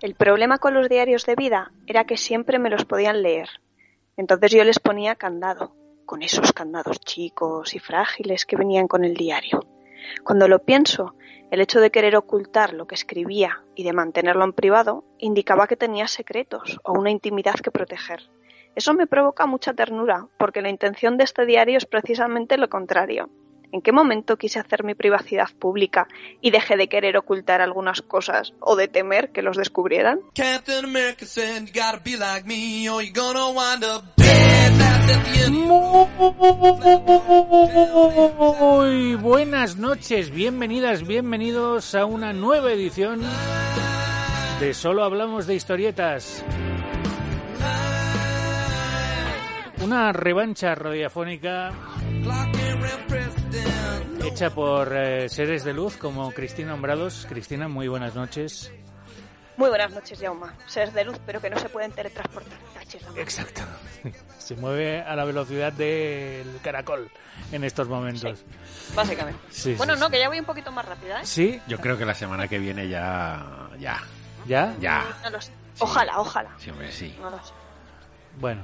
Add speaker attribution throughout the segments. Speaker 1: El problema con los diarios de vida era que siempre me los podían leer. Entonces yo les ponía candado, con esos candados chicos y frágiles que venían con el diario. Cuando lo pienso, el hecho de querer ocultar lo que escribía y de mantenerlo en privado indicaba que tenía secretos o una intimidad que proteger. Eso me provoca mucha ternura, porque la intención de este diario es precisamente lo contrario. ¿En qué momento quise hacer mi privacidad pública y dejé de querer ocultar algunas cosas o de temer que los descubrieran?
Speaker 2: Muy buenas noches, bienvenidas, bienvenidos a una nueva edición de Solo Hablamos de Historietas. Una revancha radiofónica hecha por eh, seres de luz como Cristina Hombrados. Cristina, muy buenas noches.
Speaker 1: Muy buenas noches, Yauma. Seres de luz, pero que no se pueden teletransportar. Caches la mano.
Speaker 2: Exacto. Se mueve a la velocidad del caracol en estos momentos.
Speaker 1: Básicamente.
Speaker 2: Sí, sí,
Speaker 1: bueno,
Speaker 2: sí.
Speaker 1: no, que ya voy un poquito más rápida, ¿eh?
Speaker 2: ¿Sí?
Speaker 3: Yo creo que la semana que viene ya. Ya.
Speaker 2: ¿Ya?
Speaker 3: Ya.
Speaker 1: Eh, No lo sé. Ojalá, ojalá.
Speaker 3: Sí, hombre, sí.
Speaker 1: No lo sé.
Speaker 2: Bueno.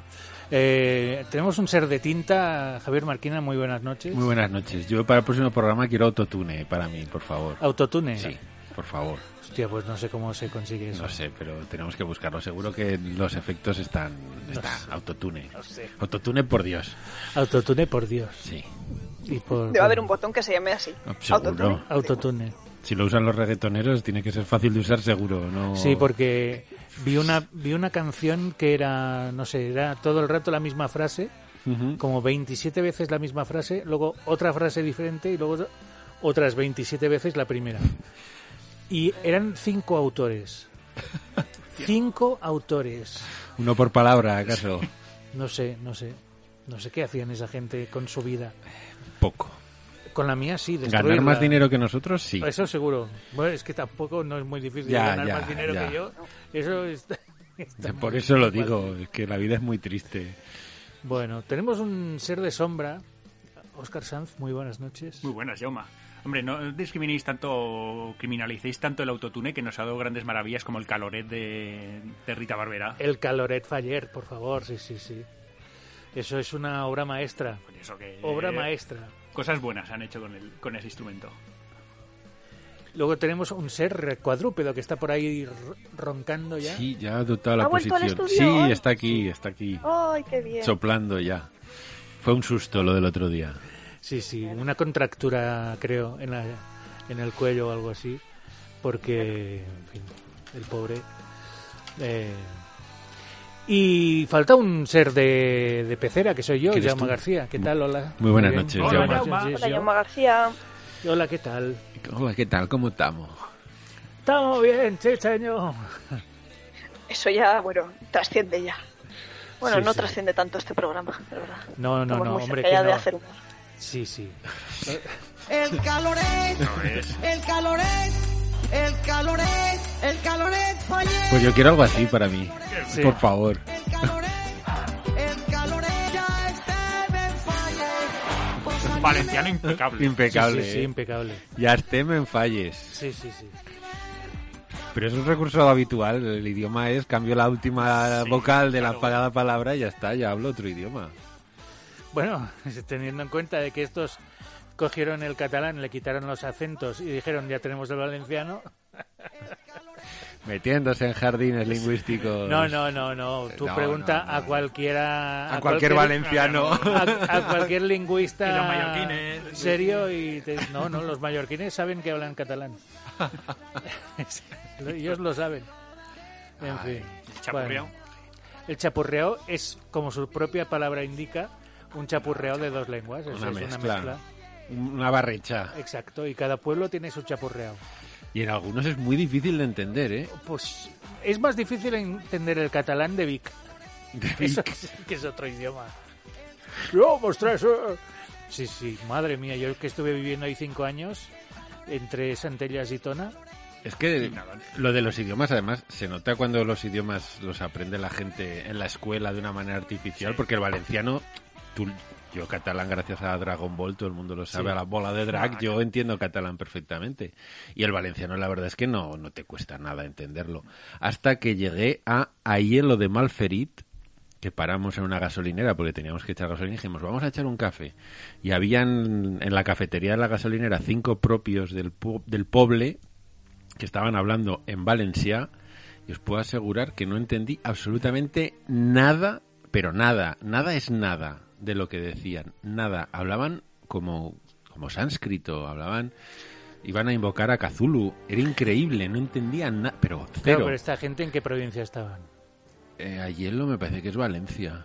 Speaker 2: Eh, tenemos un ser de tinta, Javier Marquina, muy buenas noches.
Speaker 3: Muy buenas noches. Yo para el próximo programa quiero autotune para mí, por favor.
Speaker 2: Autotune.
Speaker 3: Sí, por favor.
Speaker 2: Hostia, pues no sé cómo se consigue eso.
Speaker 3: No sé, pero tenemos que buscarlo. Seguro que los efectos están. Está, autotune.
Speaker 2: sé.
Speaker 3: Autotune, por Dios.
Speaker 2: Autotune por Dios.
Speaker 3: Sí,
Speaker 2: Y por,
Speaker 1: Debe haber un botón que se llame así.
Speaker 2: Ah, pues
Speaker 3: seguro.
Speaker 2: Autotune.
Speaker 3: Si lo usan los reggaetoneros, tiene que ser fácil de usar, seguro. No...
Speaker 2: Sí, porque vi una, vi una canción que era, no sé, era todo el rato la misma frase,
Speaker 3: Ujú.
Speaker 2: como 27 veces la misma frase, luego otra frase diferente y luego otra- otras 27 veces la primera. Y eran cinco autores. Cinco autores.
Speaker 3: Uno por palabra, acaso.
Speaker 2: No sé, no sé. No sé qué hacían esa gente con su vida.
Speaker 3: Poco.
Speaker 2: Con la Pues, mía sí,
Speaker 3: Ganar
Speaker 2: destruirla.
Speaker 3: más dinero que nosotros, sí.
Speaker 2: Eso seguro. Bueno, es que tampoco no es muy difícil
Speaker 3: Ya,
Speaker 2: ganar
Speaker 3: ya,
Speaker 2: más dinero
Speaker 3: ya.
Speaker 2: que yo. Eso está- está
Speaker 3: Por
Speaker 2: muy-
Speaker 3: eso lo digo, es que la vida es muy triste.
Speaker 2: Bueno, tenemos un ser de sombra. Oscar Sanz, muy buenas noches.
Speaker 4: Muy buenas, Yauma. Hombre, no discriminéis tanto, criminalicéis tanto el autotune que nos ha dado grandes maravillas como el caloret de, de Rita Barbera.
Speaker 2: El caloret Faller, por favor. Sí, sí, sí. Eso es una obra maestra.
Speaker 4: Por Pues eso que-
Speaker 2: Obra maestra.
Speaker 4: Cosas buenas han hecho con, el, con ese instrumento.
Speaker 2: Luego tenemos un ser cuadrúpedo que está por ahí r- roncando ya.
Speaker 3: Sí, ya ha adoptado la
Speaker 1: ¿Ha vuelto al
Speaker 3: posición.
Speaker 1: estudio
Speaker 3: sí,
Speaker 1: hoy?
Speaker 3: está aquí, está aquí,
Speaker 1: ¡Ay, qué bien!
Speaker 3: soplando ya. Fue un susto lo del otro día.
Speaker 2: Sí, sí, una contractura, creo, en, la, en el cuello o algo así, porque, en fin, el pobre. eh, y falta un ser de, de pecera, que soy yo,
Speaker 3: ¿Quién eres
Speaker 2: Jaume
Speaker 3: tú?
Speaker 2: García. ¿Qué tal? Hola.
Speaker 3: Muy buenas
Speaker 2: bien.
Speaker 3: noches,
Speaker 2: Hola,
Speaker 3: Jaume.
Speaker 2: Jaume. Sí,
Speaker 1: Hola,
Speaker 2: sí,
Speaker 1: Yauma García.
Speaker 2: sí. Hola, ¿qué tal?
Speaker 3: Hola, ¿qué tal? ¿Cómo estamos?
Speaker 2: Estamos bien, sí, señor.
Speaker 1: Eso ya, bueno, trasciende ya. Bueno,
Speaker 2: Sí,
Speaker 1: no
Speaker 2: sí.
Speaker 1: trasciende tanto este programa, la verdad.
Speaker 2: No, no,
Speaker 1: Estamos
Speaker 2: no,
Speaker 1: muy
Speaker 2: hombre,
Speaker 1: cerca
Speaker 2: que
Speaker 1: ya de
Speaker 2: no.
Speaker 1: hacer humor.
Speaker 2: Sí, sí.
Speaker 5: El caloret, el caloret, el caloret, el caloret, oye,
Speaker 3: Pues yo quiero algo así para mí.
Speaker 2: Sí.
Speaker 3: Por favor.
Speaker 5: el caloret, el caloret, ya este me falle. Pues a mí
Speaker 4: Valenciano impecable.
Speaker 3: Impecable.
Speaker 2: Sí, sí,
Speaker 3: ¿eh?
Speaker 2: impecable.
Speaker 3: Ya esté, me falles.
Speaker 2: Sí, sí, sí.
Speaker 3: Pero es un recurso habitual. El idioma es cambio la última
Speaker 4: Sí,
Speaker 3: vocal de la
Speaker 4: claro.
Speaker 3: apagada palabra y ya está, ya hablo otro idioma.
Speaker 2: Bueno, teniendo en cuenta de que estos cogieron el catalán, le quitaron los acentos y dijeron ya tenemos el valenciano.
Speaker 3: Metiéndose en jardines lingüísticos.
Speaker 2: No, no, no, no. Tú
Speaker 3: No,
Speaker 2: pregunta
Speaker 3: no, no,
Speaker 2: a
Speaker 3: no.
Speaker 2: cualquiera...
Speaker 3: A cualquier valenciano.
Speaker 2: A, a cualquier lingüista
Speaker 4: Y los mallorquines.
Speaker 2: serio y te- no no los mallorquines saben que hablan catalán ellos lo saben en
Speaker 3: Ay,
Speaker 2: fin
Speaker 4: Chapurriao.
Speaker 2: Bueno, el chapurreo es como su propia palabra indica un chapurreo de dos lenguas eso
Speaker 3: Una
Speaker 2: es
Speaker 3: mezcla.
Speaker 2: una mezcla
Speaker 3: Una barrecha.
Speaker 2: exacto y cada pueblo tiene su chapurreo
Speaker 3: Y en algunos es muy difícil de entender, ¿eh?
Speaker 2: pues es más difícil entender el catalán de Vic Eso es, que es otro idioma. ¡No, ostras! eh! Sí, sí, madre mía, yo que estuve viviendo ahí cinco años, entre Santellas y Tona.
Speaker 3: Es que
Speaker 4: nada.
Speaker 3: lo de los idiomas, además, se nota cuando los idiomas los aprende la gente en la escuela de una manera artificial, porque el valenciano, tú Yo catalán, gracias a Dragon Ball, todo el mundo lo sabe,
Speaker 2: Sí.
Speaker 3: a la bola de drag,
Speaker 4: Ah,
Speaker 3: yo entiendo catalán perfectamente. Y el valenciano, la verdad es que no, no te cuesta nada entenderlo. Hasta que llegué a Aielo de Malferit, que paramos en una gasolinera porque teníamos que echar gasolina y dijimos, vamos a echar un café. Y habían en la cafetería de la gasolinera cinco propios del, pu- del poble que estaban hablando en Valencia y os puedo asegurar que no entendí absolutamente nada, pero nada, nada es nada de lo que decían, nada. Hablaban como, como sánscrito, hablaban, iban a invocar a Cthulhu, era increíble, no entendían nada, pero
Speaker 2: Claro,
Speaker 3: cero.
Speaker 2: pero esta gente en qué provincia estaban.
Speaker 3: Eh, Aielo me parece que es Valencia.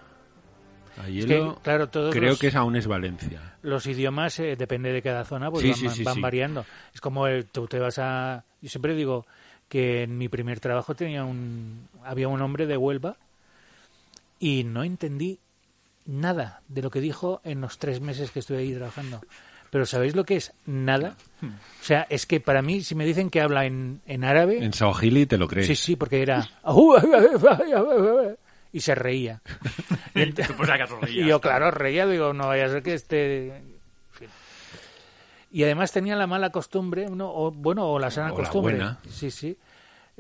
Speaker 2: Es
Speaker 3: Aielo
Speaker 2: que, claro, todos
Speaker 3: creo
Speaker 2: los,
Speaker 3: que es aún es Valencia.
Speaker 2: los idiomas, eh, depende de cada zona, pues
Speaker 3: Sí,
Speaker 2: van,
Speaker 3: sí, sí,
Speaker 2: van
Speaker 3: sí.
Speaker 2: variando. Es como el- tú te vas a... Yo siempre digo que en mi primer trabajo tenía un había un hombre de Huelva y no entendí nada de lo que dijo en los tres meses que estuve ahí trabajando. Pero ¿sabéis lo que es? Nada.
Speaker 3: Hmm.
Speaker 2: O sea, es que para mí, si me dicen que habla en, en árabe,
Speaker 3: En Saogili te lo crees.
Speaker 2: Sí, sí, porque era. Y se reía. Y, ent-
Speaker 4: Tú, pues, hagas
Speaker 2: y yo, claro, reía, digo, no vaya a ser que este. en fin. Y además tenía la mala costumbre, no, o, bueno, o la sana
Speaker 3: O la
Speaker 2: costumbre.
Speaker 3: buena.
Speaker 2: Sí, sí.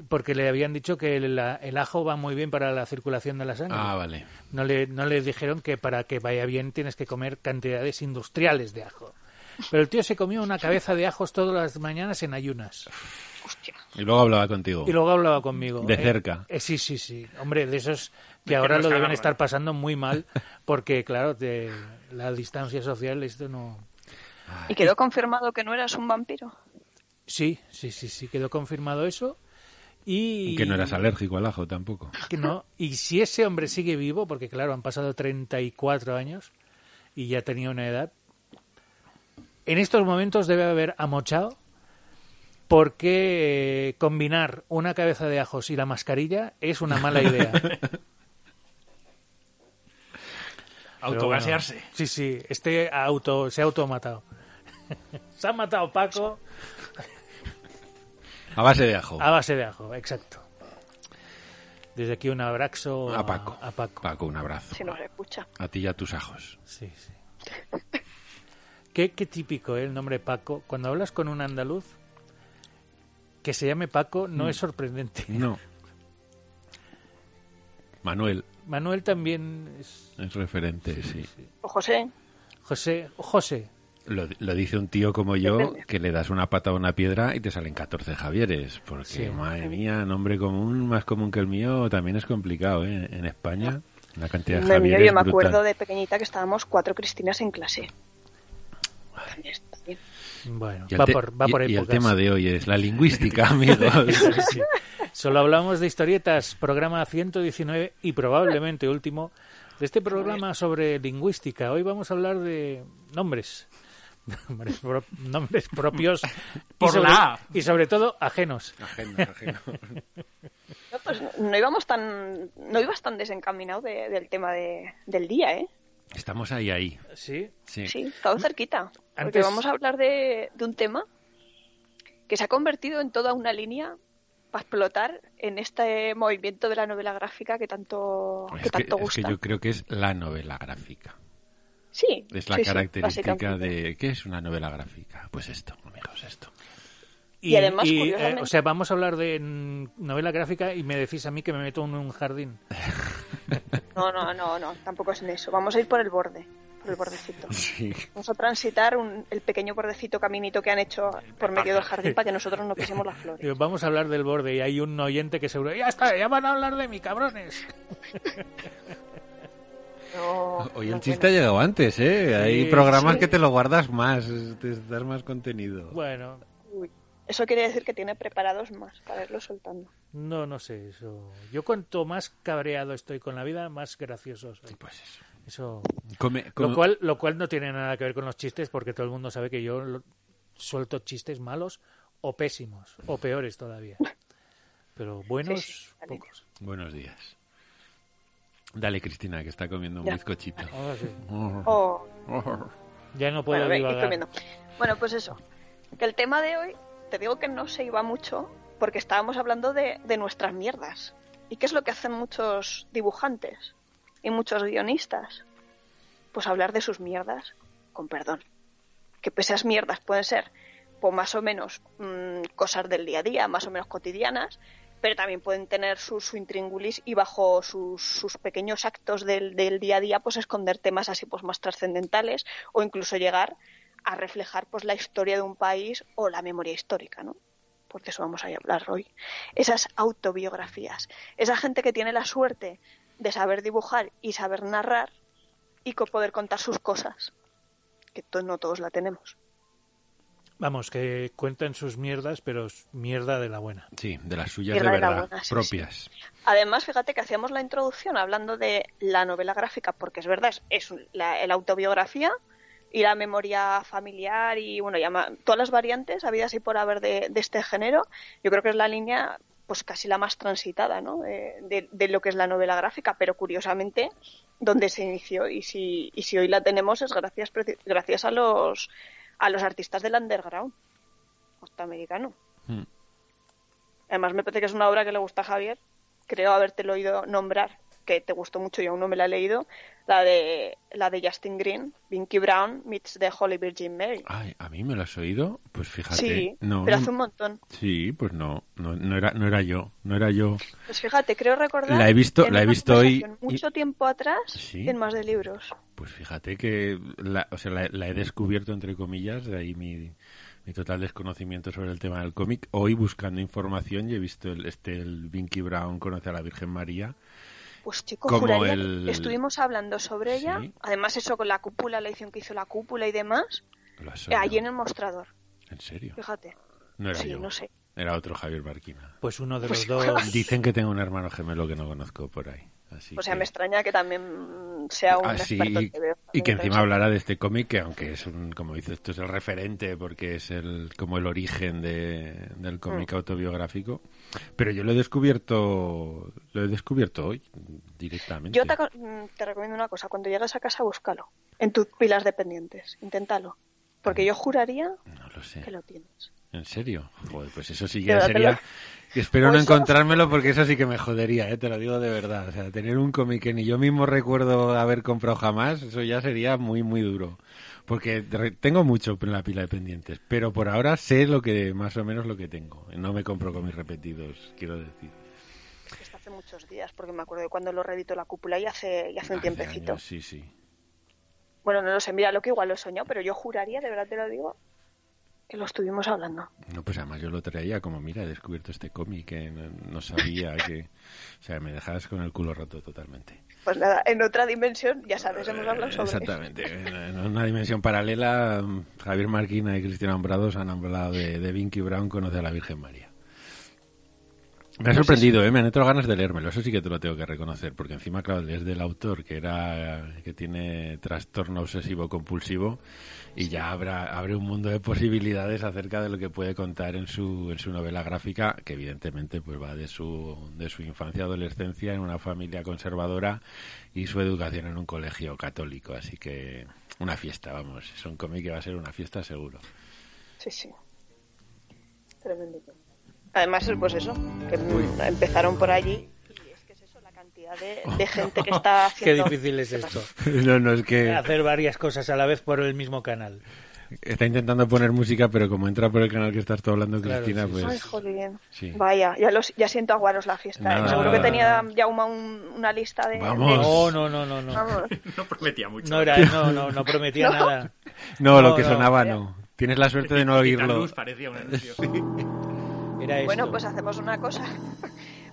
Speaker 2: Porque le habían dicho que el, la- el ajo va muy bien para la circulación de la sangre.
Speaker 3: Ah, vale.
Speaker 2: No le, no le dijeron que para que vaya bien tienes que comer cantidades industriales de ajo. Pero el tío se comió una cabeza de ajos todas las mañanas en ayunas.
Speaker 1: Hostia.
Speaker 3: Y luego hablaba contigo.
Speaker 2: Y luego hablaba conmigo.
Speaker 3: De
Speaker 2: Eh,
Speaker 3: cerca.
Speaker 2: eh, sí, sí, sí. Hombre, de esos que
Speaker 4: que
Speaker 2: ahora
Speaker 4: no
Speaker 2: lo
Speaker 4: se
Speaker 2: deben
Speaker 4: agarran.
Speaker 2: estar pasando muy mal, porque, claro, te- la distancia social, esto no.
Speaker 1: ¿Y quedó confirmado que no eras un vampiro?
Speaker 2: Sí, sí, sí, sí, quedó confirmado eso. Y.
Speaker 3: Que no eras alérgico al ajo tampoco.
Speaker 2: que no. Y si ese hombre sigue vivo, porque, claro, han pasado 34 años y ya tenía una edad. En estos momentos debe haber amochado. Porque eh, combinar una cabeza de ajos y la mascarilla es una mala idea. Pero
Speaker 4: Autogasearse.
Speaker 2: bueno, sí, sí, este auto se ha automatado. se ha matado Paco
Speaker 3: A base de ajo.
Speaker 1: Ah.
Speaker 2: a base de ajo, exacto. Desde aquí un abrazo
Speaker 3: A Paco.
Speaker 2: A Paco.
Speaker 3: Paco, un abrazo.
Speaker 1: Si nos escucha.
Speaker 3: A ti y a tus ajos.
Speaker 2: Sí, sí. qué, qué típico ¿eh? el nombre Paco. Cuando hablas con un andaluz que se llame Paco no es sorprendente.
Speaker 3: Mm. No. Manuel
Speaker 2: Manuel también es
Speaker 3: es referente, sí.
Speaker 1: O José,
Speaker 2: José. José.
Speaker 3: Lo, lo dice un tío como yo
Speaker 1: Depende.
Speaker 3: que le das una pata a una piedra y te salen 14 Javieres. Porque,
Speaker 2: Sí.
Speaker 3: madre mía, nombre común, más común que el mío, también es complicado, ¿eh? En España, la cantidad de
Speaker 1: Hombre, mira,
Speaker 3: Javieres.
Speaker 1: yo me
Speaker 3: brutal.
Speaker 1: acuerdo de pequeñita que estábamos cuatro Cristinas en clase. También está bien.
Speaker 2: Bueno,
Speaker 3: Y el
Speaker 2: va
Speaker 3: te-
Speaker 2: por, va por
Speaker 3: y- y el
Speaker 2: épocas.
Speaker 3: tema de hoy es la lingüística, amigos.
Speaker 2: Sí. Solo hablamos de historietas, programa 119 y probablemente último de este programa sobre lingüística. Hoy vamos a hablar de nombres. Nombres, pro- nombres propios y
Speaker 4: Por
Speaker 2: sobre-
Speaker 4: la A.
Speaker 2: y sobre todo ajenos.
Speaker 1: No, pues no, no íbamos tan, no ibas tan desencaminado de- del tema de- del día, ¿eh?
Speaker 3: Estamos ahí, ahí.
Speaker 2: Sí,
Speaker 3: Sí. Mm.
Speaker 1: Sí, estaba cerquita. Porque
Speaker 2: Antes-
Speaker 1: vamos a hablar de, de un tema que se ha convertido en toda una línea para explotar en este movimiento de la novela gráfica que tanto, que
Speaker 3: Es que-
Speaker 1: tanto
Speaker 3: es que
Speaker 1: gusta.
Speaker 3: yo creo que es la novela gráfica.
Speaker 1: Sí,
Speaker 3: Es la
Speaker 1: sí, sí,
Speaker 3: característica
Speaker 1: básicamente.
Speaker 3: de... ¿Qué es una novela gráfica? Pues esto, amigos, esto.
Speaker 1: Y además,
Speaker 2: eh,
Speaker 1: curiosamente-
Speaker 2: o sea, vamos a hablar de mm, novela gráfica y me decís a mí que me meto en un jardín.
Speaker 1: No, no, no, no, tampoco es en eso. Vamos a ir por el borde, por el bordecito. Vamos a transitar un- el pequeño bordecito caminito que han hecho por medio del jardín para que nosotros no pisemos las flores.
Speaker 2: Digo, Vamos a hablar del borde y hay un oyente que seguro, ya está, ya van a hablar de mí, cabrones.
Speaker 1: No,
Speaker 3: Oye,
Speaker 1: no,
Speaker 3: el chiste ha llegado antes, ¿eh? Hay
Speaker 2: Sí,
Speaker 3: programas
Speaker 2: sí.
Speaker 3: que te lo guardas más, te das más contenido.
Speaker 1: bueno.
Speaker 2: Bueno,
Speaker 1: Uy, eso quiere decir que tiene preparados más para irlo soltando.
Speaker 2: No, no sé eso. Yo cuanto más cabreado estoy con la vida, más gracioso soy.
Speaker 3: Pues eso.
Speaker 2: Eso.
Speaker 3: Come-
Speaker 2: Lo
Speaker 3: come-
Speaker 2: cual, lo cual no tiene nada que ver con los chistes, porque todo el mundo sabe que yo lo- suelto chistes malos o pésimos o peores todavía. Pero buenos,
Speaker 1: Sí, sí, vale.
Speaker 2: pocos.
Speaker 3: Buenos días. Dale, Cristina, que está comiendo un
Speaker 1: Ya. Oh.
Speaker 3: bizcochito.
Speaker 2: Ahora sí.
Speaker 1: O
Speaker 2: Ya no puedo
Speaker 1: Bueno, ve, ir
Speaker 2: divagar.
Speaker 1: comiendo. Bueno, pues eso. Que el tema de hoy, te digo que no se iba mucho porque estábamos hablando de, de nuestras mierdas. ¿Y qué es lo que hacen muchos dibujantes y muchos guionistas? pues hablar de sus mierdas con perdón. Que pues esas mierdas pueden ser pues más o menos mm, cosas del día a día, más o menos cotidianas, pero también pueden tener su, su intríngulis y bajo sus, sus pequeños actos del, del día a día pues esconder temas así pues más trascendentales o incluso llegar a reflejar pues la historia de un país o la memoria histórica, ¿no? Porque eso vamos a hablar hoy. Esas autobiografías, esa gente que tiene la suerte de saber dibujar y saber narrar y co- poder contar sus cosas, que to- no todos la tenemos.
Speaker 2: Vamos, que cuentan sus mierdas, pero es mierda de la buena.
Speaker 3: Sí, de las suyas
Speaker 1: Mierda
Speaker 3: de
Speaker 1: de la
Speaker 3: verdad,
Speaker 1: buena, sí,
Speaker 3: propias.
Speaker 1: Además, fíjate que hacíamos la introducción hablando de la novela gráfica, porque es verdad, es, es un- la, la autobiografía y la memoria familiar y bueno, ya ma- todas las variantes habidas y por haber de, de este género, yo creo que es la línea pues casi la más transitada ¿no? Eh, de, de lo que es la novela gráfica, pero curiosamente donde se inició y si, y si hoy la tenemos es gracias, preci- gracias a los a los artistas del underground norteamericano.
Speaker 3: Mm.
Speaker 1: Además, me parece que es una obra que le gusta a Javier. Creo habértelo oído nombrar, que te gustó mucho y aún no me la he leído. La de, la de Justin Green, Binky Brown meets the Holy Virgin Mary.
Speaker 3: Ay, ¿a mí me lo has oído? Pues Ah, fíjate.
Speaker 1: sí,
Speaker 3: no,
Speaker 1: pero
Speaker 3: no-
Speaker 1: hace un montón.
Speaker 3: Sí, pues no, no, no era, no era yo, no era yo.
Speaker 1: Pues fíjate, creo recordar.
Speaker 3: La he visto-
Speaker 1: en
Speaker 3: la he
Speaker 1: una
Speaker 3: visto hoy
Speaker 1: conversación
Speaker 3: y-
Speaker 1: Mucho tiempo atrás,
Speaker 3: Sí.
Speaker 1: en más de libros.
Speaker 3: Pues fíjate que la, o sea, la, la he descubierto, entre comillas, de ahí mi, mi total desconocimiento sobre el tema del cómic. Hoy buscando información y he visto el, este, el Vinky Brown conoce a la Virgen María.
Speaker 1: Pues chico,
Speaker 3: Como
Speaker 1: juraría que
Speaker 3: el-
Speaker 1: estuvimos hablando sobre ella.
Speaker 3: Sí.
Speaker 1: Además, eso con la cúpula, la edición que hizo la cúpula y demás.
Speaker 3: Lo has
Speaker 1: eh,
Speaker 3: oído.
Speaker 1: allí en el mostrador,
Speaker 3: ¿En serio?
Speaker 1: fíjate.
Speaker 3: No era
Speaker 1: sí,
Speaker 3: yo,
Speaker 1: no sé.
Speaker 3: era otro Javier Barquina.
Speaker 2: Pues uno de los
Speaker 1: Pues-
Speaker 2: dos.
Speaker 3: Dicen que tengo un hermano gemelo que no conozco por ahí. Así
Speaker 1: O sea,
Speaker 3: que-
Speaker 1: me extraña que también sea un
Speaker 3: Ah, sí,
Speaker 1: experto
Speaker 3: y,
Speaker 1: en TVO.
Speaker 3: y que encima
Speaker 1: Entonces,
Speaker 3: hablará de este cómic que aunque es un, como dices esto es el referente porque es el como el origen de- del cómic
Speaker 1: Mm.
Speaker 3: autobiográfico pero yo lo he descubierto lo he descubierto hoy directamente
Speaker 1: Yo te, aco- mm, te recomiendo una cosa, cuando llegues a casa búscalo en tus pilas de pendientes, inténtalo, porque yo juraría
Speaker 2: Mm.
Speaker 3: no lo
Speaker 1: que
Speaker 3: sé
Speaker 1: lo tienes.
Speaker 3: en serio Joder, pues eso sí
Speaker 1: De
Speaker 3: que
Speaker 1: verdad,
Speaker 3: sería que espero no
Speaker 1: Pues eso-
Speaker 3: encontrármelo porque eso sí que me jodería eh, te lo digo de verdad o sea tener un cómic que ni yo mismo recuerdo haber comprado jamás eso ya sería muy muy duro Porque re- tengo mucho en la pila de pendientes, pero por ahora sé lo que más o menos lo que tengo. No me compro con mis repetidos, quiero decir.
Speaker 1: Esto hace muchos días, porque me acuerdo de cuando lo reeditó la cúpula y hace, y hace un
Speaker 3: Hace
Speaker 1: tiempecito.
Speaker 3: años, sí, sí.
Speaker 1: Bueno, no lo sé, mira lo que igual lo soñó, pero yo juraría, de verdad te lo digo, que lo estuvimos hablando.
Speaker 3: No, pues además yo lo traía como, mira, he descubierto este cómic que no, no sabía que... O sea, me dejabas con el culo roto totalmente.
Speaker 1: Pues nada, en otra dimensión, ya sabes, hemos hablado sobre
Speaker 3: Exactamente. En una dimensión paralela, Javier Marquina y Cristina Hombrados han hablado de, de Vinky Brown conoce a la Virgen María. Me ha sorprendido, ¿eh? me han entrado ganas de leérmelo, eso sí que te lo tengo que reconocer, porque encima, claro, es del autor que era que tiene trastorno obsesivo compulsivo y ya habrá, abre un mundo de posibilidades acerca de lo que puede contar en su, en su novela gráfica, que evidentemente pues va de su, de su infancia, adolescencia en una familia conservadora y su educación en un colegio católico, así que una fiesta, vamos, es un cómic que va a ser una fiesta seguro.
Speaker 1: Sí, sí. Tremendo. Además, pues eso, que mm, empezaron por allí y es que es eso, la cantidad de, de gente que está
Speaker 2: Qué
Speaker 1: haciendo...
Speaker 2: difícil es esto.
Speaker 3: No, no, es que...
Speaker 2: Hacer varias cosas a la vez por el mismo canal.
Speaker 3: Está intentando poner música, pero como entra por el canal que estás tú hablando,
Speaker 2: Claro,
Speaker 3: Cristina,
Speaker 2: sí, sí.
Speaker 1: Ay,
Speaker 3: pues...
Speaker 1: jolín.
Speaker 3: Sí.
Speaker 1: Vaya, ya, los, ya siento aguaros la fiesta. ¿eh?
Speaker 3: Nada,
Speaker 1: Seguro
Speaker 3: nada,
Speaker 1: que tenía
Speaker 2: nada.
Speaker 1: ya un- una lista de...
Speaker 2: No,
Speaker 3: Vamos.
Speaker 2: no, no, no, no.
Speaker 1: Vamos.
Speaker 4: No prometía mucho.
Speaker 2: No era, no, no, no prometía nada.
Speaker 3: No, lo
Speaker 2: No,
Speaker 3: que
Speaker 2: no.
Speaker 3: sonaba no. Tienes la suerte de no
Speaker 4: Quitar
Speaker 3: oírlo.
Speaker 4: luz parecía un anuncio.
Speaker 2: Era esto.
Speaker 1: Bueno, pues hacemos una cosa.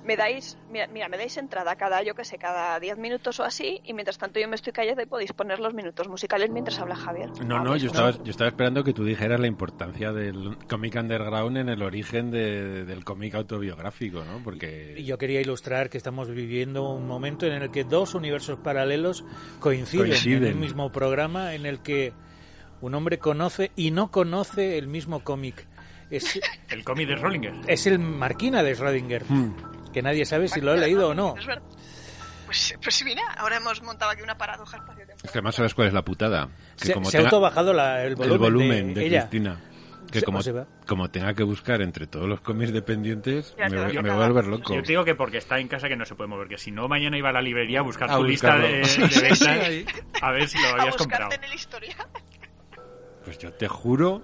Speaker 1: Me dais, mira, mira, me dais entrada cada, yo que sé, cada 10 minutos o así, y mientras tanto yo me estoy callada y podéis poner los minutos musicales mientras habla Javier.
Speaker 3: No, no,
Speaker 2: Ah,
Speaker 1: Vamos,
Speaker 3: yo estaba, yo estaba esperando que tú dijeras la importancia del cómic underground en el origen de- del cómic autobiográfico, ¿no?
Speaker 2: Y
Speaker 3: Porque
Speaker 2: Yo quería ilustrar que estamos viviendo un momento en el que dos universos paralelos coinciden, en
Speaker 3: Coinciden.
Speaker 2: un mismo programa en el que un hombre conoce y no conoce el mismo cómic. Es,
Speaker 4: El cómic de Rollinger.
Speaker 2: es el Marquina de Schrödinger,
Speaker 3: Mm,
Speaker 2: que nadie sabe si lo ha leído o no.
Speaker 1: Es verdad. Pues, pues mira, ahora hemos montado aquí una paradoja espacio
Speaker 3: es que además sabes cuál es la putada. Que
Speaker 2: Se,
Speaker 3: como
Speaker 2: se ha
Speaker 3: tenga
Speaker 2: autobajado la- el volumen,
Speaker 3: el volumen
Speaker 2: de,
Speaker 3: de,
Speaker 2: ella.
Speaker 3: Cristina. Que
Speaker 2: Se-
Speaker 3: como,
Speaker 2: se va.
Speaker 3: como tenga que buscar entre todos los cómics dependientes,
Speaker 1: Ya
Speaker 3: me,
Speaker 1: te
Speaker 3: voy-
Speaker 1: vas a
Speaker 3: me voy a
Speaker 1: cagar.
Speaker 3: volver loco.
Speaker 4: Yo te digo que porque está en casa que no se puede mover, que si no mañana iba a la librería a buscar
Speaker 3: A
Speaker 4: su lista de,
Speaker 3: buscarlo.
Speaker 4: de ventas,
Speaker 3: Sí, ahí.
Speaker 4: a ver si lo
Speaker 1: A
Speaker 4: habías
Speaker 1: buscarte
Speaker 4: comprado.
Speaker 1: en el historial.
Speaker 3: Pues yo te juro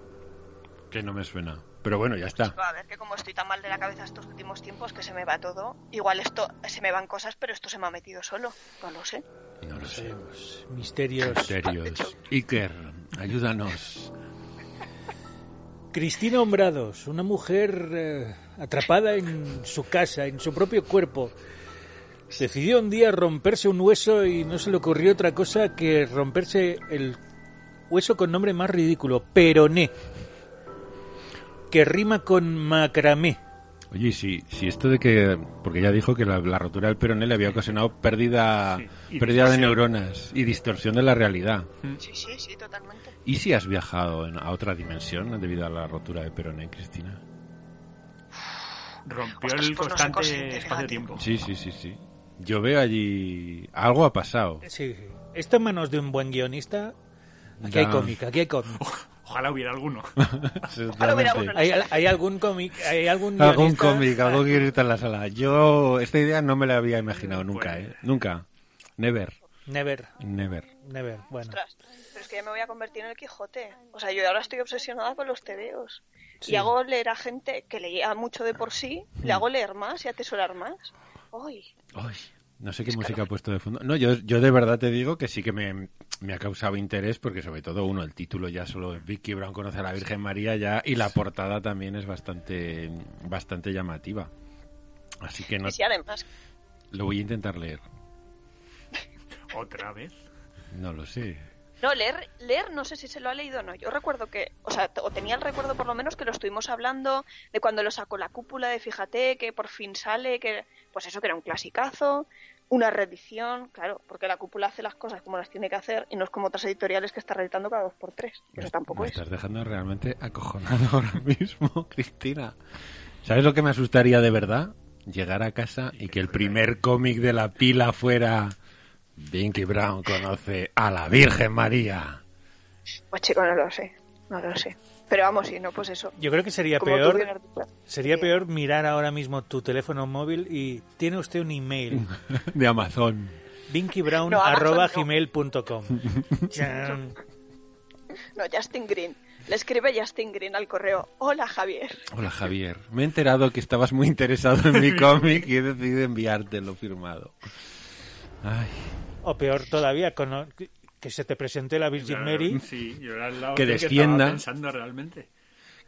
Speaker 3: que no me suena. Pero bueno, ya está.
Speaker 1: A ver, que como estoy tan mal de la cabeza estos últimos tiempos que se me va todo. Igual esto se me van cosas, pero esto se me ha metido solo. No lo sé.
Speaker 3: No lo sé.
Speaker 2: Sabemos. Misterios.
Speaker 3: Misterios. Iker, ayúdanos.
Speaker 2: Cristina Hombrados, una mujer eh, atrapada en su casa, en su propio cuerpo. Decidió un día romperse un hueso y no se le ocurrió otra cosa que romperse el hueso con nombre más ridículo, peroné, que rima con macramé.
Speaker 3: Oye, y si, si esto de que. Porque ya dijo que la, la rotura del peroné le había ocasionado pérdida,
Speaker 4: Sí, y
Speaker 3: pérdida de
Speaker 4: distorsión.
Speaker 3: neuronas y distorsión de la realidad.
Speaker 1: Sí, sí, sí, totalmente.
Speaker 3: ¿Y si has viajado en- a otra dimensión debido a la rotura de peroné, Cristina?
Speaker 4: Rompió
Speaker 1: Ostras,
Speaker 4: el
Speaker 1: pues no soy consciente,
Speaker 4: constante espacio-tiempo.
Speaker 3: Sí, sí, sí, sí. Yo veo allí. Algo ha pasado.
Speaker 2: Sí, sí. esto en manos de un buen guionista. Aquí hay
Speaker 3: Ya.
Speaker 2: cómic, aquí hay cómic.
Speaker 4: Ojalá hubiera alguno.
Speaker 1: hubiera uno en
Speaker 2: Hay, hay algún cómic, hay algún
Speaker 3: Algún
Speaker 2: guionista-
Speaker 3: cómic, algo que irrita en la sala. Yo, esta idea no me la había imaginado nunca,
Speaker 4: Bueno.
Speaker 3: ¿eh? Nunca. Never,
Speaker 2: Never,
Speaker 3: never.
Speaker 2: never, bueno.
Speaker 1: Ostras, pero es que ya me voy a convertir en el Quijote. O sea, yo ahora estoy obsesionada con los tebeos.
Speaker 2: Sí.
Speaker 1: Y hago leer a gente que leía mucho de por sí,
Speaker 3: Mm.
Speaker 1: le hago leer más y atesorar más. Uy,
Speaker 3: Ay, no sé qué música ha puesto de fondo. No, yo, yo de verdad te digo que sí que me, me ha causado interés porque sobre todo, uno, el título ya solo Vicky Brown conoce a la Virgen María ya y la portada también es bastante, bastante llamativa. Así que no,
Speaker 1: y si además,
Speaker 3: lo voy a intentar leer.
Speaker 4: Otra vez.
Speaker 3: No lo sé.
Speaker 1: No, leer, leer no sé si se lo ha leído o no. Yo recuerdo que, o sea, t- o tenía el recuerdo por lo menos que lo estuvimos hablando de cuando lo sacó la cúpula, de fíjate que por fin sale, que pues eso que era un clasicazo, una reedición, claro, porque la cúpula hace las cosas como las tiene que hacer y no es como otras editoriales que está reeditando cada dos por tres. Eso
Speaker 3: Me-
Speaker 1: tampoco
Speaker 3: me
Speaker 1: es.
Speaker 3: estás dejando realmente acojonado ahora mismo, Cristina. ¿Sabes lo que me asustaría de verdad? Llegar a casa y que el primer cómic de la pila fuera Vinky Brown conoce a la Virgen María.
Speaker 1: Pues chico, no lo sé, no lo sé. Pero vamos, si no, pues eso.
Speaker 2: Yo creo que sería
Speaker 1: Como tú
Speaker 2: peor.
Speaker 1: bien has dicho.
Speaker 2: Sería
Speaker 1: Sí.
Speaker 2: peor mirar ahora mismo tu teléfono móvil y tiene usted un email,
Speaker 3: De Amazon.
Speaker 1: No, Amazon
Speaker 2: vinkybrown.gmail.com. Chan.
Speaker 1: No, Justin Green. Le escribe Justin Green al correo. Hola, Javier.
Speaker 3: Hola Javier, me he enterado que estabas muy interesado en mi cómic y he decidido enviártelo firmado. Ay,
Speaker 2: o peor todavía, con- que se te presente la Virgin Mary.
Speaker 4: Sí, yo era la
Speaker 3: Que
Speaker 4: otra
Speaker 3: descienda.
Speaker 4: estaba pensando realmente.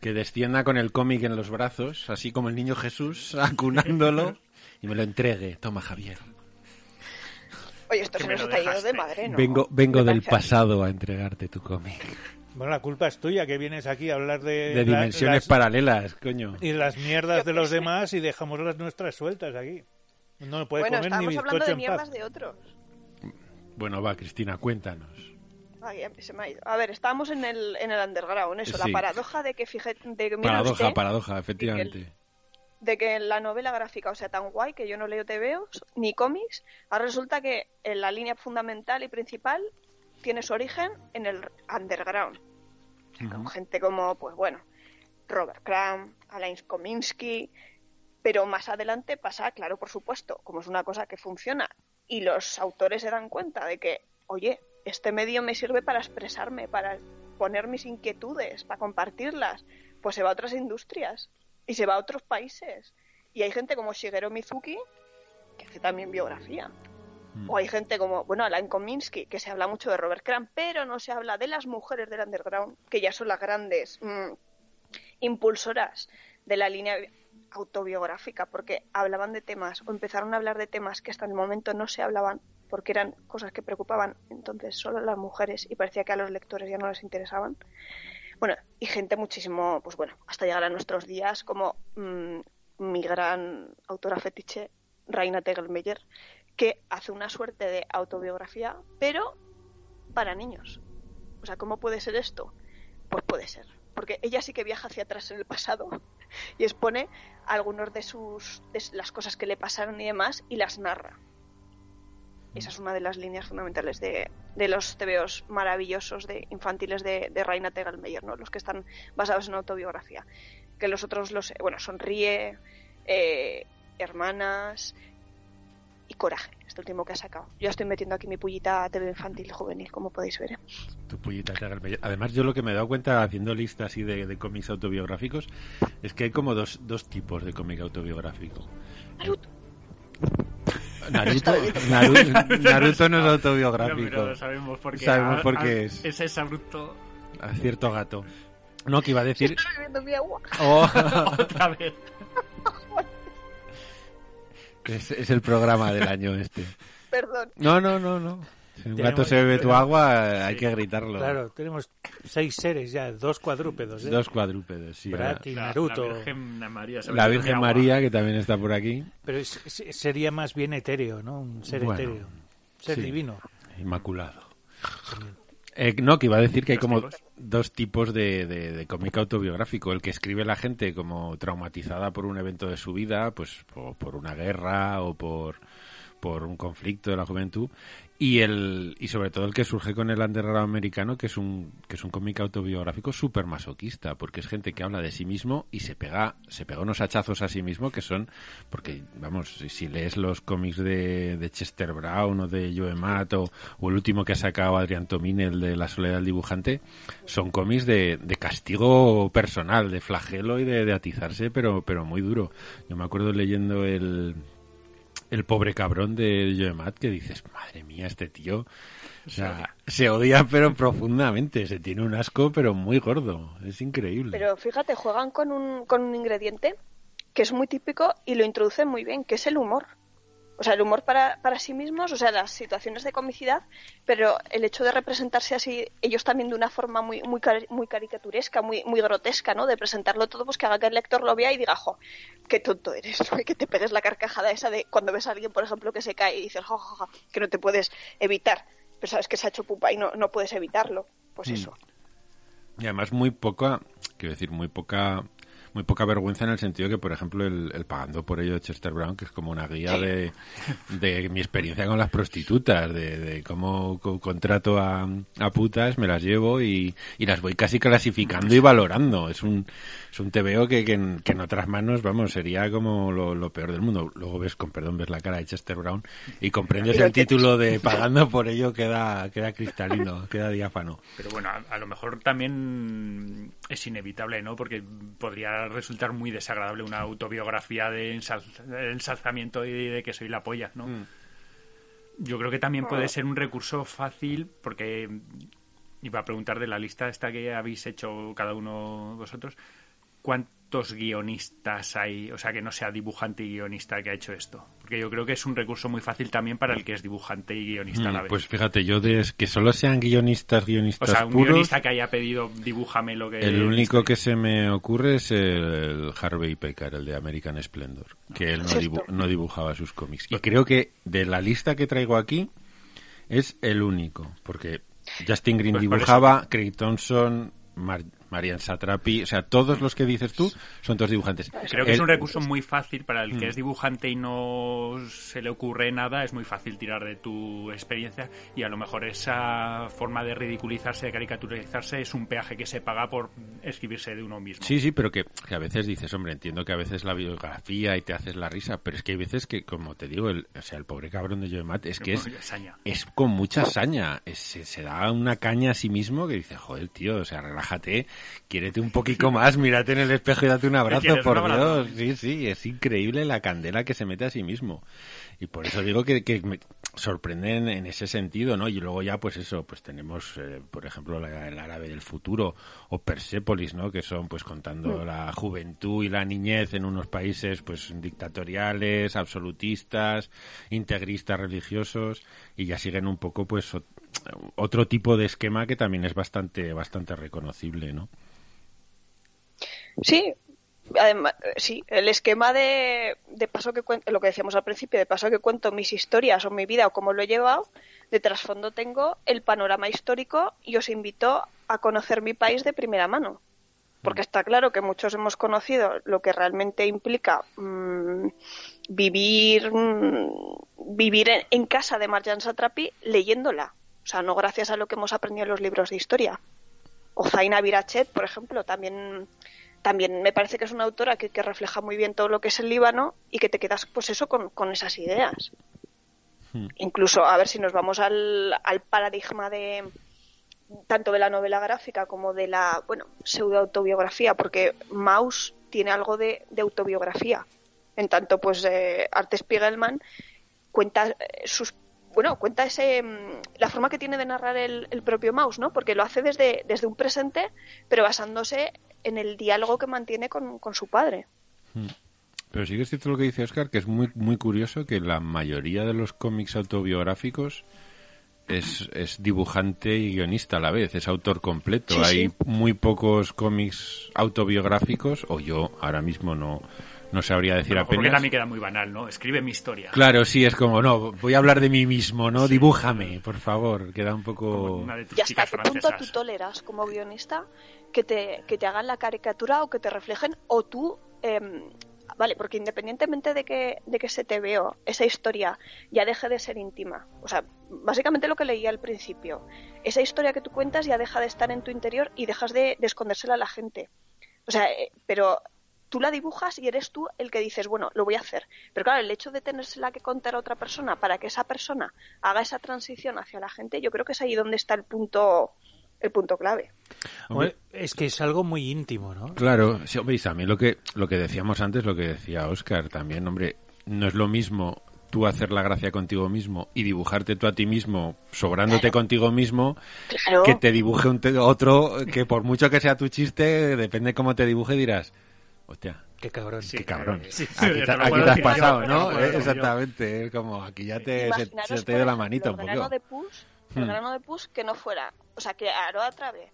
Speaker 3: que descienda con el cómic en los brazos, así como el niño Jesús, acunándolo y me lo entregue. Toma Javier.
Speaker 1: Oye, esto
Speaker 4: Que
Speaker 1: se
Speaker 4: me
Speaker 1: nos
Speaker 4: lo
Speaker 1: está yendo de
Speaker 4: dejaste.
Speaker 1: madre, ¿no?
Speaker 3: Vengo, vengo
Speaker 1: Me
Speaker 3: del
Speaker 1: parece a mí.
Speaker 3: pasado a entregarte tu cómic.
Speaker 2: Bueno, la culpa es tuya que vienes aquí a hablar de,
Speaker 3: De
Speaker 2: Eh, la-
Speaker 3: dimensiones
Speaker 2: las-
Speaker 3: paralelas, coño.
Speaker 2: y las mierdas de los demás y dejamos las nuestras sueltas aquí. No puede
Speaker 1: bueno,
Speaker 2: comer ni
Speaker 1: estábamos hablando
Speaker 2: bizcocho
Speaker 1: de
Speaker 2: en
Speaker 1: mierdas
Speaker 2: paz.
Speaker 1: de otros.
Speaker 3: Bueno, va, Cristina, cuéntanos.
Speaker 1: Ay, a- se me ha ido. A ver, estábamos en el, en el underground, eso,
Speaker 3: Sí.
Speaker 1: la paradoja de que, fíjate, de, que mira
Speaker 3: Paradoja,
Speaker 1: usted,
Speaker 3: paradoja, efectivamente.
Speaker 1: de que la novela gráfica, o sea, tan guay que yo no leo TVOs ni cómics, ahora resulta que en la línea fundamental y principal tiene su origen en el underground. O sea, con gente como, pues bueno, Robert Crumb, Alain Kominsky, pero más adelante pasa, claro, por supuesto, como es una cosa que funciona y los autores se dan cuenta de que, oye, este medio me sirve para expresarme, para poner mis inquietudes, para compartirlas, pues se va a otras industrias y se va a otros países. Y hay gente como Shigeru Mizuki que hace también biografía. O hay gente como, bueno, Alain Kominsky, que se habla mucho de Robert Crumb, pero no se habla de las mujeres del underground, que ya son las grandes mm, impulsoras de la línea autobiográfica, porque hablaban de temas o empezaron a hablar de temas que hasta el momento no se hablaban porque eran cosas que preocupaban entonces solo a las mujeres y parecía que a los lectores ya no les interesaban. Bueno, y gente muchísimo, pues bueno, hasta llegar a nuestros días, como mm, mi gran autora fetiche, Reina Tegelmeyer, que hace una suerte de autobiografía, pero para niños. O sea, ¿cómo puede ser esto? Pues puede ser. Porque ella sí que viaja hacia atrás en el pasado y expone algunos de sus de las cosas que le pasaron y demás y las narra. Esa es una de las líneas fundamentales de, de los tebeos maravillosos de infantiles de, de Reina Tegelmeyer, ¿no? Los que están basados en autobiografía. Que los otros, los, bueno, sonríe, eh, hermanas y coraje. Este último que ha sacado. Yo estoy metiendo aquí mi pullita TV infantil juvenil, como podéis ver. ¿eh?
Speaker 3: Tu pullita te haga el mello. Además, yo lo que me he dado cuenta haciendo listas así de, de cómics autobiográficos es que hay como dos, dos tipos de cómic autobiográfico. Eh,
Speaker 1: Naruto.
Speaker 3: Naruto, Naru- Naruto no es
Speaker 4: No, pero
Speaker 3: autobiográfico.
Speaker 4: lo sabemos porque
Speaker 3: Sabemos
Speaker 4: a-
Speaker 3: por qué
Speaker 4: a-
Speaker 3: es.
Speaker 4: Ese ah, es abrupto
Speaker 3: A cierto gato. No, que iba a decir.
Speaker 1: Estoy bebiendo mi agua.
Speaker 3: Oh,
Speaker 4: otra vez.
Speaker 3: es, es el programa del año este.
Speaker 1: Perdón.
Speaker 3: No, no, no, no. Si un
Speaker 2: Tenemos-
Speaker 3: gato se bebe tu agua, hay que gritarlo.
Speaker 2: Claro, tenemos seis seres ya, dos cuadrúpedos. ¿eh?
Speaker 3: Dos cuadrúpedos, sí. ahora.
Speaker 2: Brati,
Speaker 4: La-
Speaker 2: Naruto.
Speaker 4: La Virgen María. se
Speaker 3: La
Speaker 4: metió
Speaker 3: Virgen
Speaker 4: en mi agua.
Speaker 3: María, que también está por aquí.
Speaker 2: Pero es- es- sería más bien etéreo, ¿no? Un ser
Speaker 3: Bueno,
Speaker 2: etéreo. Un ser
Speaker 3: sí.
Speaker 2: divino.
Speaker 3: Inmaculado. Eh, no, que iba a decir que hay
Speaker 4: Dos
Speaker 3: como
Speaker 4: tipos.
Speaker 3: dos tipos de, de- de cómic autobiográfico. El que escribe la gente como traumatizada por un evento de su vida, pues o por una guerra o por, por un conflicto de la juventud. Y, el, y sobre todo el que surge con el underground americano, que es un, que es un cómic autobiográfico súper masoquista, porque es gente que habla de sí mismo y se pega, se pega unos hachazos a sí mismo que son, porque vamos, si, si lees los cómics de, de Chester Brown o de Joe Mato o el último que ha sacado Adrián Tomín, el de La soledad del dibujante, son cómics de, de castigo personal, de flagelo y de, de atizarse, pero, pero muy duro. Yo me acuerdo leyendo el, el pobre cabrón de Joemat que dices, madre mía, este tío. O sea, se odia pero profundamente, se tiene un asco pero muy gordo, es increíble.
Speaker 1: Pero fíjate, juegan con un, con un ingrediente que es muy típico y lo introducen muy bien, que es el humor. O sea, el humor para, para sí mismos, o sea, las situaciones de comicidad, pero el hecho de representarse así, ellos también de una forma muy muy, cari- muy caricaturesca, muy muy grotesca, ¿no? De presentarlo todo, pues que haga que el lector lo vea y diga, jo, qué tonto eres, ¿no? Y que te pegues la carcajada esa de cuando ves a alguien, por ejemplo, que se cae y dices, jo, jo, jo, que no te puedes evitar, pero sabes que se ha hecho pupa y no, no puedes evitarlo. Pues
Speaker 3: Mm.
Speaker 1: eso.
Speaker 3: Y además muy poca, quiero decir, muy poca muy poca vergüenza en el sentido que, por ejemplo, el, el pagando por ello de Chester Brown, que es como una guía de, de mi experiencia con las prostitutas, de, de cómo co- contrato a, a putas, me las llevo y, y las voy casi clasificando y valorando. Es un, es un TVO que, que, en, que en otras manos, vamos, sería como lo, lo peor del mundo. Luego ves, con perdón, ves la cara de Chester Brown y comprendes
Speaker 1: Pero
Speaker 3: el
Speaker 1: que-
Speaker 3: título de pagando por ello queda, queda cristalino, queda diáfano.
Speaker 4: Pero bueno, a, a lo mejor también es inevitable, ¿no? Porque podría resultar muy desagradable una autobiografía de ensal- ensalzamiento y de que soy la polla, ¿no?
Speaker 3: Mm.
Speaker 4: Yo creo que también puede ser un recurso fácil porque iba a preguntar de la lista esta que habéis hecho cada uno vosotros, ¿cuántos guionistas hay? O sea, que no sea dibujante y guionista que ha hecho esto. Porque yo creo que es un recurso muy fácil también para el que es dibujante y guionista a la
Speaker 3: Mm,
Speaker 4: vez.
Speaker 3: Pues fíjate, yo de que solo sean guionistas,
Speaker 4: o
Speaker 3: guionistas
Speaker 4: sea, un
Speaker 3: puros,
Speaker 4: guionista que haya pedido dibújame lo que... este.
Speaker 3: el único que se me ocurre es el Harvey Pekar, el de American Splendor, que él no,
Speaker 1: Justo.
Speaker 3: dibu- no dibujaba sus cómics. Y creo que de la lista que traigo aquí es el único, porque Justin Green
Speaker 4: Pues por
Speaker 3: dibujaba, Craig Thompson, Mar- Marian Satrapi, o sea, todos los que dices tú son todos dibujantes.
Speaker 4: Mm. Creo que es
Speaker 3: Él-
Speaker 4: un recurso muy fácil para el que
Speaker 3: Mm.
Speaker 4: es dibujante y no se le ocurre nada, es muy fácil tirar de tu experiencia y a lo mejor esa forma de ridiculizarse, de caricaturizarse, es un peaje que se paga por escribirse de uno mismo.
Speaker 3: Sí, sí, pero que, que a veces dices, hombre, entiendo que a veces la biografía y te haces la risa, pero es que hay veces que, como te digo, el, o sea, el pobre cabrón de Joe Matt es que es,
Speaker 4: Saña.
Speaker 3: es con mucha saña, es- se, se da una caña a sí mismo que dice, joder, tío, o sea, relájate, quiérete un poquito más, mírate en el espejo y date un abrazo,
Speaker 4: quieres un
Speaker 3: por
Speaker 4: abrazo?
Speaker 3: Dios. Sí, sí, es increíble la candela que se mete a sí mismo. Y por eso digo que, que me sorprenden en ese sentido, ¿no? Y luego ya, pues eso, pues tenemos, eh, por ejemplo, la- el árabe del futuro o Persépolis, ¿no? Que son, pues, contando la juventud y la niñez en unos países, pues, dictatoriales, absolutistas, integristas religiosos, y ya siguen un poco, pues, ot- otro tipo de esquema que también es bastante, bastante reconocible, ¿no?
Speaker 1: Sí, además, sí, el esquema de, de paso que cuen- lo que decíamos al principio, de paso que cuento mis historias o mi vida o cómo lo he llevado, de trasfondo tengo el panorama histórico y os invito a conocer mi país de primera mano. Porque está claro que muchos hemos conocido lo que realmente implica mm, vivir, mm, vivir en, en casa de Marjan Satrapi leyéndola. O sea, no gracias a lo que hemos aprendido en los libros de historia. O Zaina Virachet, por ejemplo, también, también me parece que es una autora que, que refleja muy bien todo lo que es el Líbano y que te quedas, pues eso, con, con esas ideas. Incluso, a ver si nos vamos al, al paradigma de tanto de la novela gráfica como de la, bueno, pseudoautobiografía, porque Maus tiene algo de, de autobiografía. En tanto, pues, eh, Arte Spiegelman cuenta eh, sus bueno, cuenta ese mm, la forma que tiene de narrar el, el propio Maus, ¿no? Porque lo hace desde, desde un presente, pero basándose en el diálogo que mantiene con, con su padre.
Speaker 3: Pero sí que es cierto lo que dice Oscar, que es muy, muy curioso que la mayoría de los cómics autobiográficos es, es dibujante y guionista a la vez, es autor completo.
Speaker 1: Sí,
Speaker 3: Hay
Speaker 1: sí.
Speaker 3: muy pocos cómics autobiográficos, o yo ahora mismo no, no sabría decir
Speaker 4: Porque
Speaker 3: apenas.
Speaker 4: también queda muy banal, ¿no? Escribe mi historia.
Speaker 3: Claro, sí, es como, no, voy a hablar de mí mismo, ¿no? Dibújame, por favor, queda un
Speaker 4: Como
Speaker 3: poco...
Speaker 4: una de tus
Speaker 1: ¿Y hasta
Speaker 4: chicas
Speaker 1: qué punto tú
Speaker 4: francesas.
Speaker 1: toleras como guionista que te, que te hagan la caricatura o que te reflejen o tú... em, vale, porque independientemente de que, de que se te veo, esa historia ya deje de ser íntima. O sea, básicamente lo que leía al principio. Esa historia que tú cuentas ya deja de estar en tu interior y dejas de, de escondérsela a la gente. O sea, eh, pero tú la dibujas y eres tú el que dices, bueno, lo voy a hacer. Pero claro, el hecho de tenérsela que contar a otra persona para que esa persona haga esa transición hacia la gente, yo creo que es ahí donde está el punto el punto clave.
Speaker 3: Hombre.
Speaker 2: es que es algo muy íntimo, ¿no?
Speaker 3: Claro, sí, hombre, y también lo que, lo que decíamos antes, lo que decía Oscar también, hombre, no es lo mismo tú hacer la gracia contigo mismo y dibujarte tú a ti mismo, sobrándote contigo mismo,
Speaker 1: Claro.
Speaker 3: que te dibuje un te- otro que por mucho que sea tu chiste, depende cómo te dibuje, dirás, hostia,
Speaker 2: Qué cabrón.
Speaker 4: Sí.
Speaker 3: qué cabrón,
Speaker 4: Sí, sí,
Speaker 3: aquí,
Speaker 4: te
Speaker 3: ta-
Speaker 4: lo
Speaker 3: aquí
Speaker 4: puedo
Speaker 3: te has
Speaker 4: decir yo,
Speaker 3: pasado,
Speaker 4: te lo
Speaker 3: ¿no?
Speaker 4: puedo
Speaker 3: Eh,
Speaker 4: decir yo.
Speaker 3: Exactamente, es como, aquí ya te, se,
Speaker 1: Imaginaros,
Speaker 3: se te
Speaker 1: por
Speaker 3: dio la
Speaker 1: ejemplo,
Speaker 3: manita un
Speaker 1: el grano
Speaker 3: poco.
Speaker 1: de pus, el
Speaker 3: Hmm.
Speaker 1: grano de pus que no fuera, o sea, que Aroa Trave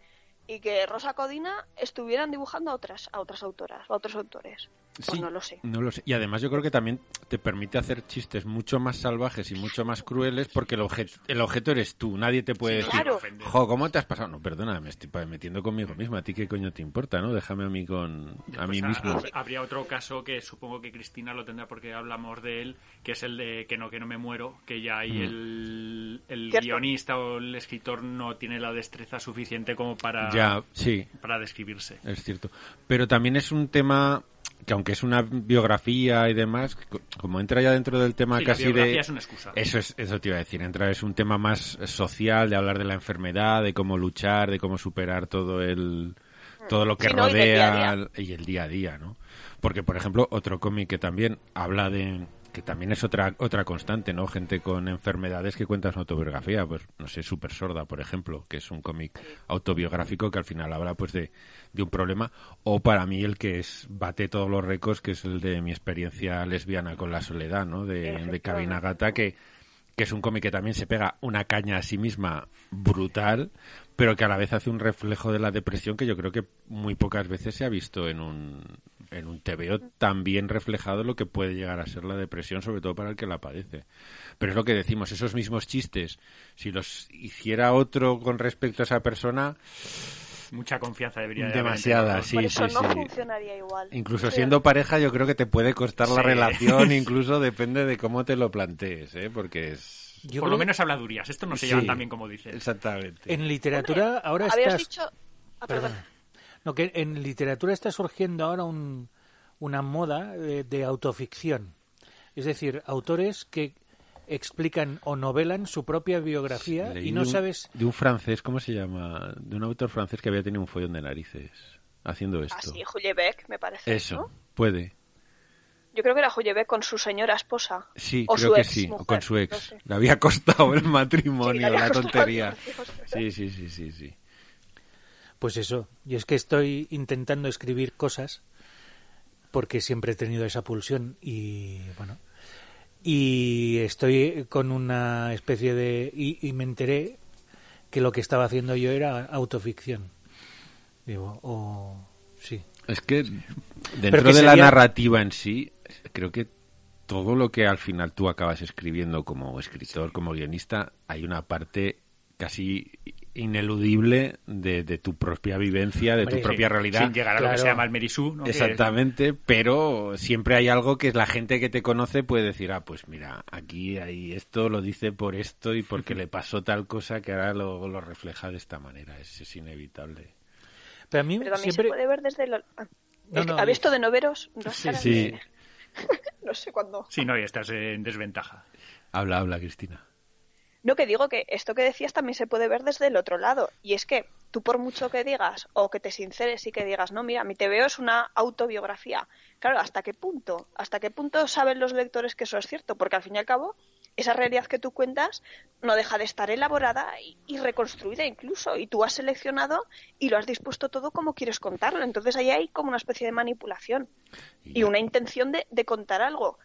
Speaker 1: y que Rosa Codina estuvieran dibujando a otras a otras autoras, a otros autores. Pues
Speaker 3: Sí,
Speaker 1: no lo sé.
Speaker 3: No lo sé. Y además yo creo que también te permite hacer chistes mucho más salvajes y mucho más crueles porque el, obje- el objeto eres tú. Nadie te puede
Speaker 1: Sí,
Speaker 3: decir,
Speaker 1: claro.
Speaker 3: jo, ¿cómo te has pasado? No, perdona, me estoy pa- metiendo conmigo mismo. ¿A ti qué coño te importa, no? Déjame a mí con... a mí
Speaker 4: Pues,
Speaker 3: mismo.
Speaker 4: hab- Habría otro caso que supongo que Cristina lo tendrá porque hablamos de él, que es el de que no, que no me muero, que ya ahí
Speaker 3: Mm.
Speaker 4: el, el
Speaker 1: Cierto.
Speaker 4: guionista o el escritor no tiene la destreza suficiente como para,
Speaker 3: Ya, sí,
Speaker 4: para describirse.
Speaker 3: es cierto. Pero también es un tema que aunque es una biografía y demás, co- como entra ya dentro del tema
Speaker 4: Sí, la
Speaker 3: casi
Speaker 4: biografía
Speaker 3: de...
Speaker 4: es una excusa.
Speaker 3: Eso es, eso te iba a decir. Entrar es un tema más social, de hablar de la enfermedad, de cómo luchar, de cómo superar todo el todo lo que
Speaker 1: Sí, ¿no? Y del
Speaker 3: rodea
Speaker 1: día a
Speaker 3: al- y el día a día, ¿no? Porque por ejemplo otro cómic que también habla de que también es otra otra constante, ¿no? Gente con enfermedades que cuentan su autobiografía, pues no sé, Super Sorda, por ejemplo, que es un cómic autobiográfico que al final habla pues de, de un problema o para mí el que es bate todos los récords, que es el de mi experiencia lesbiana con la soledad, ¿no? De, de Cabina Gata que que es un cómic que también se pega una caña a sí misma brutal, pero que a la vez hace un reflejo de la depresión que yo creo que muy pocas veces se ha visto en un, en un TVO tan bien reflejado lo que puede llegar a ser la depresión, sobre todo para el que la padece. Pero es lo que decimos, esos mismos chistes, si los hiciera otro con respecto a esa persona,
Speaker 4: Mucha confianza debería de haber entre los
Speaker 3: demasiada,
Speaker 4: dos.
Speaker 3: sí,
Speaker 1: por
Speaker 3: sí,
Speaker 1: eso no
Speaker 3: sí.
Speaker 1: funcionaría igual. eh,
Speaker 3: Incluso
Speaker 1: Sí.
Speaker 3: siendo pareja, yo creo que te puede costar la
Speaker 4: Sí.
Speaker 3: relación, incluso depende de cómo te lo plantees, ¿eh? porque es...
Speaker 2: Yo
Speaker 4: Por
Speaker 2: creo
Speaker 4: lo
Speaker 2: que
Speaker 4: menos habladurías. Esto no se
Speaker 3: Sí.
Speaker 4: llevan tan bien como dices.
Speaker 3: Exactamente.
Speaker 2: en literatura ahora
Speaker 1: Habías
Speaker 2: estás...
Speaker 1: dicho Ah,
Speaker 2: Perdón.
Speaker 1: perdón.
Speaker 2: No, que en literatura está surgiendo ahora un- una moda de, de autoficción. Es decir, autores que explican o novelan su propia biografía
Speaker 3: Leí
Speaker 2: y no
Speaker 3: de un-
Speaker 2: sabes...
Speaker 3: De un francés, ¿cómo se llama? De un autor francés que había tenido un follón de narices haciendo esto.
Speaker 1: Ah, sí, Juliebeck, me parece.
Speaker 3: Eso,
Speaker 1: ¿no?
Speaker 3: puede.
Speaker 1: Yo creo que era Juliebeck con su señora esposa.
Speaker 3: Sí,
Speaker 1: O
Speaker 3: creo
Speaker 1: su
Speaker 3: que
Speaker 1: ex
Speaker 3: sí, o
Speaker 1: mujer,
Speaker 3: con su ex.
Speaker 1: no sé.
Speaker 3: Le había costado el
Speaker 1: Sí,
Speaker 3: matrimonio,
Speaker 1: le había
Speaker 3: la
Speaker 1: costado
Speaker 3: tontería.
Speaker 1: matrimonio.
Speaker 3: Sí, sí, sí, sí, sí.
Speaker 2: Pues eso, y es que estoy intentando escribir cosas porque siempre he tenido esa pulsión y bueno. Y estoy con una especie de... Y, y me enteré que lo que estaba haciendo yo era autoficción. Digo, o... sí.
Speaker 3: Es que dentro
Speaker 2: Pero que
Speaker 3: de la
Speaker 2: sería-
Speaker 3: narrativa en sí, creo que todo lo que al final tú acabas escribiendo como escritor, como guionista, hay una parte casi ineludible de, de tu propia vivencia, de
Speaker 2: Hombre,
Speaker 3: tu propia
Speaker 4: Sí,
Speaker 3: realidad.
Speaker 4: Sin llegar a lo que
Speaker 2: Claro.
Speaker 4: se llama el Merisú, ¿no? Que-
Speaker 3: Exactamente, pero siempre hay algo que la gente que te conoce puede decir, ah, pues mira, aquí hay esto, lo dice por esto y porque le pasó tal cosa que ahora lo, lo refleja de esta manera, es, es inevitable.
Speaker 2: Pero a mí
Speaker 1: Pero también
Speaker 2: siempre...
Speaker 1: se puede ver desde lo... ah,
Speaker 2: No,
Speaker 1: es que-
Speaker 2: no,
Speaker 1: ¿Habéis
Speaker 2: es-
Speaker 1: esto de no veros? No,
Speaker 3: Sí,
Speaker 1: caras
Speaker 3: sí.
Speaker 1: de- no sé cuándo.
Speaker 4: Sí, no, y estás en desventaja.
Speaker 3: Habla, habla, Cristina.
Speaker 1: No, que digo que esto que decías también se puede ver desde el otro lado. Y es que tú por mucho que digas o que te sinceres y que digas, no, mira, mi TVO es una autobiografía. Claro, ¿hasta qué punto? ¿Hasta qué punto saben los lectores que eso es cierto? Porque al fin y al cabo, esa realidad que tú cuentas no deja de estar elaborada y, y reconstruida incluso. Y tú has seleccionado y lo has dispuesto todo como quieres contarlo. Entonces ahí hay como una especie de manipulación y una intención de, de contar algo.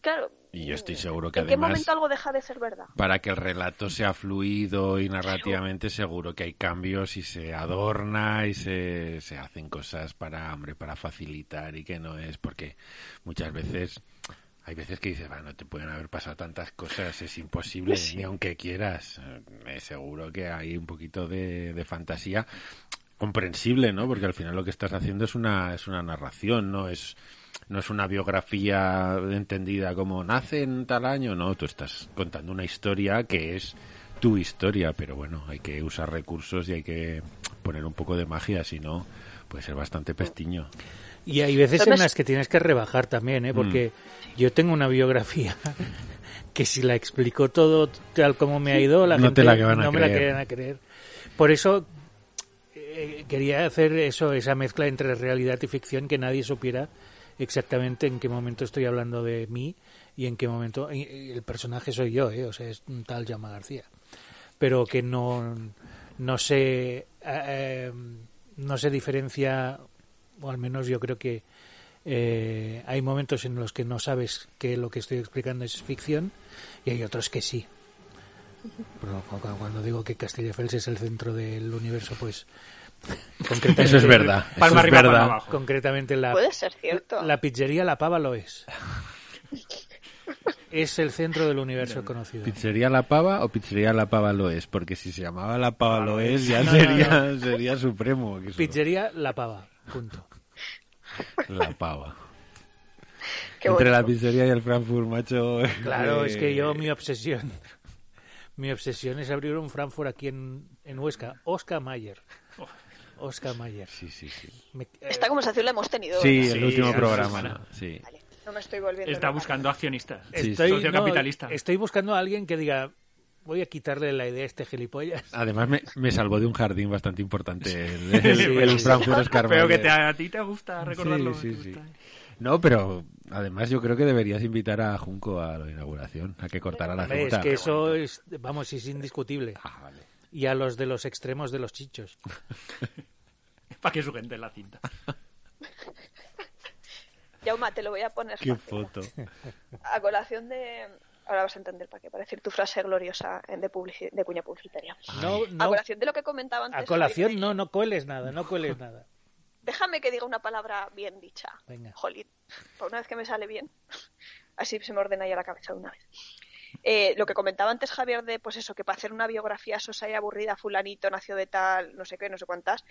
Speaker 1: Claro.
Speaker 3: Y yo estoy seguro que
Speaker 1: ¿En qué
Speaker 3: además-
Speaker 1: momento algo deja de ser verdad?
Speaker 3: Para que el relato sea fluido y narrativamente seguro que hay cambios y se adorna y se, se hacen cosas para, hombre, para facilitar y que no es porque muchas veces hay veces que dices, bueno, te pueden haber pasado tantas cosas, es imposible, ni aunque quieras. Eh, seguro que hay un poquito de, de fantasía comprensible, ¿no? Porque al final lo que estás haciendo es una, es una narración, no es, no es una biografía entendida como nace en tal año, no, tú estás contando una historia que es tu historia, pero bueno, hay que usar recursos y hay que poner un poco de magia, si no, puede ser bastante pestiño.
Speaker 2: Y hay veces en
Speaker 1: Entonces-
Speaker 2: las que tienes que rebajar también,
Speaker 3: Mm.
Speaker 2: ¿eh? porque yo tengo una biografía que si la explico todo tal como me ha ido, la
Speaker 3: No
Speaker 2: gente
Speaker 3: te la van a
Speaker 2: no me la
Speaker 3: creer.
Speaker 2: querían a creer. Por eso eh, quería hacer eso, esa mezcla entre realidad y ficción, que nadie supiera exactamente en qué momento estoy hablando de mí y en qué momento y- y el personaje soy yo, ¿eh? o sea, es un tal Llama García pero que no, no se eh, no se diferencia o al menos yo creo que eh, hay momentos en los que no sabes que lo que estoy explicando es ficción y hay otros que sí Pero cu- cu- cuando digo que Castelldefels es el centro del universo pues concretamente
Speaker 3: Eso es verdad, eso
Speaker 4: Palma
Speaker 3: es
Speaker 4: arriba, palma
Speaker 3: verdad.
Speaker 4: abajo.
Speaker 2: concretamente la
Speaker 1: Puede ser cierto.
Speaker 2: la pizzería La Pava lo es es el centro del universo conocido
Speaker 3: ¿Pizzería La Pava o Pizzería La Pava lo es? Porque si se llamaba La Pava lo es, ya
Speaker 2: No, no,
Speaker 3: sería, sería supremo. que eso-
Speaker 2: pizzería La Pava punto
Speaker 3: La Pava.
Speaker 1: Qué
Speaker 3: Entre la
Speaker 1: bonito.
Speaker 3: pizzería y el Frankfurt, macho.
Speaker 2: Claro,
Speaker 3: eh,
Speaker 2: es que yo mi obsesión, mi obsesión es abrir un Frankfurt aquí en, en Huesca. Oscar Mayer. Oscar Mayer.
Speaker 3: Sí, sí, sí.
Speaker 2: Me- eh,
Speaker 1: Esta conversación la hemos tenido.
Speaker 3: Sí,
Speaker 1: ¿verdad?
Speaker 3: el
Speaker 4: Sí,
Speaker 3: último
Speaker 4: sí,
Speaker 3: programa,
Speaker 4: sí.
Speaker 3: ¿no? Sí.
Speaker 1: Vale, no me estoy volviendo.
Speaker 4: Está
Speaker 1: loca.
Speaker 4: buscando accionistas.
Speaker 3: Sí,
Speaker 2: estoy,
Speaker 3: socio
Speaker 2: no,
Speaker 4: capitalista.
Speaker 2: estoy buscando a alguien que diga, voy a quitarle la idea a este gilipollas.
Speaker 3: Además, me, me salvó de un jardín bastante importante el, el,
Speaker 2: Sí, sí.
Speaker 3: el Frankfurt Oscar
Speaker 4: Veo que
Speaker 3: Mayer.
Speaker 4: te- a ti te gusta recordarlo.
Speaker 3: Sí,
Speaker 4: te
Speaker 3: sí, sí.
Speaker 4: gusta.
Speaker 3: No, pero además yo creo que deberías invitar a Junco a la inauguración, a que cortara la
Speaker 2: Hombre, es
Speaker 3: ruta.
Speaker 2: que eso es, vamos, es indiscutible.
Speaker 3: Ah, vale.
Speaker 2: Y a los de los extremos de los chichos.
Speaker 4: Para que su gente la cinta.
Speaker 1: Yauma, te lo voy a poner.
Speaker 3: Qué
Speaker 1: fácil.
Speaker 3: foto.
Speaker 1: A colación de. Ahora vas a entender para qué, para decir tu frase gloriosa en- de, publici- de cuña publicitaria.
Speaker 2: No,
Speaker 1: A
Speaker 2: no,
Speaker 1: colación de lo que comentaba antes.
Speaker 2: a colación
Speaker 1: Javier,
Speaker 2: no, no cueles nada, no cueles nada.
Speaker 1: Déjame que diga una palabra bien dicha.
Speaker 2: Venga.
Speaker 1: Jolín. Por una vez que me sale bien. Así se me ordena ya la cabeza de una vez. Eh, lo que comentaba antes Javier de, pues eso, que para hacer una biografía sosa y aburrida, fulanito nació de tal, no sé qué, no sé cuántas,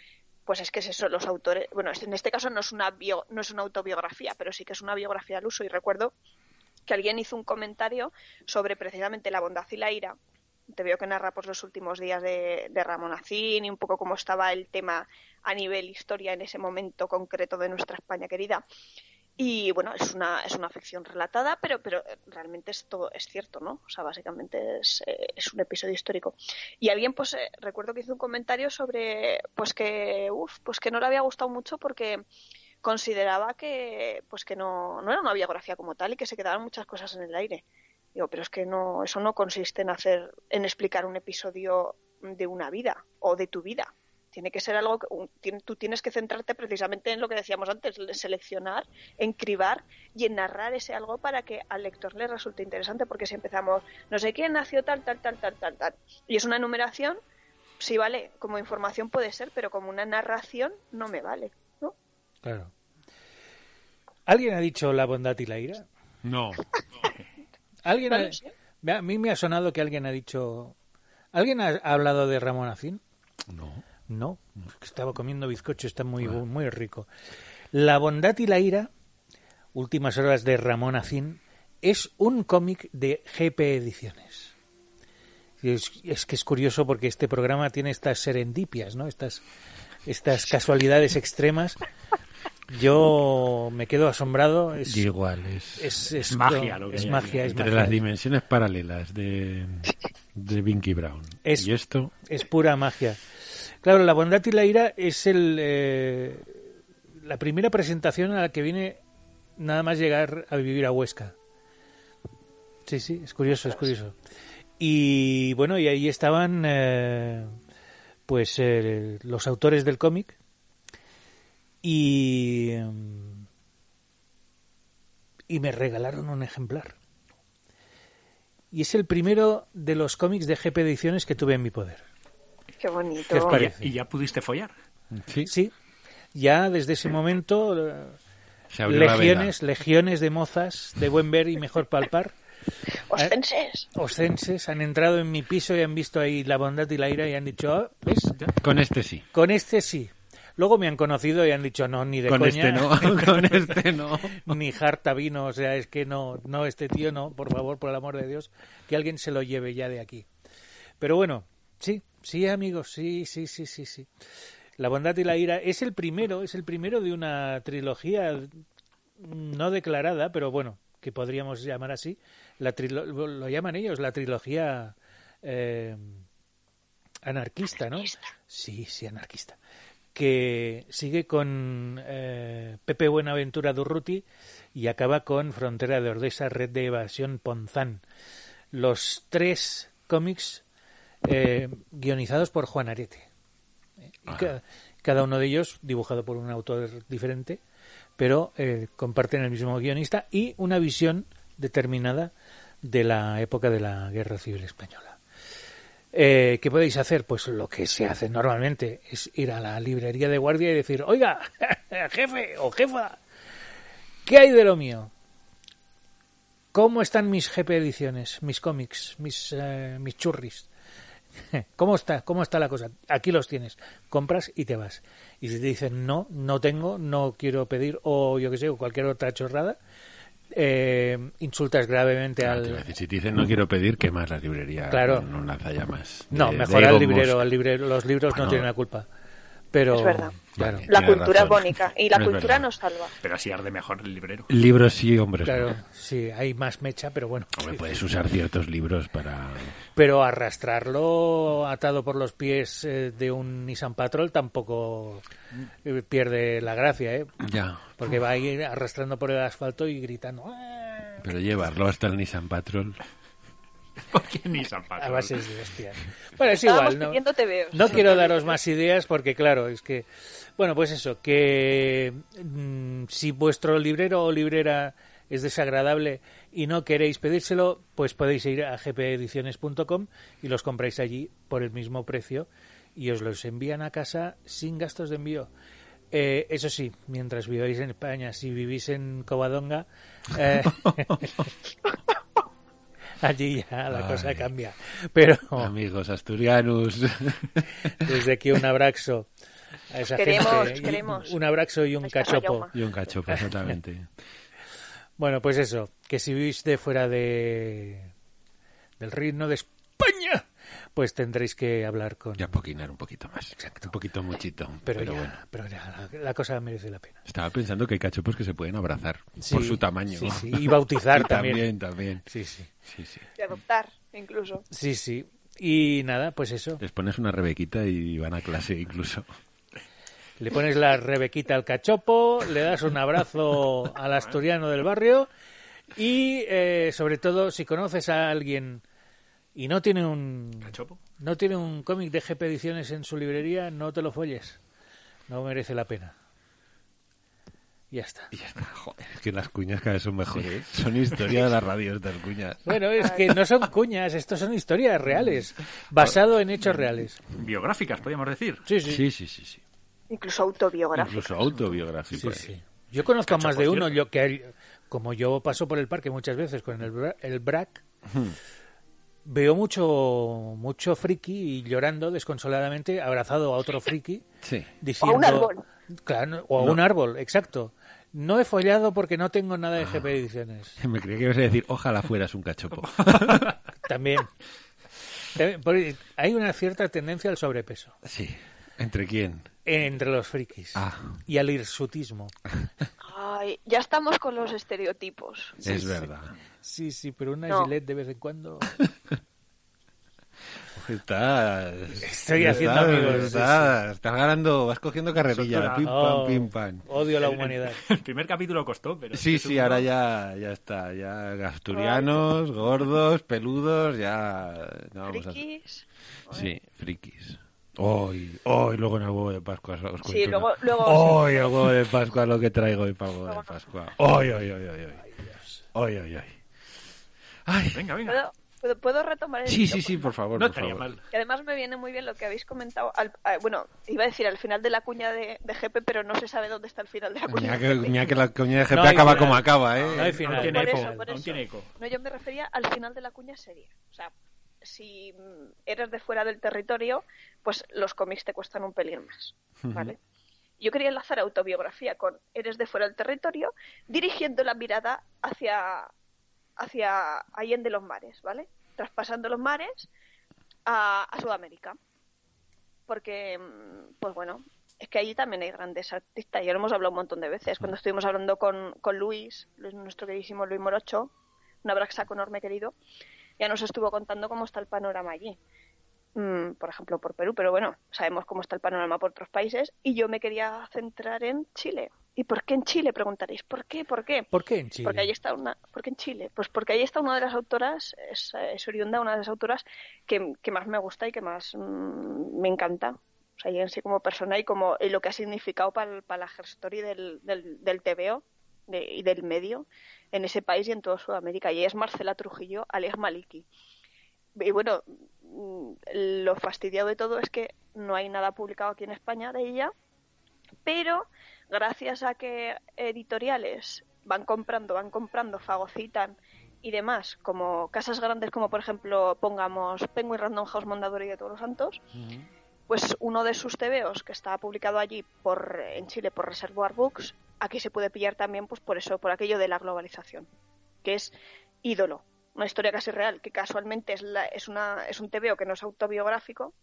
Speaker 1: pues es que es eso, los autores, bueno, es- en este caso no es una bio- no es una autobiografía, pero sí que es una biografía al uso. Y recuerdo que alguien hizo un comentario sobre precisamente la bondad y la ira. Te veo que narra pues, los últimos días de, de Ramón Acín y un poco cómo estaba el tema a nivel historia en ese momento concreto de nuestra España querida. Y bueno, es una, es una ficción relatada, pero, pero eh, realmente esto es cierto, ¿no? O sea, básicamente es, eh, es un episodio histórico. Y alguien, pues, eh, recuerdo que hizo un comentario sobre, pues que, uf, pues que no le había gustado mucho porque consideraba que, pues que no, no era una biografía como tal y que se quedaban muchas cosas en el aire. Digo, pero es que no, eso no consiste en hacer, en explicar un episodio de una vida o de tu vida. Tiene que ser algo que un- tien- tú tienes que centrarte precisamente en lo que decíamos antes, le- seleccionar, en cribar y en narrar ese algo para que al lector le resulte interesante, porque si empezamos, no sé quién nació tal, tal, tal, tal, tal, tal, y es una enumeración, sí vale, como información puede ser, pero como una narración no me vale, ¿no?
Speaker 2: Claro. ¿Alguien ha dicho la bondad y la ira?
Speaker 3: No.
Speaker 2: ¿Alguien
Speaker 1: No
Speaker 2: ha-
Speaker 1: lo sé.
Speaker 2: me ha- A mí me ha sonado que alguien ha dicho... ¿Alguien ha ha hablado de Ramón Acín?
Speaker 3: No.
Speaker 2: No, estaba comiendo bizcocho, está
Speaker 4: Ah.
Speaker 2: muy, bu- muy rico. La bondad y la ira, últimas horas de Ramón Acín, es un cómic de GP Ediciones. Y Es, es que es curioso porque este programa tiene estas serendipias, ¿no? Estas, estas casualidades extremas. Yo me quedo asombrado. Es,
Speaker 3: Igual, es,
Speaker 2: es, es-
Speaker 4: magia lo que
Speaker 2: es
Speaker 4: hay
Speaker 2: magia,
Speaker 4: aquí.
Speaker 2: es
Speaker 3: entre
Speaker 2: magia.
Speaker 3: las dimensiones paralelas de, de Binky Brown.
Speaker 2: Es-
Speaker 3: Y esto,
Speaker 2: es pura magia. Claro, la bondad y la ira es el eh, la primera presentación a la que viene nada más llegar a vivir a Huesca. Sí, sí, es curioso, es curioso. Y bueno, y ahí estaban eh, pues eh, los autores del cómic y em, y me regalaron un ejemplar. Y es el primero de los cómics de GP Ediciones que tuve en mi poder.
Speaker 1: Qué bonito.
Speaker 2: ¿Qué os
Speaker 4: Y
Speaker 2: parece?
Speaker 4: ya, y ya pudiste follar.
Speaker 3: sí,
Speaker 2: Sí, ya desde ese momento eh,
Speaker 3: se abrió
Speaker 2: legiones, legiones de mozas de buen ver y mejor palpar,
Speaker 3: eh,
Speaker 1: Ostenses.
Speaker 2: ostenses, han entrado en mi piso y han visto ahí la bondad y la ira y han dicho, "Ah, ¿ves?
Speaker 3: la veda. Con este sí.
Speaker 2: Con este sí. Luego me han conocido y han dicho, no, ni de
Speaker 3: Con
Speaker 2: coña,
Speaker 3: este no, con este no.
Speaker 2: ni harta vino, o sea, es que no, no, este tío no, por favor, por el amor de Dios, que alguien se lo lleve ya de aquí. Pero bueno, sí, sí, amigos, sí, sí, sí, sí, sí. La bondad y la ira es el primero, es el primero de una trilogía mm, no declarada, pero bueno, que podríamos llamar así. La trilo- lo llaman ellos la trilogía eh, anarquista, ¿no?
Speaker 1: Anarquista.
Speaker 2: Sí, sí, anarquista. Que sigue con eh, Pepe Buenaventura Durruti y acaba con Frontera de Ordesa, Red de Evasión Ponzán. Los tres cómics eh, guionizados por Juan Arete. Eh, y ca- cada, uno de ellos dibujado por un autor diferente, pero eh, comparten el mismo guionista y una visión determinada de la época de la Guerra Civil Española. Eh, ¿Qué podéis hacer? Pues lo que se hace normalmente es ir a la librería de guardia y decir, oiga, jefe o jefa, ¿qué hay de lo mío? ¿Cómo están mis GP ediciones, mis cómics, mis, eh, mis churris? ¿Cómo está? ¿Cómo está la cosa? Aquí los tienes. Compras y te vas. Y si te dicen no, no tengo, no quiero pedir, o yo que sé, o cualquier otra chorrada, eh, insultas gravemente
Speaker 3: Ah, te
Speaker 2: al,
Speaker 3: iba a decir, Si te dicen no quiero pedir, que más la librería.
Speaker 2: Claro.
Speaker 3: No lanza ya más.
Speaker 2: No,
Speaker 3: Eh, De-
Speaker 2: mejor
Speaker 3: de
Speaker 2: al
Speaker 3: Egon
Speaker 2: librero,
Speaker 3: Musk.
Speaker 2: al librero. Los libros no
Speaker 3: Bueno.
Speaker 2: tienen la culpa. Pero,
Speaker 1: Es verdad.
Speaker 2: claro,
Speaker 3: Vale.
Speaker 1: La
Speaker 3: Tienes
Speaker 1: cultura
Speaker 3: razón.
Speaker 1: bónica. Y la
Speaker 3: Es
Speaker 1: cultura
Speaker 3: verdad.
Speaker 1: nos salva.
Speaker 4: Pero así arde mejor el librero.
Speaker 3: Libros sí, hombres. no.
Speaker 2: claro, sí, hay más mecha, pero bueno.
Speaker 3: Hombre, pues. puedes usar ciertos libros para.
Speaker 2: Pero arrastrarlo atado por los pies eh, de un Nissan Patrol tampoco eh, pierde la gracia, ¿eh?
Speaker 3: Ya.
Speaker 2: Porque va a ir arrastrando por el asfalto y gritando "¡Ah!",
Speaker 3: Pero llevarlo hasta el Nissan Patrol.
Speaker 4: Porque ni San Patrón.
Speaker 2: a bases de hostias. Bueno, es
Speaker 1: Estábamos
Speaker 2: igual, ¿no?
Speaker 1: pidiendo TVOs.
Speaker 2: No quiero daros más ideas porque, claro, es que. Bueno, pues eso, que mm, si vuestro librero o librera es desagradable y no queréis pedírselo, pues podéis ir a gpediciones.com y los compráis allí por el mismo precio y os los envían a casa sin gastos de envío. Eh, eso sí, mientras viváis en España, si vivís en Covadonga, eh, allí ya la cosa
Speaker 3: Ay.
Speaker 2: cambia. Pero
Speaker 3: Amigos asturianos.
Speaker 2: desde aquí un abrazo a esa
Speaker 1: Queremos,
Speaker 2: gente. Y
Speaker 1: queremos.
Speaker 2: Un abrazo y un
Speaker 1: Es que
Speaker 2: cachopo.
Speaker 1: Sayauma.
Speaker 3: y un cachopo, exactamente.
Speaker 2: Bueno, pues eso, que si vivís de fuera de del reino de España, pues tendréis que hablar con...
Speaker 3: Y apoquinar un poquito más. Un poquito muchito.
Speaker 2: pero,
Speaker 3: Pero,
Speaker 2: ya,
Speaker 3: bueno.
Speaker 2: pero ya, la, la cosa merece la pena.
Speaker 3: Estaba pensando que hay cachopos que se pueden abrazar
Speaker 2: Sí,
Speaker 3: por su tamaño.
Speaker 2: sí, sí, y bautizar también.
Speaker 3: también, también.
Speaker 2: Sí, sí.
Speaker 3: Sí, sí.
Speaker 1: De adoptar, incluso.
Speaker 2: Sí, sí. Y nada, pues eso.
Speaker 3: Les pones una rebequita y van a clase incluso.
Speaker 2: Le pones la rebequita al cachopo, le das un abrazo al asturiano del barrio y, eh, sobre todo, si conoces a alguien y no tiene un
Speaker 4: ¿Cachopo?
Speaker 2: no tiene un cómic de GP Ediciones en su librería, no te lo folles. No merece la pena. Ya está.
Speaker 3: Y ya está. Joder, es que las cuñas cada vez son mejores. Son historia de las radios estas cuñas.
Speaker 2: Bueno, es que no son cuñas, estos son historias reales, basado en hechos reales.
Speaker 4: Biográficas, podríamos decir.
Speaker 2: Sí, sí.
Speaker 3: Sí, sí, sí, sí.
Speaker 1: Incluso autobiográfico.
Speaker 3: Incluso autobiográfico.
Speaker 2: Sí, sí. Yo conozco a
Speaker 4: Cacho,
Speaker 2: más de
Speaker 4: por
Speaker 2: uno,
Speaker 4: cierto.
Speaker 2: yo que como yo paso por el parque muchas veces con el, bra- el BRAC, veo mucho, mucho friki llorando desconsoladamente, abrazado a otro friki,
Speaker 3: Sí.
Speaker 1: O
Speaker 2: diciendo...
Speaker 1: a un árbol.
Speaker 2: Claro, no- o a
Speaker 3: No.
Speaker 2: un árbol, exacto. No he follado porque no tengo nada
Speaker 3: Ah.
Speaker 2: de GP ediciones.
Speaker 3: Me creía que ibas a decir, ojalá fueras un cachopo.
Speaker 2: También. También, por- hay una cierta tendencia al sobrepeso
Speaker 3: Sí. ¿Entre quién?
Speaker 2: entre los frikis
Speaker 3: Ah.
Speaker 2: y al hirsutismo.
Speaker 1: Ay, ya estamos con los estereotipos.
Speaker 3: es verdad.
Speaker 2: Sí, sí, pero una
Speaker 1: No.
Speaker 2: gilet de vez en cuando.
Speaker 3: Estás.
Speaker 2: Estoy haciendo amigos, sí,
Speaker 3: Estás, estás ganando, vas cogiendo carrerilla.
Speaker 4: Soltura.
Speaker 3: Pim,
Speaker 2: Oh,
Speaker 3: pam, pim, pam.
Speaker 2: Odio la humanidad.
Speaker 4: El primer capítulo costó, pero...
Speaker 3: Sí,
Speaker 4: este
Speaker 3: sí,
Speaker 4: segundo-
Speaker 3: ahora ya, ya está. Ya asturianos, gordos, peludos, ya. no vamos a-
Speaker 1: Frikis.
Speaker 3: Sí, frikis. Hoy, hoy, luego en el huevo de Pascua. os cuento
Speaker 1: Sí,
Speaker 3: una-
Speaker 1: luego, luego
Speaker 3: Hoy el huevo de Pascua, lo que traigo hoy para el huevo de Pascua. Hoy, hoy, hoy, hoy. Hoy, hoy, hoy. Ay,
Speaker 4: Venga, venga.
Speaker 1: ¿puedo, puedo, puedo retomar el
Speaker 3: sí,
Speaker 1: hilo?
Speaker 3: sí, sí, por favor.
Speaker 4: No
Speaker 3: por
Speaker 4: estaría
Speaker 3: favor.
Speaker 4: mal.
Speaker 1: Que además me viene muy bien lo que habéis comentado. Al, a- bueno, iba a decir al final de la cuña de, de Jepe, pero no se sabe dónde está el final de la cuña.
Speaker 3: Mira
Speaker 1: de
Speaker 3: que,
Speaker 1: Jepe.
Speaker 3: mira que la coña de GP
Speaker 2: No hay
Speaker 3: acaba
Speaker 2: final.
Speaker 3: como acaba,
Speaker 2: No hay
Speaker 3: ¿eh?
Speaker 2: final.
Speaker 4: Aún tiene
Speaker 1: Por
Speaker 4: eco,
Speaker 1: eso, por
Speaker 4: aún
Speaker 1: eso.
Speaker 4: tiene eco.
Speaker 1: No, yo me refería al final de la cuña seria. O sea, si mm, eres de fuera del territorio, pues los cómics te cuestan un pelín más. ¿Vale? Yo quería enlazar autobiografía con eres de fuera del territorio, dirigiendo la mirada hacia, hacia Allende los mares, ¿vale? Traspasando los mares a, a Sudamérica. Porque, mm, pues bueno, es que allí también hay grandes artistas, ya lo hemos hablado un montón de veces. Cuando estuvimos hablando con, con Luis, Luis, nuestro queridísimo Luis Morocho, un abrazo enorme querido, ya nos estuvo contando cómo está el panorama allí. Mm, por ejemplo, por Perú, pero bueno, sabemos cómo está el panorama por otros países. Y yo me quería centrar en Chile. ¿Y por qué en Chile? Preguntaréis. ¿Por qué? ¿Por qué?
Speaker 2: ¿Por qué en Chile?
Speaker 1: Porque ahí está una, ¿por qué en Chile? Pues porque ahí está una de las autoras, es, eh, es oriunda, una de las autoras que, que más me gusta y que más mm, me encanta. O sea, y en sí como persona y como y lo que ha significado para la gestoría del, del, del TVO de- y del medio en ese país y en toda Sudamérica. Y es Marcela Trujillo, alias Maliki. Y bueno, mm, lo fastidiado de todo es que no hay nada publicado aquí en España de ella, pero gracias a que editoriales van comprando, van comprando, fagocitan y demás, como casas grandes como por ejemplo, pongamos Penguin Random House Mondadori de Todos los Santos, pues uno de sus tebeos que está publicado allí por en Chile por Reservoir Books, aquí se puede pillar también pues por eso, por aquello de la globalización, que es ídolo, una historia casi real, que casualmente es la, es una es un tebeo que no es autobiográfico,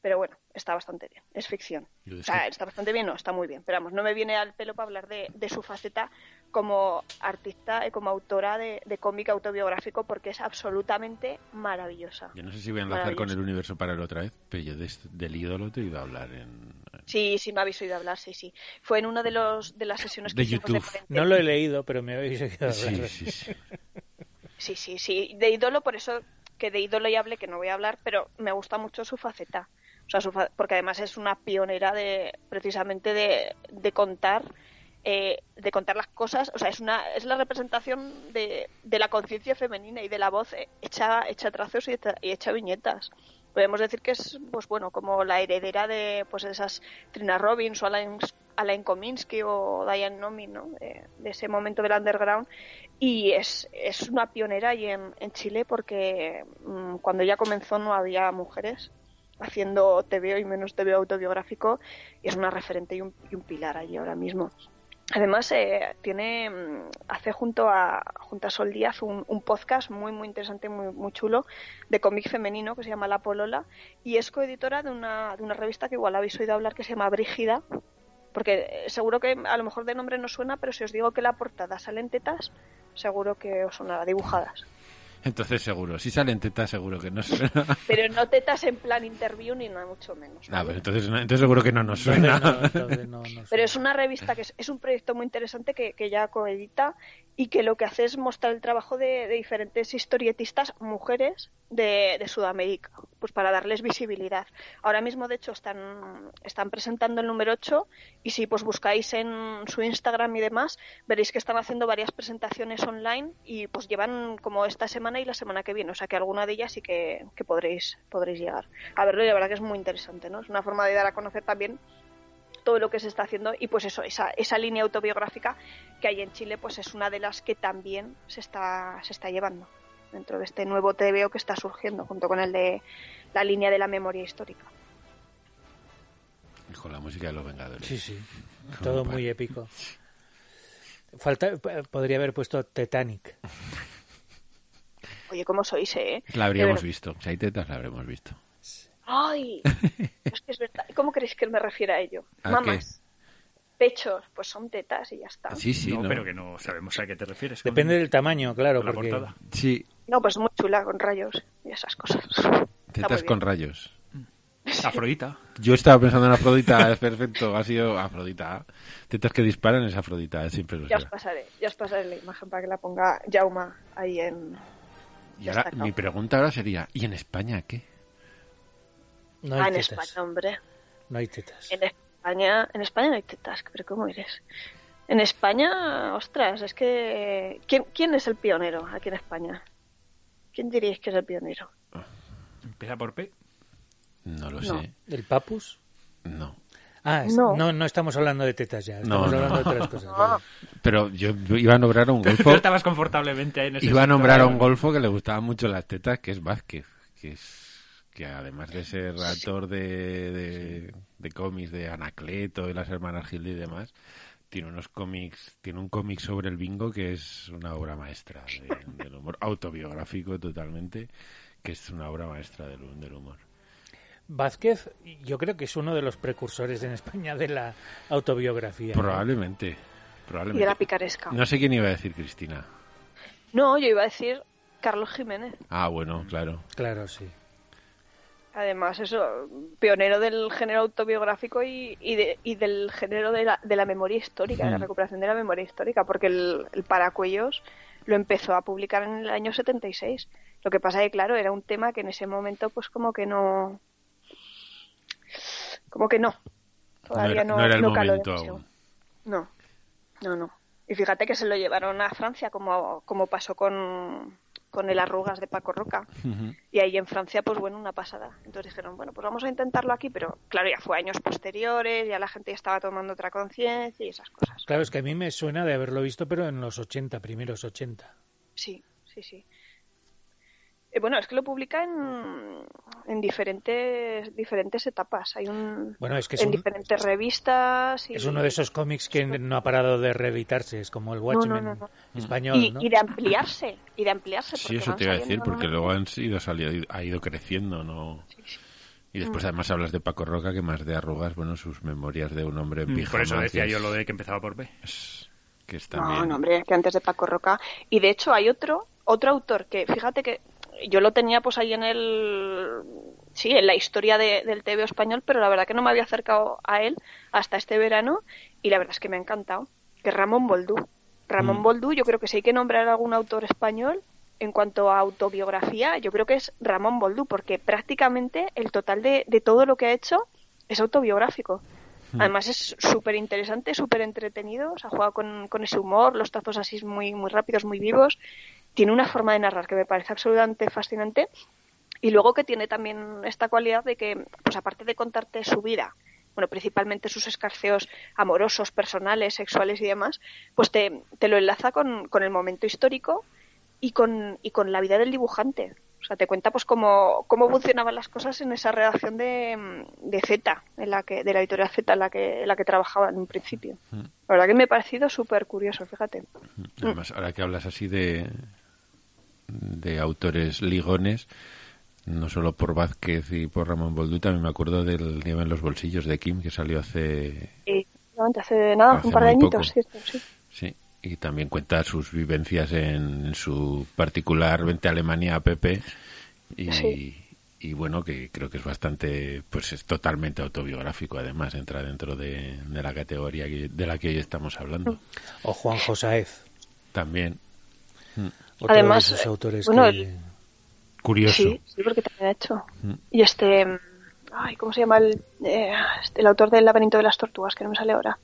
Speaker 1: pero bueno, está bastante bien, es ficción.
Speaker 3: Yo
Speaker 1: O
Speaker 3: de
Speaker 1: sea,
Speaker 3: esto-
Speaker 1: está bastante bien, no, está muy bien. Pero vamos, no me viene al pelo para hablar de, de su faceta como artista y como autora de, de cómic autobiográfico porque es absolutamente maravillosa.
Speaker 3: Yo no sé si voy a enlazar con
Speaker 1: Maravilloso.
Speaker 3: el universo paralelo otra vez, pero yo de este- del ídolo te iba a hablar en...
Speaker 1: Sí, sí, me habéis oído hablar, sí, sí. Fue en una de, los, de las sesiones que
Speaker 3: De
Speaker 1: hicimos
Speaker 3: YouTube.
Speaker 1: cuarentena.
Speaker 2: No lo he leído, pero me habéis oído
Speaker 3: Sí,
Speaker 2: hablar.
Speaker 3: sí, sí.
Speaker 1: Sí, sí, sí. De ídolo, por eso que de ídolo ya hablé, que no voy a hablar, pero me gusta mucho su faceta. O sea, su fa- porque además es una pionera de precisamente de, de contar eh, de contar las cosas. O sea, es una es la representación de, de la conciencia femenina y de la voz eh, hecha hecha trazos y hecha, y hecha viñetas. Podemos decir que es, pues bueno, como la heredera de pues esas Trina Robbins o Alain, Alain Kominsky o Diane Nomi, ¿no? De- de ese momento del underground y es, es una pionera y en, en Chile porque mm, cuando ella comenzó no había mujeres haciendo TVO y menos TVO autobiográfico y es una referente y un, y un pilar allí ahora mismo. Además, eh, tiene, mm, hace junto a, junto a Sol Díaz un, un podcast muy, muy interesante, muy, muy chulo, de cómic femenino que se llama La Polola y es coeditora de una, de una revista que igual habéis oído hablar que se llama Brígida, porque eh, seguro que a lo mejor de nombre no suena, pero si os digo que la portada salen tetas, seguro que os sonará dibujadas.
Speaker 3: Entonces seguro, si salen tetas seguro que no suena.
Speaker 1: Pero no tetas en plan interview ni nada mucho menos.
Speaker 3: Ah,
Speaker 1: ¿vale?
Speaker 3: pues entonces, no- entonces seguro que no nos suena.
Speaker 2: No, entonces no, no suena.
Speaker 1: Pero es una revista que es, es un proyecto muy interesante que, que ya coedita y que lo que hace es mostrar el trabajo de, de diferentes historietistas mujeres de, de Sudamérica, pues para darles visibilidad. Ahora mismo, de hecho, están, están presentando el número 8 y si pues buscáis en su Instagram y demás, veréis que están haciendo varias presentaciones online y pues llevan como esta semana y la semana que viene, o sea que alguna de ellas sí que, que podréis, podréis llegar a verlo y la verdad que es muy interesante, ¿no? Es una forma de dar a conocer también todo lo que se está haciendo y pues eso, esa, esa línea autobiográfica que hay en Chile pues es una de las que también se está, se está llevando. dentro de este nuevo TVO que está surgiendo junto con el de la línea de la memoria histórica.
Speaker 3: Y Con la música de los Vengadores.
Speaker 2: Sí, sí.
Speaker 3: Como
Speaker 2: Todo
Speaker 3: pa-
Speaker 2: muy épico. Falta, p- podría haber puesto Titanic.
Speaker 1: Oye, ¿cómo sois, eh?
Speaker 3: La habríamos
Speaker 1: De ver-
Speaker 3: visto. Si hay tetas, la habremos visto.
Speaker 1: ¡Ay! Es que es verdad. ¿Cómo creéis que me refiero a ello?
Speaker 3: ¿A
Speaker 1: Mamas. Pechos, pues son tetas y ya está.
Speaker 3: Sí, sí.
Speaker 4: no,
Speaker 3: ¿no?
Speaker 4: pero que no sabemos a qué te refieres. con-
Speaker 2: Depende del tamaño, claro,
Speaker 4: con la
Speaker 2: porque
Speaker 4: portada.
Speaker 3: Sí,
Speaker 1: No, pues muy chula, con rayos y esas cosas. Está muy
Speaker 3: tetas
Speaker 1: bien.
Speaker 3: con rayos.
Speaker 4: Afrodita.
Speaker 3: Yo estaba pensando en Afrodita, es perfecto, ha sido Afrodita. Tetas que disparan es Afrodita, siempre lo
Speaker 1: Ya os
Speaker 3: será.
Speaker 1: pasaré, ya os pasaré la imagen para que la ponga Jauma ahí en...
Speaker 3: Y
Speaker 1: ya
Speaker 3: ahora,
Speaker 1: está, ¿no?
Speaker 3: mi pregunta ahora sería, ¿y en España qué?
Speaker 2: no
Speaker 1: Ah,
Speaker 2: hay
Speaker 1: en
Speaker 2: tetas.
Speaker 1: España, hombre.
Speaker 2: No hay tetas.
Speaker 1: En España, en España no hay tetas, pero ¿cómo eres? En España, ostras, es que... ¿Quién, quién es el pionero aquí en España? ¿Quién diríais que es el pionero?
Speaker 4: Empieza por P.
Speaker 3: No lo
Speaker 1: No.
Speaker 3: sé,
Speaker 2: ¿El papus?
Speaker 3: no.
Speaker 2: Ah, es- no.
Speaker 1: No.
Speaker 2: no estamos hablando de tetas ya. Estamos
Speaker 3: No, no.
Speaker 2: hablando de otras cosas. vale.
Speaker 3: Pero yo iba a nombrar a un
Speaker 4: Tú
Speaker 3: golfo,
Speaker 4: estabas confortablemente ahí en ese
Speaker 3: iba a
Speaker 4: sitio.
Speaker 3: nombrar a un golfo que le gustaban mucho las tetas, que es Vázquez, que es que además de ser autor de, de, de cómics de Anacleto y las hermanas Gil y demás, tiene unos cómics, tiene un cómic sobre el bingo que es una obra maestra de- del humor, autobiográfico totalmente, que es una obra maestra del, hu- del humor.
Speaker 2: Vázquez, yo creo que es uno de los precursores en España de la autobiografía. ¿no?
Speaker 3: Probablemente,
Speaker 1: Y de la
Speaker 3: probablemente.
Speaker 1: picaresca.
Speaker 3: No sé quién iba a decir Cristina.
Speaker 1: No, yo iba a decir Carlos Jiménez.
Speaker 3: Ah, bueno, claro.
Speaker 2: Claro, sí.
Speaker 1: Además, eso, pionero del género autobiográfico y, y, de- y del género de la, de la memoria histórica, de la
Speaker 3: Mm.
Speaker 1: recuperación de la memoria histórica, porque el, el Paracuellos lo empezó a publicar en el año 76. Lo que pasa es que, claro, era un tema que en ese momento, pues como que no... Como que no. Todavía no,
Speaker 3: no era el
Speaker 1: no caló
Speaker 3: momento
Speaker 1: demasiado.
Speaker 3: aún.
Speaker 1: No, no, no. Y fíjate que se lo llevaron a Francia, como, como pasó con, con el Arrugas de Paco Roca.
Speaker 3: Ujú.
Speaker 1: Y ahí en Francia, pues bueno, una pasada. Entonces dijeron, bueno, pues vamos a intentarlo aquí, pero claro, ya fue años posteriores, ya la gente ya estaba tomando otra conciencia y esas cosas.
Speaker 2: Claro, es que a mí me suena de haberlo visto, pero en los 80, primeros 80.
Speaker 1: Sí, sí, sí. Eh, bueno, es que lo publica en, en diferentes diferentes etapas. Hay un
Speaker 2: Bueno, es que es
Speaker 1: en
Speaker 2: un-
Speaker 1: diferentes revistas. Y,
Speaker 2: Es uno de esos cómics que no ha parado de reeditarse, es como el Watchmen
Speaker 1: no, no,
Speaker 2: español,
Speaker 1: y,
Speaker 2: ¿no?
Speaker 1: y de ampliarse, y de ampliarse.
Speaker 3: Sí,
Speaker 1: porque
Speaker 3: eso
Speaker 1: van
Speaker 3: te iba a decir,
Speaker 1: saliendo
Speaker 3: porque
Speaker 1: nuevas-
Speaker 3: luego han sido salido, ha ido creciendo, ¿no? Y
Speaker 1: Mm.
Speaker 3: después además hablas de Paco Roca, que más de arrugas, bueno, sus memorias de un hombre en
Speaker 4: Mm,
Speaker 3: pijama.
Speaker 4: Por eso decía
Speaker 3: que
Speaker 4: yo
Speaker 3: es-
Speaker 4: lo de que empezaba por B.
Speaker 3: es- que es
Speaker 1: No,
Speaker 3: también...
Speaker 1: no, hombre, que antes de Paco Roca. Y de hecho hay otro, otro autor que, fíjate que yo lo tenía pues ahí en el... Sí, en la historia de- del TV español, pero la verdad que no me había acercado a él hasta este verano y la verdad es que me ha encantado, que es Ramón Boldú. Ramón Boldú, yo creo que si hay que nombrar algún autor español en cuanto a autobiografía, yo creo que es Ramón Boldú, porque prácticamente el total de, de todo lo que ha hecho es autobiográfico. Además es súper interesante, súper entretenido, se ha jugado con, con ese humor, los trazos así muy, muy rápidos, muy vivos. Tiene una forma de narrar que me parece absolutamente fascinante y luego que tiene también esta cualidad de que, pues aparte de contarte su vida, bueno, principalmente sus escarceos amorosos, personales, sexuales y demás, pues te, te lo enlaza con, con el momento histórico y con, y con la vida del dibujante. O sea, te cuenta pues cómo, cómo funcionaban las cosas en esa redacción de, de Z, en la que, de la editorial Z en la que, en la que trabajaba en un principio.
Speaker 3: Mm.
Speaker 1: La verdad que me ha parecido súper curioso, fíjate.
Speaker 3: Además, ahora que hablas así de, de autores ligones, no solo por Vázquez y por Ramón Boldú, también me acuerdo del Nieve en los bolsillos de Kim, que salió hace...
Speaker 1: Y realmente hace nada,
Speaker 3: Hace
Speaker 1: un par de
Speaker 3: muy
Speaker 1: añitos,
Speaker 3: poco.
Speaker 1: ¿cierto? Sí.
Speaker 3: Sí, y también cuenta sus vivencias en su particular Vente a Alemania a Pepe. Y,
Speaker 1: Sí.
Speaker 3: y bueno, que creo que es bastante, pues es totalmente autobiográfico además, entra dentro de, de la categoría que- de la que hoy estamos
Speaker 1: Mm.
Speaker 3: hablando.
Speaker 2: O Juan Josáez,
Speaker 3: También,
Speaker 2: otro
Speaker 1: Además,
Speaker 2: de esos
Speaker 1: eh,
Speaker 2: autores
Speaker 1: bueno,
Speaker 2: que...
Speaker 1: el-
Speaker 3: curioso.
Speaker 1: Sí, sí, porque también ha hecho.
Speaker 3: Mm.
Speaker 1: Y este. mm, Ay, ¿cómo se llama el, eh, el autor del Laberinto de las Tortugas? Que no me sale ahora.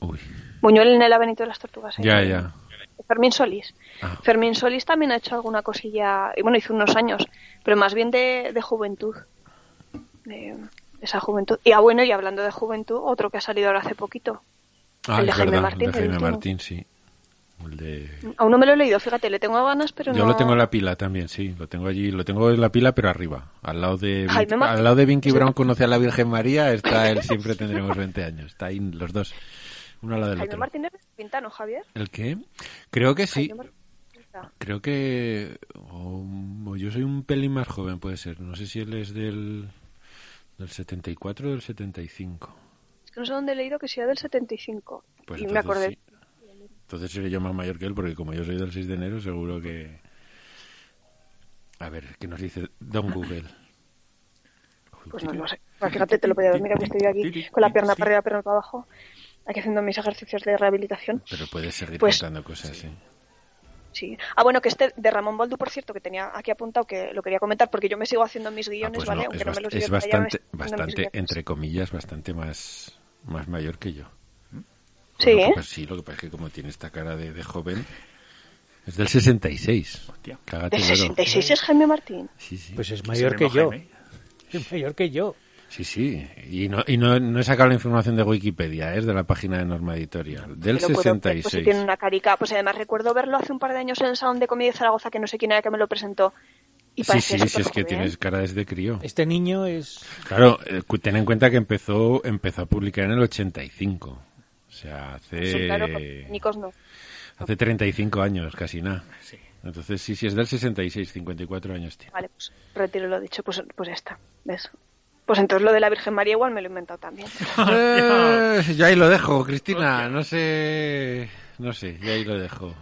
Speaker 3: Uy,
Speaker 1: Buñuel en el Laberinto de las Tortugas. ¿eh?
Speaker 3: ya, ya.
Speaker 1: Fermín Solís.
Speaker 3: Ah.
Speaker 1: Fermín Solís también ha hecho alguna cosilla. Y bueno, hizo unos años, pero más bien de, de juventud. De, de esa juventud. Y ah, bueno, y hablando de juventud, otro que ha salido ahora hace poquito.
Speaker 3: Ah,
Speaker 1: El de
Speaker 3: es
Speaker 1: Jaime
Speaker 3: verdad,
Speaker 1: Martín,
Speaker 3: el de Jaime
Speaker 1: el último.
Speaker 3: Martín, sí. El de...
Speaker 1: Aún no me lo he leído, fíjate, le tengo ganas, pero
Speaker 3: Yo
Speaker 1: no...
Speaker 3: lo tengo en la pila también, sí. Lo tengo allí, lo tengo en la pila, pero arriba. Al lado de, Vin-
Speaker 1: Jaime Martín.
Speaker 3: al lado de Vinky Brown conoce a la Virgen María, está él, siempre tendremos 20 años. Está ahí los dos. Uno al lado del
Speaker 1: Jaime
Speaker 3: otro.
Speaker 1: Martínez Pintano, Javier.
Speaker 3: ¿El qué? Creo que sí.
Speaker 1: Jaime Martínez.
Speaker 3: Creo que... o- o yo soy un pelín más joven, puede ser. No sé si él es del, del 74 o del 75.
Speaker 1: Es que no sé dónde he leído que sea del 75.
Speaker 3: Pues
Speaker 1: y
Speaker 3: entonces
Speaker 1: me acordé.
Speaker 3: sí. Entonces seré yo más mayor que él, porque como yo soy del 6 de enero, seguro que... A ver, ¿qué nos dice Don Google? Uy,
Speaker 1: Pues
Speaker 3: tío.
Speaker 1: no, no sé. Bueno, Fíjate, te lo podía ver. Mira que estoy aquí con la pierna para arriba, pierna para abajo, aquí haciendo mis ejercicios de rehabilitación.
Speaker 3: Pero puedes seguir
Speaker 1: Pues-
Speaker 3: contando cosas, ¿eh? sí.
Speaker 1: Sí. Ah, bueno, que este de Ramón Baldú, por cierto, que tenía aquí apuntado que lo quería comentar porque yo me sigo haciendo mis
Speaker 3: Ah,
Speaker 1: guiones,
Speaker 3: pues
Speaker 1: ¿vale?
Speaker 3: no,
Speaker 1: Aunque
Speaker 3: es,
Speaker 1: no me
Speaker 3: bast-
Speaker 1: los
Speaker 3: es
Speaker 1: digo para allá, me
Speaker 3: bastante,
Speaker 1: estoy haciendo mis
Speaker 3: bastante,
Speaker 1: guiones.
Speaker 3: entre comillas, bastante más, más mayor que yo.
Speaker 1: Sí,
Speaker 3: Lo que
Speaker 1: ¿eh?
Speaker 3: pasa- sí, lo que pasa es que como tiene esta cara de, de joven... Es del 66.
Speaker 4: Hostia.
Speaker 3: Cágate,
Speaker 1: De
Speaker 3: en oro.
Speaker 1: 66 es Jaime Martín.
Speaker 3: Sí, sí.
Speaker 2: Pues es
Speaker 4: Se
Speaker 2: mayor
Speaker 4: me
Speaker 2: que
Speaker 4: moja,
Speaker 2: yo.
Speaker 4: ¿eh?
Speaker 2: Es mayor que yo.
Speaker 3: Sí, sí. Y no, y no, no he sacado la información de Wikipedia, ¿eh? es de la página de Norma Editorial, del
Speaker 1: Que lo puedo ver, Pues si
Speaker 3: 66.
Speaker 1: tiene una carica. Pues además recuerdo verlo hace un par de años en el Salón de Comedia de Zaragoza, que no sé quién era que me lo presentó. Y
Speaker 3: sí,
Speaker 1: parecía
Speaker 3: sí, sí,
Speaker 1: súper ¿eh?
Speaker 3: es que
Speaker 1: joven.
Speaker 3: tienes cara desde crío.
Speaker 2: Este niño es...
Speaker 3: Claro, eh, cu- ten en cuenta que empezó, empezó a publicar en el 85. O sea, hace,
Speaker 1: Sí, claro, porque Nicos no.
Speaker 3: hace 35 años, casi nada.
Speaker 4: Sí.
Speaker 3: Entonces, sí, sí, es del 66, 54 años tiene.
Speaker 1: Vale, pues retiro lo dicho, pues, pues ya está. ¿Ves? Pues entonces lo de la Virgen María igual me lo he inventado también.
Speaker 3: Eh, yo ahí lo dejo, Cristina. No sé. No sé, yo ahí lo dejo.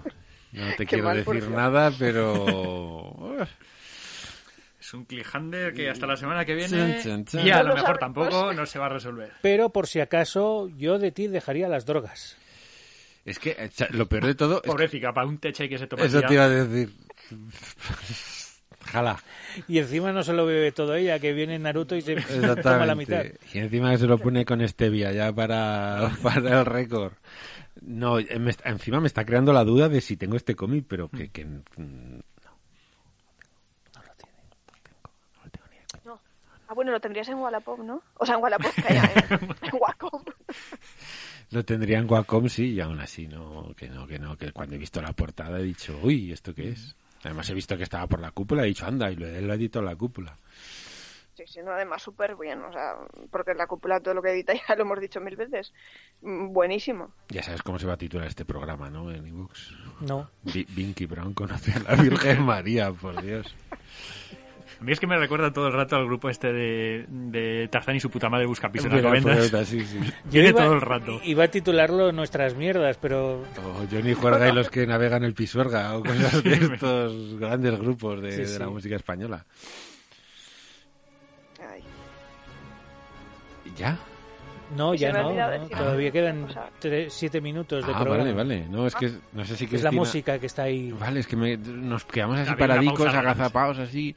Speaker 3: No te quiero
Speaker 1: mal, por
Speaker 3: decir
Speaker 1: Dios.
Speaker 3: nada, pero.
Speaker 4: Es un cliffhanger que hasta la semana que viene.
Speaker 3: Chan, chan, chan.
Speaker 4: Y a
Speaker 1: No
Speaker 4: lo
Speaker 1: lo sabemos.
Speaker 4: mejor tampoco no se va a resolver.
Speaker 2: Pero por si acaso, yo de ti dejaría las drogas.
Speaker 3: Es que eh, cha- lo peor de todo. es
Speaker 4: Pobrecita, para un teche que se
Speaker 3: que-
Speaker 4: toma
Speaker 3: eso
Speaker 4: ya.
Speaker 3: te iba a decir. Jala.
Speaker 2: Y encima no se lo bebe todo ella, que viene Naruto y se toma la mitad.
Speaker 3: Exactamente. Y encima que se lo pone con stevia ya para, para el récord. No, eh, me está- encima me está creando la duda de si tengo este cómic, pero que, que- mm,
Speaker 1: No. Ah, bueno, lo tendrías en Wallapop, ¿no? O sea, en Wallapop, calla, en, en Wacom.
Speaker 3: lo tendría en Wacom, sí, y aún así no, que no, que no, que cuando he visto la portada he dicho, uy, ¿esto qué es? Además he visto que estaba por la cúpula, he dicho, anda, y lo, él lo ha editado la cúpula.
Speaker 1: Sí, sí, no, además súper bien, o sea, porque la cúpula todo lo que edita ya lo hemos dicho mil veces. Mm, Buenísimo.
Speaker 3: Ya sabes cómo se va a titular este programa, ¿no? En ebooks.
Speaker 2: No.
Speaker 3: Vi- Vinky Brown conoce a la Virgen María, por Dios.
Speaker 4: A mí es que me recuerda todo el rato al grupo este de, de Tarzán y su puta madre busca piso en
Speaker 3: De la
Speaker 4: Alcobendas.
Speaker 3: puerta, sí, sí.
Speaker 4: Viene todo el rato.
Speaker 2: Iba a titularlo Nuestras mierdas, pero
Speaker 3: O Johnny Juerga y los que navegan el Pisuerga, o cosas de
Speaker 4: Sí, me-
Speaker 3: estos grandes grupos de,
Speaker 2: Sí,
Speaker 3: de
Speaker 2: sí.
Speaker 3: la música española.
Speaker 1: Ay.
Speaker 3: ¿Ya?
Speaker 2: no,
Speaker 1: Se
Speaker 2: ya
Speaker 1: me ha
Speaker 2: no.
Speaker 1: olvidado
Speaker 2: no.
Speaker 1: decir
Speaker 2: Todavía
Speaker 1: una
Speaker 2: quedan
Speaker 1: cosa.
Speaker 2: tres- siete minutos de
Speaker 3: Ah,
Speaker 2: programa.
Speaker 3: vale, vale. No, es que no sé si
Speaker 2: Es la
Speaker 3: Cristina-
Speaker 2: música que está ahí.
Speaker 3: Vale, es que me- nos quedamos así
Speaker 4: Había una
Speaker 3: paradicos,
Speaker 4: pausa grande.
Speaker 3: agazapados, así,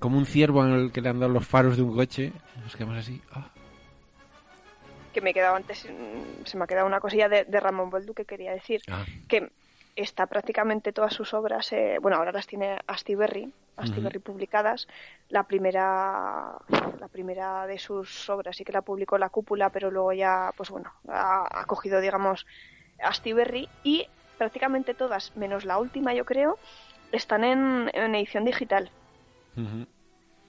Speaker 3: como un ciervo al que le han dado los faros de un coche. Nos quedamos así. ah.
Speaker 1: Que me he quedado antes, mm, se me ha quedado una cosilla de, de Ramón Boldú que quería decir.
Speaker 3: Ah,
Speaker 1: que está prácticamente todas sus obras, eh, bueno, ahora las tiene Astiberri, Astiberri publicadas. La primera, la primera de sus obras sí que la publicó La Cúpula, pero luego ya, pues bueno, ha, ha cogido, digamos, Astiberri y prácticamente todas, menos la última, yo creo, están en, en edición digital,
Speaker 3: ujú.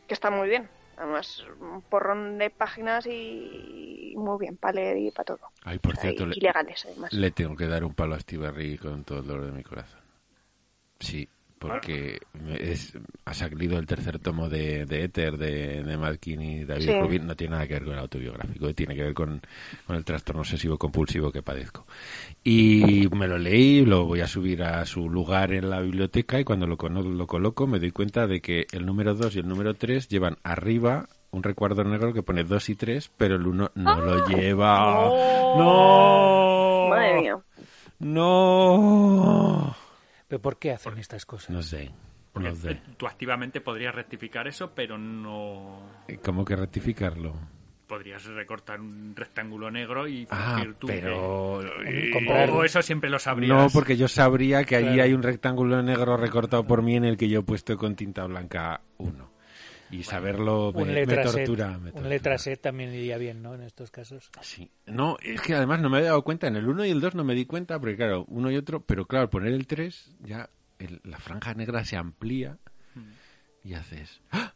Speaker 1: que está muy bien. Además, un porrón de páginas y muy bien, para leer y para todo.
Speaker 3: Ay, por
Speaker 1: O sea, y-
Speaker 3: cierto, le,
Speaker 1: y legales, además.
Speaker 3: le tengo que dar un palo a Stiberry con todo el dolor de mi corazón. Sí, porque me- es, ha salido el tercer tomo de, de Éter de, de Madkin y David
Speaker 1: Sí.
Speaker 3: Rubin. No tiene nada que ver con el autobiográfico, tiene que ver con, con el trastorno obsesivo compulsivo que padezco. Y me lo leí, lo voy a subir a su lugar en la biblioteca y cuando lo, cono- lo coloco me doy cuenta de que el número 2 y el número 3 llevan arriba un recuadro negro que pone 2 y 3, pero el 1 no lo lleva. ¡No!
Speaker 1: Madre mía.
Speaker 3: ¡No!
Speaker 2: ¿Pero por qué hacen estas cosas?
Speaker 3: No sé.
Speaker 4: Porque
Speaker 3: No sé.
Speaker 4: Eh, tú activamente podrías rectificar eso, pero no
Speaker 3: ¿Cómo que rectificarlo?
Speaker 4: podrías recortar un rectángulo negro y
Speaker 3: Ah,
Speaker 4: fingir tú
Speaker 3: pero...
Speaker 2: Eh,
Speaker 4: que-
Speaker 2: comprar-
Speaker 4: O eso siempre lo sabrías.
Speaker 3: No, porque yo sabría que allí
Speaker 2: Claro.
Speaker 3: hay un rectángulo negro recortado por mí en el que yo he puesto con tinta blanca uno. Y saberlo me,
Speaker 2: un
Speaker 3: me
Speaker 2: letra set,
Speaker 3: tortura. me
Speaker 2: un
Speaker 3: tortura.
Speaker 2: letra set también iría bien, ¿no? En estos casos.
Speaker 3: Sí. No, es que además no me había dado cuenta. En el 1 y el 2 no me di cuenta, porque claro, uno y otro, pero claro, al poner el 3, ya el- la franja negra se amplía y haces. ¡Ah!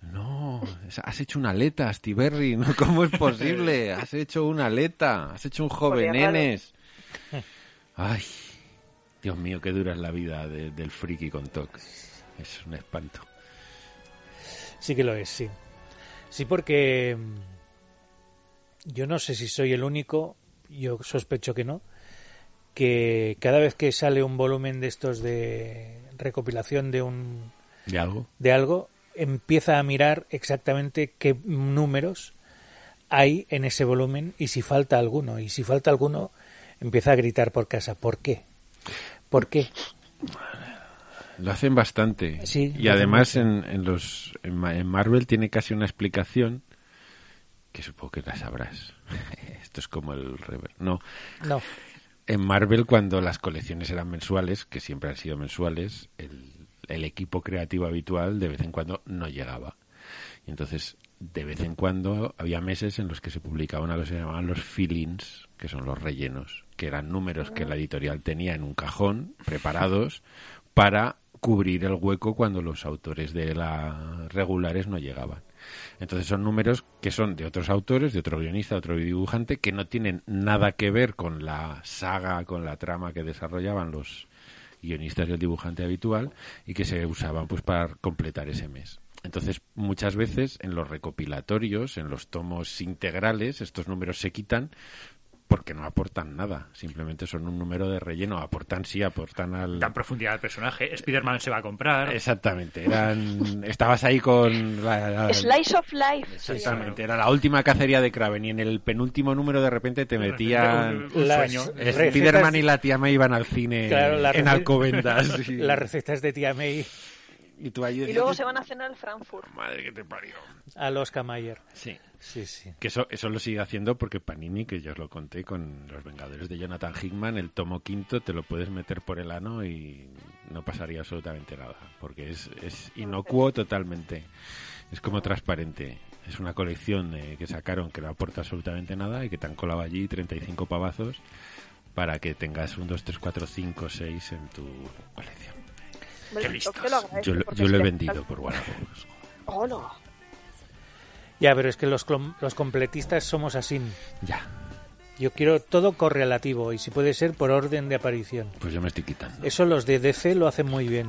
Speaker 3: No, es- has hecho una aleta, Stiberry, ¿no? ¿Cómo es posible? Has hecho una aleta, has hecho un
Speaker 1: Joder, raro.
Speaker 3: jovenenes. Ay, Dios mío, qué dura es la vida de- del friki con TOC. Es un espanto.
Speaker 2: Sí que lo es, sí. Sí, porque mm, yo no sé si soy el único, yo sospecho que no, que cada vez que sale un volumen de estos de recopilación de un
Speaker 3: ¿De algo?
Speaker 2: de algo, empieza a mirar exactamente qué números hay en ese volumen y si falta alguno. Y si falta alguno, empieza a gritar por casa. ¿Por qué? ¿Por qué?
Speaker 3: Lo hacen bastante.
Speaker 2: Sí, lo
Speaker 3: y
Speaker 2: hacen
Speaker 3: además en, en los en, Ma- en Marvel tiene casi una explicación que supongo que la sabrás. Esto es como el rever. No,
Speaker 2: No.
Speaker 3: en Marvel cuando las colecciones eran mensuales, que siempre han sido mensuales, el, el equipo creativo habitual de vez en cuando no llegaba. Y entonces, de vez en cuando había meses en los que se publicaba una cosa que se llamaban los fillings, que son los rellenos, que eran números que la editorial tenía en un cajón preparados para cubrir el hueco cuando los autores de la regulares no llegaban. Entonces son números que son de otros autores, de otro guionista, de otro dibujante, que no tienen nada que ver con la saga, con la trama que desarrollaban los guionistas y el dibujante habitual y que se usaban pues para completar ese mes. Entonces, muchas veces en los recopilatorios, en los tomos integrales, estos números se quitan porque no aportan nada, simplemente son un número de relleno, aportan sí, aportan al
Speaker 4: Dan profundidad al personaje. Spider-Man se va a comprar.
Speaker 3: Exactamente, eran estabas ahí con la- la-
Speaker 1: Slice of Life. se llama.
Speaker 3: Exactamente, era la última cacería de Kraven y en el penúltimo número de repente te
Speaker 4: De repente
Speaker 3: metían Eh,
Speaker 4: un- un
Speaker 2: Las
Speaker 4: sueño.
Speaker 2: recetas-
Speaker 3: Spiderman y la tía May iban al cine
Speaker 2: Claro, la
Speaker 3: en
Speaker 2: rece-
Speaker 3: Alcobendas y,
Speaker 2: Las recetas de tía May
Speaker 3: y tú allí
Speaker 1: Y
Speaker 3: decías,
Speaker 1: luego se van a cenar al Frankfurt.
Speaker 3: madre que te parió.
Speaker 2: a los Mayer.
Speaker 3: Sí.
Speaker 2: Sí, sí.
Speaker 3: Que eso, eso lo sigue haciendo porque Panini, que yo os lo conté con Los Vengadores de Jonathan Hickman, el tomo quinto te lo puedes meter por el ano y no pasaría absolutamente nada, porque es, es inocuo totalmente. Es como transparente. Es una colección eh, que sacaron que no aporta absolutamente nada y que te han colado allí 35 pavazos para que tengas un 2, 3, 4, 5, 6 en tu colección.
Speaker 1: Hombre,
Speaker 4: Qué
Speaker 1: el
Speaker 4: listos.
Speaker 1: toque lo agradece
Speaker 3: Yo, lo-
Speaker 1: porque
Speaker 3: yo
Speaker 1: si
Speaker 3: lo he
Speaker 1: le-
Speaker 3: vendido por Wallapop.
Speaker 1: Hola.
Speaker 2: Ya, pero es que los, clom- los completistas somos así.
Speaker 3: Ya,
Speaker 2: Yo quiero todo correlativo y si puede ser por orden de aparición.
Speaker 3: pues yo me estoy quitando.
Speaker 2: Eso los de DC lo hacen muy bien.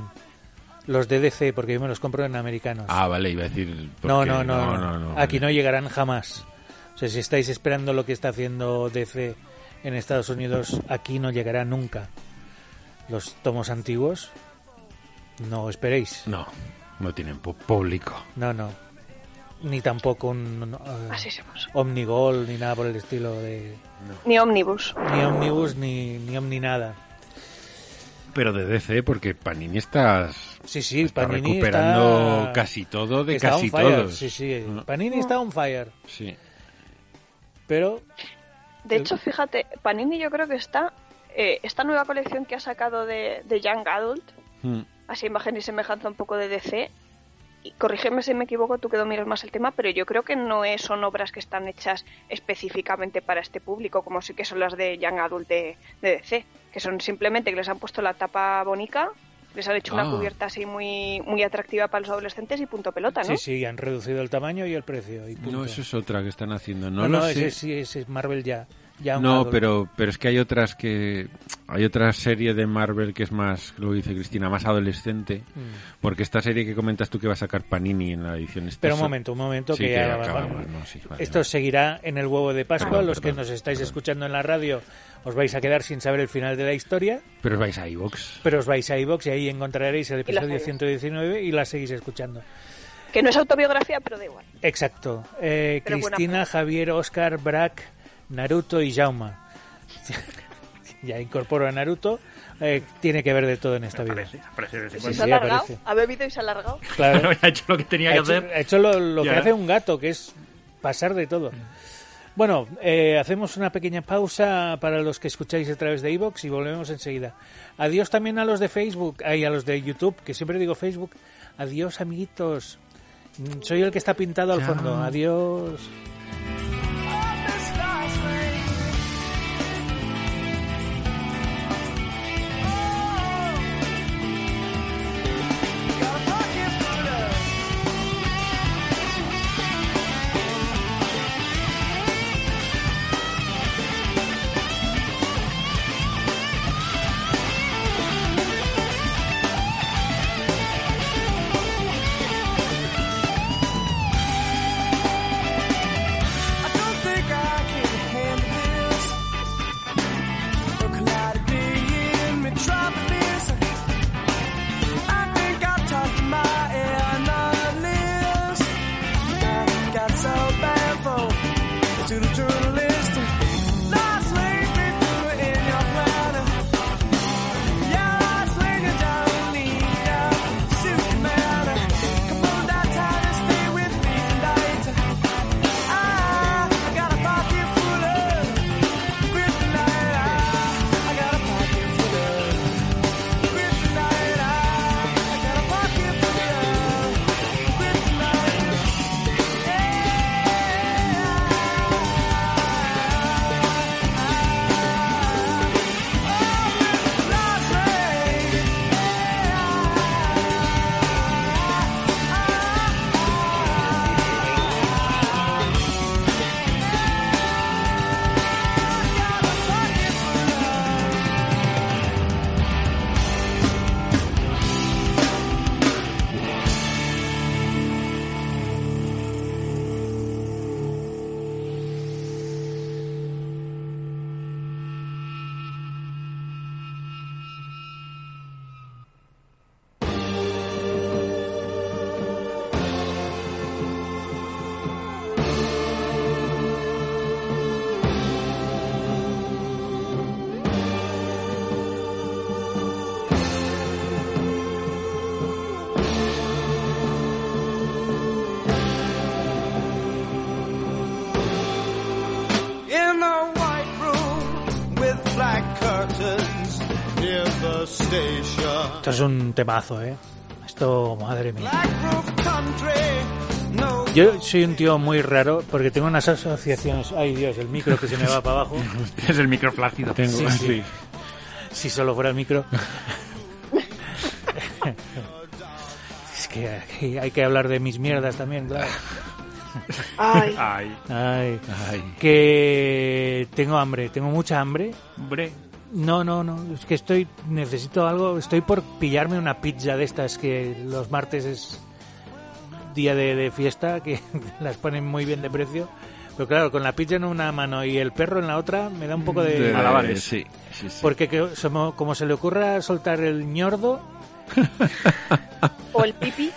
Speaker 2: Los de DC, porque yo me los compro en americanos.
Speaker 3: Ah, vale, iba a decir...
Speaker 2: no,
Speaker 3: porque-
Speaker 2: no, no, no. Aquí
Speaker 3: vale.
Speaker 2: no llegarán jamás. O sea, si estáis esperando lo que está haciendo DC en Estados Unidos, aquí no llegará nunca. Los tomos antiguos, no esperéis.
Speaker 3: No, no tienen pu- público.
Speaker 2: No, no. Ni tampoco un eh,
Speaker 1: Así somos.
Speaker 2: Omnigol ni nada por el estilo de.
Speaker 1: Ni ómnibus.
Speaker 2: Ni Omnibus ni, ni Omni nada.
Speaker 3: Pero de DC, porque Panini estás,
Speaker 2: Sí, sí,
Speaker 3: está
Speaker 2: Panini
Speaker 3: recuperando
Speaker 2: está-
Speaker 3: casi todo de
Speaker 2: está
Speaker 3: casi
Speaker 2: on fire.
Speaker 3: todos. Ah.
Speaker 2: Sí, sí.
Speaker 3: No,
Speaker 2: Panini está on fire.
Speaker 3: sí.
Speaker 2: Pero
Speaker 1: De hecho, fíjate, Panini yo creo que está... eh, esta nueva colección que ha sacado de, de Young Adult,
Speaker 3: Mm.
Speaker 1: así imagen y semejanza un poco de DC, y corrígeme si me equivoco, tú que dominas más el tema, pero yo creo que no es- son obras que están hechas específicamente para este público, como sí que son las de Young Adult de, de DC, que son simplemente que les han puesto la tapa bonita, les han hecho
Speaker 3: Ah.
Speaker 1: una cubierta así muy, muy atractiva para los adolescentes y punto pelota, ¿no?
Speaker 2: sí, sí, han reducido el tamaño y el precio. y punto.
Speaker 3: No, eso es otra que están haciendo. No,
Speaker 2: No,
Speaker 3: lo
Speaker 2: no,
Speaker 3: sé.
Speaker 2: ese, sí, ese es Marvel ya. ya un
Speaker 3: No,
Speaker 2: adulto.
Speaker 3: pero, pero es que hay otras que. Hay otra serie de Marvel que es más, lo dice Cristina, más adolescente.
Speaker 2: Mm.
Speaker 3: Porque esta serie que comentas tú que va a sacar Panini en la edición esta.
Speaker 2: Pero un momento, un momento
Speaker 3: Sí,
Speaker 2: que,
Speaker 3: que
Speaker 2: ya
Speaker 3: acabamos,
Speaker 2: vamos.
Speaker 3: ¿no? Sí, vale,
Speaker 2: Esto
Speaker 3: vale.
Speaker 2: seguirá en el huevo de Pascua.
Speaker 3: Perdón,
Speaker 2: Los que
Speaker 3: perdón,
Speaker 2: nos estáis
Speaker 3: perdón.
Speaker 2: escuchando en la radio os vais a quedar sin saber el final de la historia,
Speaker 3: Pero os vais a iVox.
Speaker 2: pero os vais a iBox y ahí encontraréis el
Speaker 1: Y la
Speaker 2: episodio
Speaker 1: seguís.
Speaker 2: 119 y la seguís escuchando.
Speaker 1: Que no es autobiografía, pero da igual.
Speaker 2: Exacto. Eh,
Speaker 1: Pero buena
Speaker 2: Cristina,
Speaker 1: pregunta.
Speaker 2: Javier, Oscar, Brack, Naruto y Jauma. ya incorporo a Naruto. Eh, tiene que ver de todo en esta vida.
Speaker 4: Aparece, aparece de vez en
Speaker 1: Si
Speaker 4: cuando.
Speaker 1: se ha
Speaker 2: sí,
Speaker 1: alargado,
Speaker 2: aparece.
Speaker 1: ha bebido y se ha alargado.
Speaker 2: Claro.
Speaker 4: Ha hecho lo que tenía
Speaker 2: ha
Speaker 4: que
Speaker 2: hecho,
Speaker 4: hacer.
Speaker 2: ha hecho lo, lo que
Speaker 4: Ya.
Speaker 2: hace un gato, que es pasar de todo. Bueno, eh, hacemos una pequeña pausa para los que escucháis a través de iVoox y volvemos enseguida. Adiós también a los de Facebook, ay, a los de YouTube, que siempre digo Facebook. Adiós, amiguitos. Mm, Soy el que está pintado al
Speaker 3: Chao.
Speaker 2: fondo. Adiós.
Speaker 5: I don't think I can handle this. Locality in metropolis. I think I've talked to my analyst. I got so bad for a pseudo journalist. Lies slinging through in your planet. Yeah, lies slinging down the needle. Superman, come on down tight and stay with me tonight. I got a pocket full of kryptonite. I got a pocket full of kryptonite. I got a pocket full of kryptonite.
Speaker 6: in a white room with black curtains near the station.
Speaker 2: Esto es un temazo, ¿eh? Esto, madre mía.
Speaker 6: Black roof country, no.
Speaker 2: Yo soy un tío muy raro porque tengo unas asociaciones. Ay Dios, el micro que se me va para abajo.
Speaker 4: Es el microflácido.
Speaker 3: Tengo,
Speaker 2: Sí, sí. Si solo fuera el micro. es que aquí hay que hablar de mis mierdas también, claro.
Speaker 1: Ay,
Speaker 4: Ay,
Speaker 2: Ay,
Speaker 3: Ay,
Speaker 2: que tengo hambre, tengo mucha hambre.
Speaker 4: hombre.
Speaker 2: No, no, no, es que estoy, necesito algo, estoy por pillarme una pizza de estas que los martes es día de, de fiesta, que las ponen muy bien de precio. Pero claro, con la pizza en una mano y el perro en la otra, me da un poco de...
Speaker 3: de-
Speaker 4: malabares.
Speaker 3: Sí, sí, sí.
Speaker 2: Porque que- somo- como se le ocurra soltar el ñordo,
Speaker 1: o el pipi.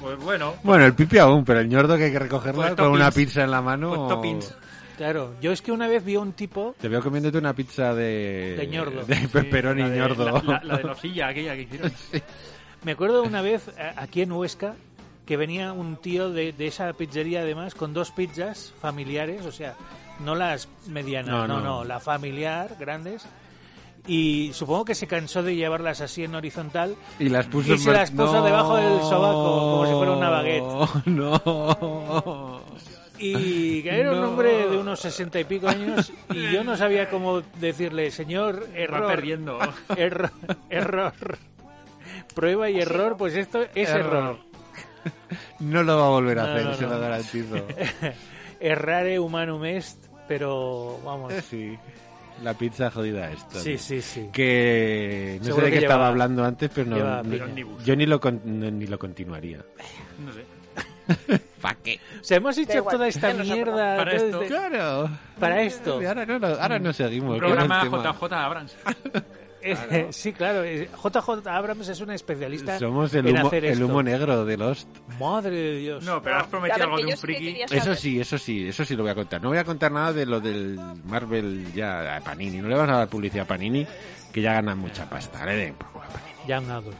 Speaker 4: Pues bueno,
Speaker 3: Bueno, el pipi aún, pero el ñordo que hay que recogerlo
Speaker 2: Pues
Speaker 4: Con
Speaker 3: con una
Speaker 4: toppings.
Speaker 3: pizza en la mano.
Speaker 4: Con
Speaker 3: o-
Speaker 4: toppings.
Speaker 2: claro, yo es que una vez vi a un tipo...
Speaker 3: Te veo comiéndote una pizza de...
Speaker 2: De ñordo.
Speaker 3: De pepperoni
Speaker 4: la de-
Speaker 3: ñordo.
Speaker 4: La, la- la de la silla aquella que hicieron.
Speaker 2: Me acuerdo de una vez a- aquí en Huesca que venía un tío de, de esa pizzería además con dos pizzas familiares, o sea, no las medianas,
Speaker 3: No,
Speaker 2: no, no,
Speaker 3: no.
Speaker 2: la familiar, grandes. Y supongo que se cansó de llevarlas así en horizontal.
Speaker 3: Y las puso,
Speaker 2: Y
Speaker 3: en
Speaker 2: se
Speaker 3: ver-
Speaker 2: las puso debajo del sobaco, como si fuera una baguette.
Speaker 3: No.
Speaker 2: Y era un
Speaker 3: No.
Speaker 2: hombre de unos sesenta y pico años y yo no sabía cómo decirle, señor, error,
Speaker 4: Va perdiendo.
Speaker 2: error, error. Prueba y error, pues esto es error.
Speaker 3: No lo va a volver a
Speaker 2: No,
Speaker 3: hacer,
Speaker 2: no,
Speaker 3: se
Speaker 2: no.
Speaker 3: lo garantizo.
Speaker 2: Errare humanum est, pero vamos.
Speaker 3: sí. La pizza jodida esta.
Speaker 2: Sí, sí, sí.
Speaker 3: Que no
Speaker 2: Seguro
Speaker 3: sé de
Speaker 2: que
Speaker 3: qué estaba
Speaker 2: llevaba-
Speaker 3: hablando antes, pero no,
Speaker 2: llevaba
Speaker 3: no-
Speaker 4: piña.
Speaker 3: yo ni lo, con- no- ni lo continuaría.
Speaker 4: No sé.
Speaker 3: ¿Para qué?
Speaker 2: O sea, hemos hecho
Speaker 1: igual,
Speaker 2: toda esta
Speaker 1: ya nos
Speaker 2: mierda
Speaker 4: Para
Speaker 2: todo
Speaker 4: esto.
Speaker 2: este-
Speaker 3: Claro.
Speaker 2: Para esto.
Speaker 3: Ahora no, lo- ahora no seguimos. que
Speaker 4: Programa
Speaker 3: era un tema.
Speaker 4: JJ Abrams.
Speaker 2: Eh, sí, claro. eh, JJ Abrams es un especialista
Speaker 3: Somos el
Speaker 2: en
Speaker 3: humo,
Speaker 2: hacer
Speaker 3: el
Speaker 2: esto.
Speaker 3: humo negro de Lost.
Speaker 2: Madre de Dios.
Speaker 4: No, pero has
Speaker 1: A
Speaker 4: prometido
Speaker 1: ver,
Speaker 4: algo
Speaker 1: que
Speaker 4: de
Speaker 1: yo
Speaker 4: un
Speaker 1: sí que
Speaker 4: friki.
Speaker 1: quería saber.
Speaker 3: Eso sí, eso sí, eso sí lo voy a contar. No voy a contar nada de lo del Marvel ya a Panini. No le vamos a dar publicidad a Panini, que ya ganan mucha pasta. Le den por culo a Panini.
Speaker 2: Young Adult.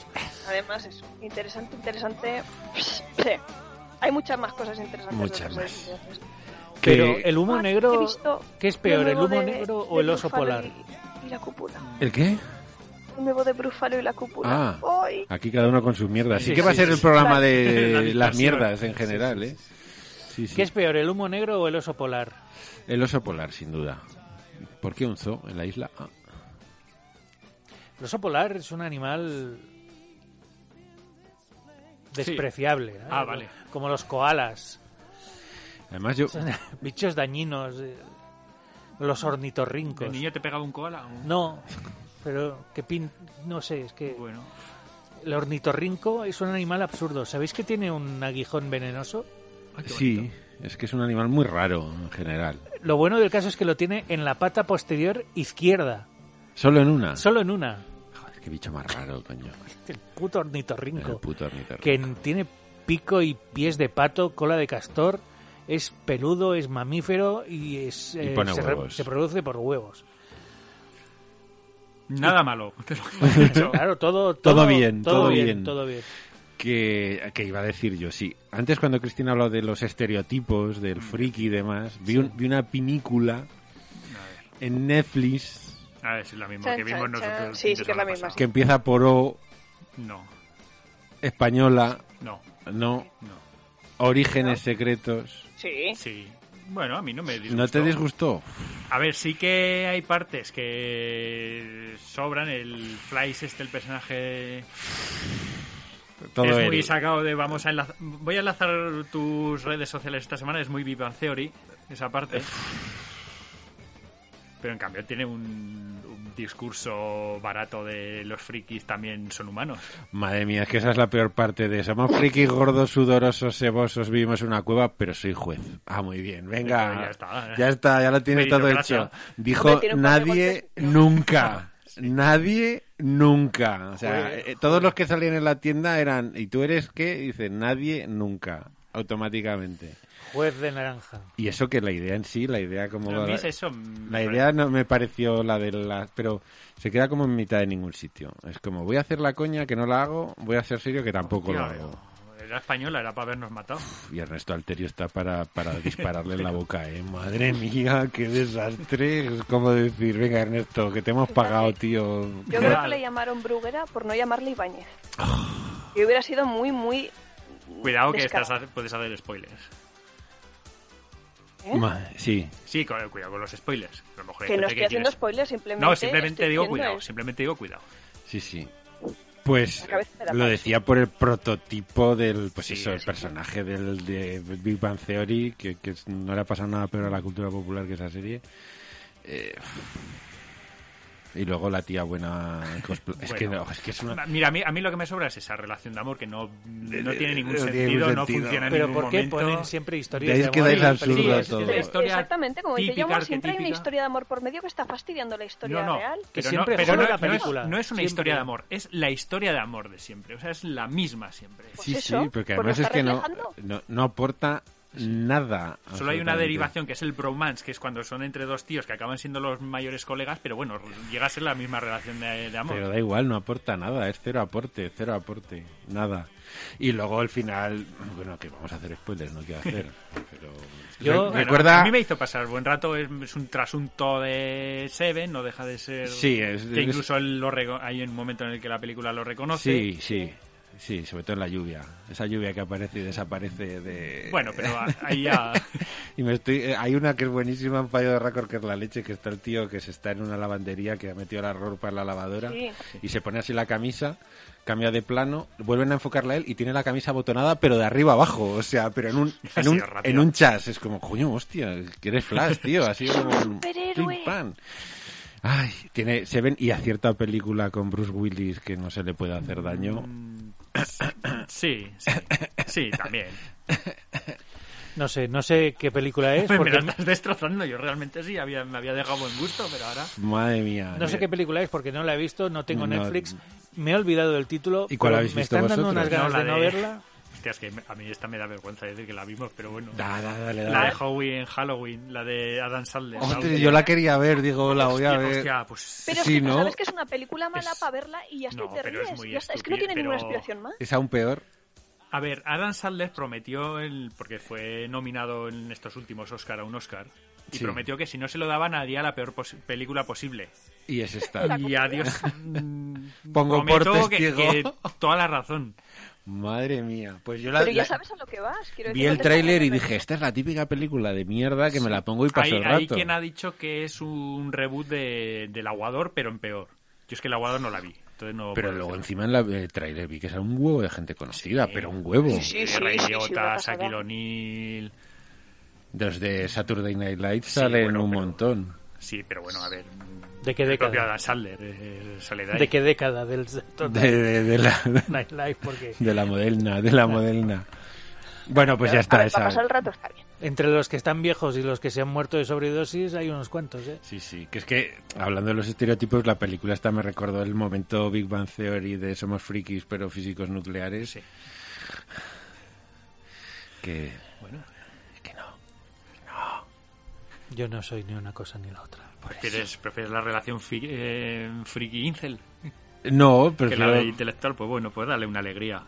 Speaker 1: Además, eso. Interesante, interesante. Sí. Hay muchas más cosas interesantes.
Speaker 3: Muchas
Speaker 1: de los
Speaker 3: más.
Speaker 1: personajes.
Speaker 2: Pero
Speaker 3: Que-
Speaker 2: el humo
Speaker 1: Ah, he
Speaker 2: negro,
Speaker 1: visto
Speaker 2: ¿qué es
Speaker 1: lo
Speaker 2: peor, el
Speaker 1: nuevo
Speaker 2: humo
Speaker 1: de- este
Speaker 2: negro o
Speaker 1: de
Speaker 2: el oso
Speaker 1: Búfalo
Speaker 2: polar?
Speaker 1: Y, y la cúpula.
Speaker 3: ¿El qué?
Speaker 1: me voy de Brúfalo y la cúpula.
Speaker 3: Ah.
Speaker 1: ¡Ay!
Speaker 3: Aquí cada uno con sus mierdas. Así
Speaker 2: Sí,
Speaker 3: que va a
Speaker 2: sí,
Speaker 3: ser
Speaker 2: sí,
Speaker 3: el
Speaker 2: sí.
Speaker 3: programa
Speaker 4: La
Speaker 3: de
Speaker 4: dispersión.
Speaker 3: las mierdas en general, ¿eh? Sí, sí.
Speaker 2: ¿Qué es peor, el humo negro o el oso polar?
Speaker 3: El oso polar, sin duda. ¿Por qué un zoo en la isla? Ah.
Speaker 2: El oso polar es un animal despreciable. ¿no?
Speaker 4: Ah, vale.
Speaker 2: Como los koalas.
Speaker 3: Además yo...
Speaker 2: Son bichos dañinos. eh, Los
Speaker 4: ¿De
Speaker 2: ornitorrincos.
Speaker 4: niño te pegaba un koala?
Speaker 2: No, pero que pin... No sé, es que
Speaker 4: Bueno,
Speaker 2: el ornitorrinco es un animal absurdo. ¿Sabéis que tiene un aguijón venenoso?
Speaker 4: Ah, qué
Speaker 3: Sí,
Speaker 4: bonito.
Speaker 3: es que es un animal muy raro en general.
Speaker 2: Lo bueno del caso es que lo tiene en la pata posterior izquierda.
Speaker 3: Solo en una.
Speaker 2: Solo en una.
Speaker 3: Joder, qué bicho más raro, coño.
Speaker 2: El puto
Speaker 3: El
Speaker 2: ornitorrinco.
Speaker 3: puto ornitorrinco.
Speaker 2: que tiene pico y pies de pato, cola de castor, es peludo, es mamífero y, es, eh,
Speaker 3: Y pone
Speaker 2: se,
Speaker 3: huevos.
Speaker 2: se produce por huevos.
Speaker 4: Nada malo. te lo he dicho.
Speaker 2: Claro, todo,
Speaker 3: Todo
Speaker 2: todo,
Speaker 3: bien, todo bien.
Speaker 2: todo bien.
Speaker 3: que, que iba a decir yo, sí. Antes cuando Cristina hablaba de los estereotipos, del friki y demás, vi, un- vi una pinícula en Netflix
Speaker 4: A ver, si es la misma
Speaker 1: Chan,
Speaker 4: que vimos
Speaker 1: chan,
Speaker 4: nosotros.
Speaker 1: chan.
Speaker 4: el
Speaker 1: Sí,
Speaker 4: fin
Speaker 1: sí que
Speaker 4: de
Speaker 1: es la
Speaker 4: semana
Speaker 1: misma,
Speaker 4: pasado.
Speaker 3: que empieza por O,
Speaker 4: No,
Speaker 3: española,
Speaker 4: no,
Speaker 3: no,
Speaker 4: no.
Speaker 3: orígenes secretos.
Speaker 1: Sí.
Speaker 4: Sí. Bueno, a mí no me disgustó.
Speaker 3: ¿No te disgustó?
Speaker 4: A ver, sí que hay partes que sobran. El Flies, este, el personaje
Speaker 3: Todo
Speaker 4: es muy
Speaker 3: el-
Speaker 4: sacado de vamos a enlazar, voy a enlazar tus redes sociales esta semana es muy Big Bang Theory esa parte pero en cambio tiene un, un discurso barato de los frikis también son humanos
Speaker 3: Madre mía, es que esa es la peor parte de eso. Somos frikis gordos, sudorosos, sebosos, vivimos en una cueva, pero soy juez. Ah, muy bien, venga.
Speaker 4: Ya está.
Speaker 3: ya está, ya lo tienes todo
Speaker 4: Meritocracia.
Speaker 3: hecho. Dijo,
Speaker 1: Hombre, tiene un par de
Speaker 3: nadie
Speaker 1: golpes, ¿no?"
Speaker 3: nunca, nadie nunca. O sea, eh, todos los que salían en la tienda eran, ¿y tú eres qué? Y dice, nadie nunca, automáticamente.
Speaker 2: Juez de naranja.
Speaker 3: Y eso que la idea en sí, la idea como...
Speaker 4: a mí
Speaker 3: la-
Speaker 4: es eso
Speaker 3: la idea no me pareció la de la... Pero se queda como en mitad de ningún sitio. Es como, voy a hacer la coña que no la hago, voy a ser serio que tampoco la hago.
Speaker 4: era española era para habernos matado
Speaker 3: Y Ernesto Alterio está para, para dispararle en la boca, ¿eh? Madre mía, qué desastre. Es como decir, venga Ernesto, que te hemos pagado, tío.
Speaker 1: Yo creo que le llamaron Bruguera por no llamarle Ibáñez.
Speaker 3: Ah.
Speaker 1: Y hubiera sido muy, muy.
Speaker 4: cuidado que
Speaker 1: descarado.
Speaker 4: estás, puedes hacer spoilers
Speaker 1: ¿eh?
Speaker 3: Ma- Sí,
Speaker 4: sí con- cuidado con los spoilers a lo mejor hay
Speaker 1: Que no
Speaker 4: gente
Speaker 1: estoy haciendo
Speaker 4: quiere-
Speaker 1: spoilers, simplemente.
Speaker 4: no simplemente
Speaker 1: estoy
Speaker 4: digo
Speaker 1: diciendo
Speaker 4: cuidado
Speaker 1: es-
Speaker 4: simplemente digo cuidado
Speaker 3: sí, sí. Pues
Speaker 1: La cabeza de la
Speaker 3: lo
Speaker 1: madre.
Speaker 3: decía por el prototipo del, pues
Speaker 4: Sí,
Speaker 3: eso, el
Speaker 4: sí.
Speaker 3: personaje del de Big Bang Theory, que, que no le ha pasado nada peor a la cultura popular que esa serie. Eh, y luego la tía buena en cosplay. Es, que,
Speaker 4: Bueno.
Speaker 3: no, es que es una... Eh,
Speaker 4: Mira, a mí, a mí lo que me sobra es esa relación de amor que no, no tiene ningún
Speaker 3: No
Speaker 4: sentido,
Speaker 3: tiene ningún
Speaker 4: no
Speaker 3: sentido.
Speaker 4: funciona en
Speaker 2: Pero
Speaker 4: ningún
Speaker 2: ¿por qué
Speaker 4: momento.
Speaker 2: ponen siempre historias
Speaker 3: Veis
Speaker 2: de
Speaker 3: que
Speaker 2: amor?
Speaker 3: es absurdo
Speaker 2: Sí, es-
Speaker 3: todo.
Speaker 2: es-
Speaker 4: historia
Speaker 1: Exactamente, como dice
Speaker 4: típica,
Speaker 1: Yamo, siempre hay una
Speaker 4: arquetípica.
Speaker 1: historia de amor por medio que está fastidiando la historia
Speaker 4: No, no,
Speaker 1: real.
Speaker 2: Que
Speaker 4: pero
Speaker 2: siempre
Speaker 4: no, pero
Speaker 2: jode
Speaker 4: no-
Speaker 2: la
Speaker 4: no es-
Speaker 2: película.
Speaker 4: No es, una
Speaker 2: Siempre.
Speaker 4: historia de amor, es la historia de amor de siempre. O sea, es la misma siempre.
Speaker 1: Pues
Speaker 3: sí,
Speaker 1: eso,
Speaker 3: sí, porque
Speaker 1: pues lo
Speaker 3: además es
Speaker 1: está
Speaker 3: que no,
Speaker 1: reflejando.
Speaker 3: no, no aporta nada.
Speaker 4: Solo hay una
Speaker 3: absolutamente.
Speaker 4: derivación que es el bromance, que es cuando son entre dos tíos que acaban siendo los mayores colegas, pero bueno, llega a ser la misma relación de, de amor.
Speaker 3: Pero da igual, no aporta nada, es cero aporte, cero aporte, nada. Y luego al final, bueno, que vamos a hacer spoilers, no quiero hacer, pero...
Speaker 2: Yo-
Speaker 3: Re-
Speaker 4: Bueno,
Speaker 3: recuerda...
Speaker 4: A mí me hizo pasar buen rato, es, es un trasunto de Seven, no deja de ser...
Speaker 3: Sí, es-
Speaker 4: que incluso él lo reco- hay un momento en el que la película lo reconoce.
Speaker 3: sí, sí, sí, sobre todo en la lluvia. Esa lluvia que aparece y desaparece de...
Speaker 4: Bueno, pero a- ahí ya...
Speaker 3: Y me estoy, eh, hay una que es buenísima en fallo de récord que es la leche, que está el tío que se está en una lavandería que ha metido la ropa en la lavadora
Speaker 1: Sí.
Speaker 3: y se pone así la camisa, cambia de plano, vuelven a enfocarla a él y tiene la camisa abotonada pero de arriba abajo, o sea, pero en un, en
Speaker 4: sido
Speaker 3: un,
Speaker 4: rápido.
Speaker 3: en un chas, es como, coño, hostia, que eres flash, tío, así como un
Speaker 1: Superhéroe.
Speaker 3: pim, pam. Ay, tiene Seven y a cierta película con Bruce Willis que no se le puede hacer daño.
Speaker 4: mm, Sí, sí, sí, también.
Speaker 2: No sé, no sé qué película es.
Speaker 4: Me
Speaker 2: Porque,
Speaker 4: la estás destrozando, yo realmente sí, había, me había dejado buen gusto, pero ahora...
Speaker 3: Madre mía.
Speaker 2: no sé qué película es porque no la he visto, no tengo
Speaker 3: No.
Speaker 2: Netflix. Me he olvidado del título.
Speaker 3: ¿Y cuál
Speaker 2: pero
Speaker 3: habéis
Speaker 2: me
Speaker 3: visto
Speaker 2: están dando
Speaker 3: vosotros?
Speaker 2: unas ganas
Speaker 4: No, la
Speaker 2: de no
Speaker 4: de-
Speaker 2: verla.
Speaker 4: Hostia, es que me- a mí esta me da vergüenza decir que la vimos, pero bueno.
Speaker 3: Da, da, dale,
Speaker 4: La de
Speaker 3: dale.
Speaker 4: Howie en Halloween, la de Adam Sandler.
Speaker 3: Hostia,
Speaker 4: última.
Speaker 3: yo la quería ver, digo, la voy a
Speaker 4: Hostia,
Speaker 3: ver.
Speaker 4: hostia, pues...
Speaker 1: Pero es
Speaker 3: Sí,
Speaker 1: que tú
Speaker 3: ¿no?
Speaker 1: sabes que es una película mala
Speaker 4: Es-
Speaker 1: para verla y ya está, y
Speaker 4: No,
Speaker 1: te
Speaker 4: pero es
Speaker 1: ríes.
Speaker 4: muy
Speaker 1: ya está. Es que no
Speaker 4: estúpida,
Speaker 1: tiene ninguna
Speaker 4: pero-
Speaker 1: explicación más.
Speaker 3: Es aún peor.
Speaker 4: A ver, Adam Sandler prometió, el, porque fue nominado en estos últimos Oscar a un Oscar, Y
Speaker 3: Sí.
Speaker 4: prometió que si no se lo daban, haría la peor posi- película posible.
Speaker 3: Y es esta.
Speaker 4: Y adiós.
Speaker 3: Pongo por
Speaker 4: Mm. Prometo que-
Speaker 3: testigo.
Speaker 4: que toda la razón.
Speaker 3: Madre mía. Pues yo la,
Speaker 1: Pero ya
Speaker 3: la-
Speaker 1: sabes a lo que vas. quiero
Speaker 3: vi
Speaker 1: decir, no
Speaker 3: el
Speaker 1: te estás
Speaker 3: tráiler y
Speaker 1: haciendo
Speaker 3: dije, esta es la típica película de mierda que me la pongo y paso
Speaker 4: Hay,
Speaker 3: el
Speaker 4: hay
Speaker 3: rato.
Speaker 4: quien ha dicho que es un reboot de, del Aguador, pero en peor. Yo es que el Aguador no la vi. Entonces no
Speaker 3: Pero
Speaker 4: puedo
Speaker 3: luego encima
Speaker 4: decirlo.
Speaker 3: en la- el tráiler vi que era un huevo de gente conocida, pero un huevo.
Speaker 1: Sí, sí,
Speaker 4: Ray
Speaker 1: sí, sí,
Speaker 4: Liotta,
Speaker 1: una pasada.
Speaker 4: Shaquille O'Neal.
Speaker 3: De los de Saturday Night Live
Speaker 4: Sí,
Speaker 3: salen
Speaker 4: bueno,
Speaker 3: un
Speaker 4: pero-
Speaker 3: montón.
Speaker 4: Sí, pero bueno, a ver.
Speaker 2: ¿De qué
Speaker 4: el
Speaker 2: década?
Speaker 4: propio Adam Sandler eh, sale de ahí.
Speaker 2: ¿De qué década del
Speaker 3: De, de- de la,
Speaker 2: Nightlife? Porque
Speaker 3: de la modelna, de la modelna. Bueno, pues ya
Speaker 1: A
Speaker 3: está
Speaker 1: ver, para
Speaker 3: esa.
Speaker 1: pasar el rato está bien.
Speaker 2: entre los que están viejos y los que se han muerto de sobredosis hay unos cuantos, ¿eh?
Speaker 3: Sí, sí, que es que hablando de los estereotipos, la película esta me recordó el momento Big Bang Theory de somos frikis pero físicos nucleares.
Speaker 4: Sí.
Speaker 3: Que bueno, es que no.
Speaker 2: Yo no soy ni una cosa ni la otra.
Speaker 4: ¿Prefieres, prefieres la relación fi- eh, friki-incel
Speaker 3: No,
Speaker 4: que la de
Speaker 3: prefiero
Speaker 4: intelectual? Pues bueno, pues darle una alegría.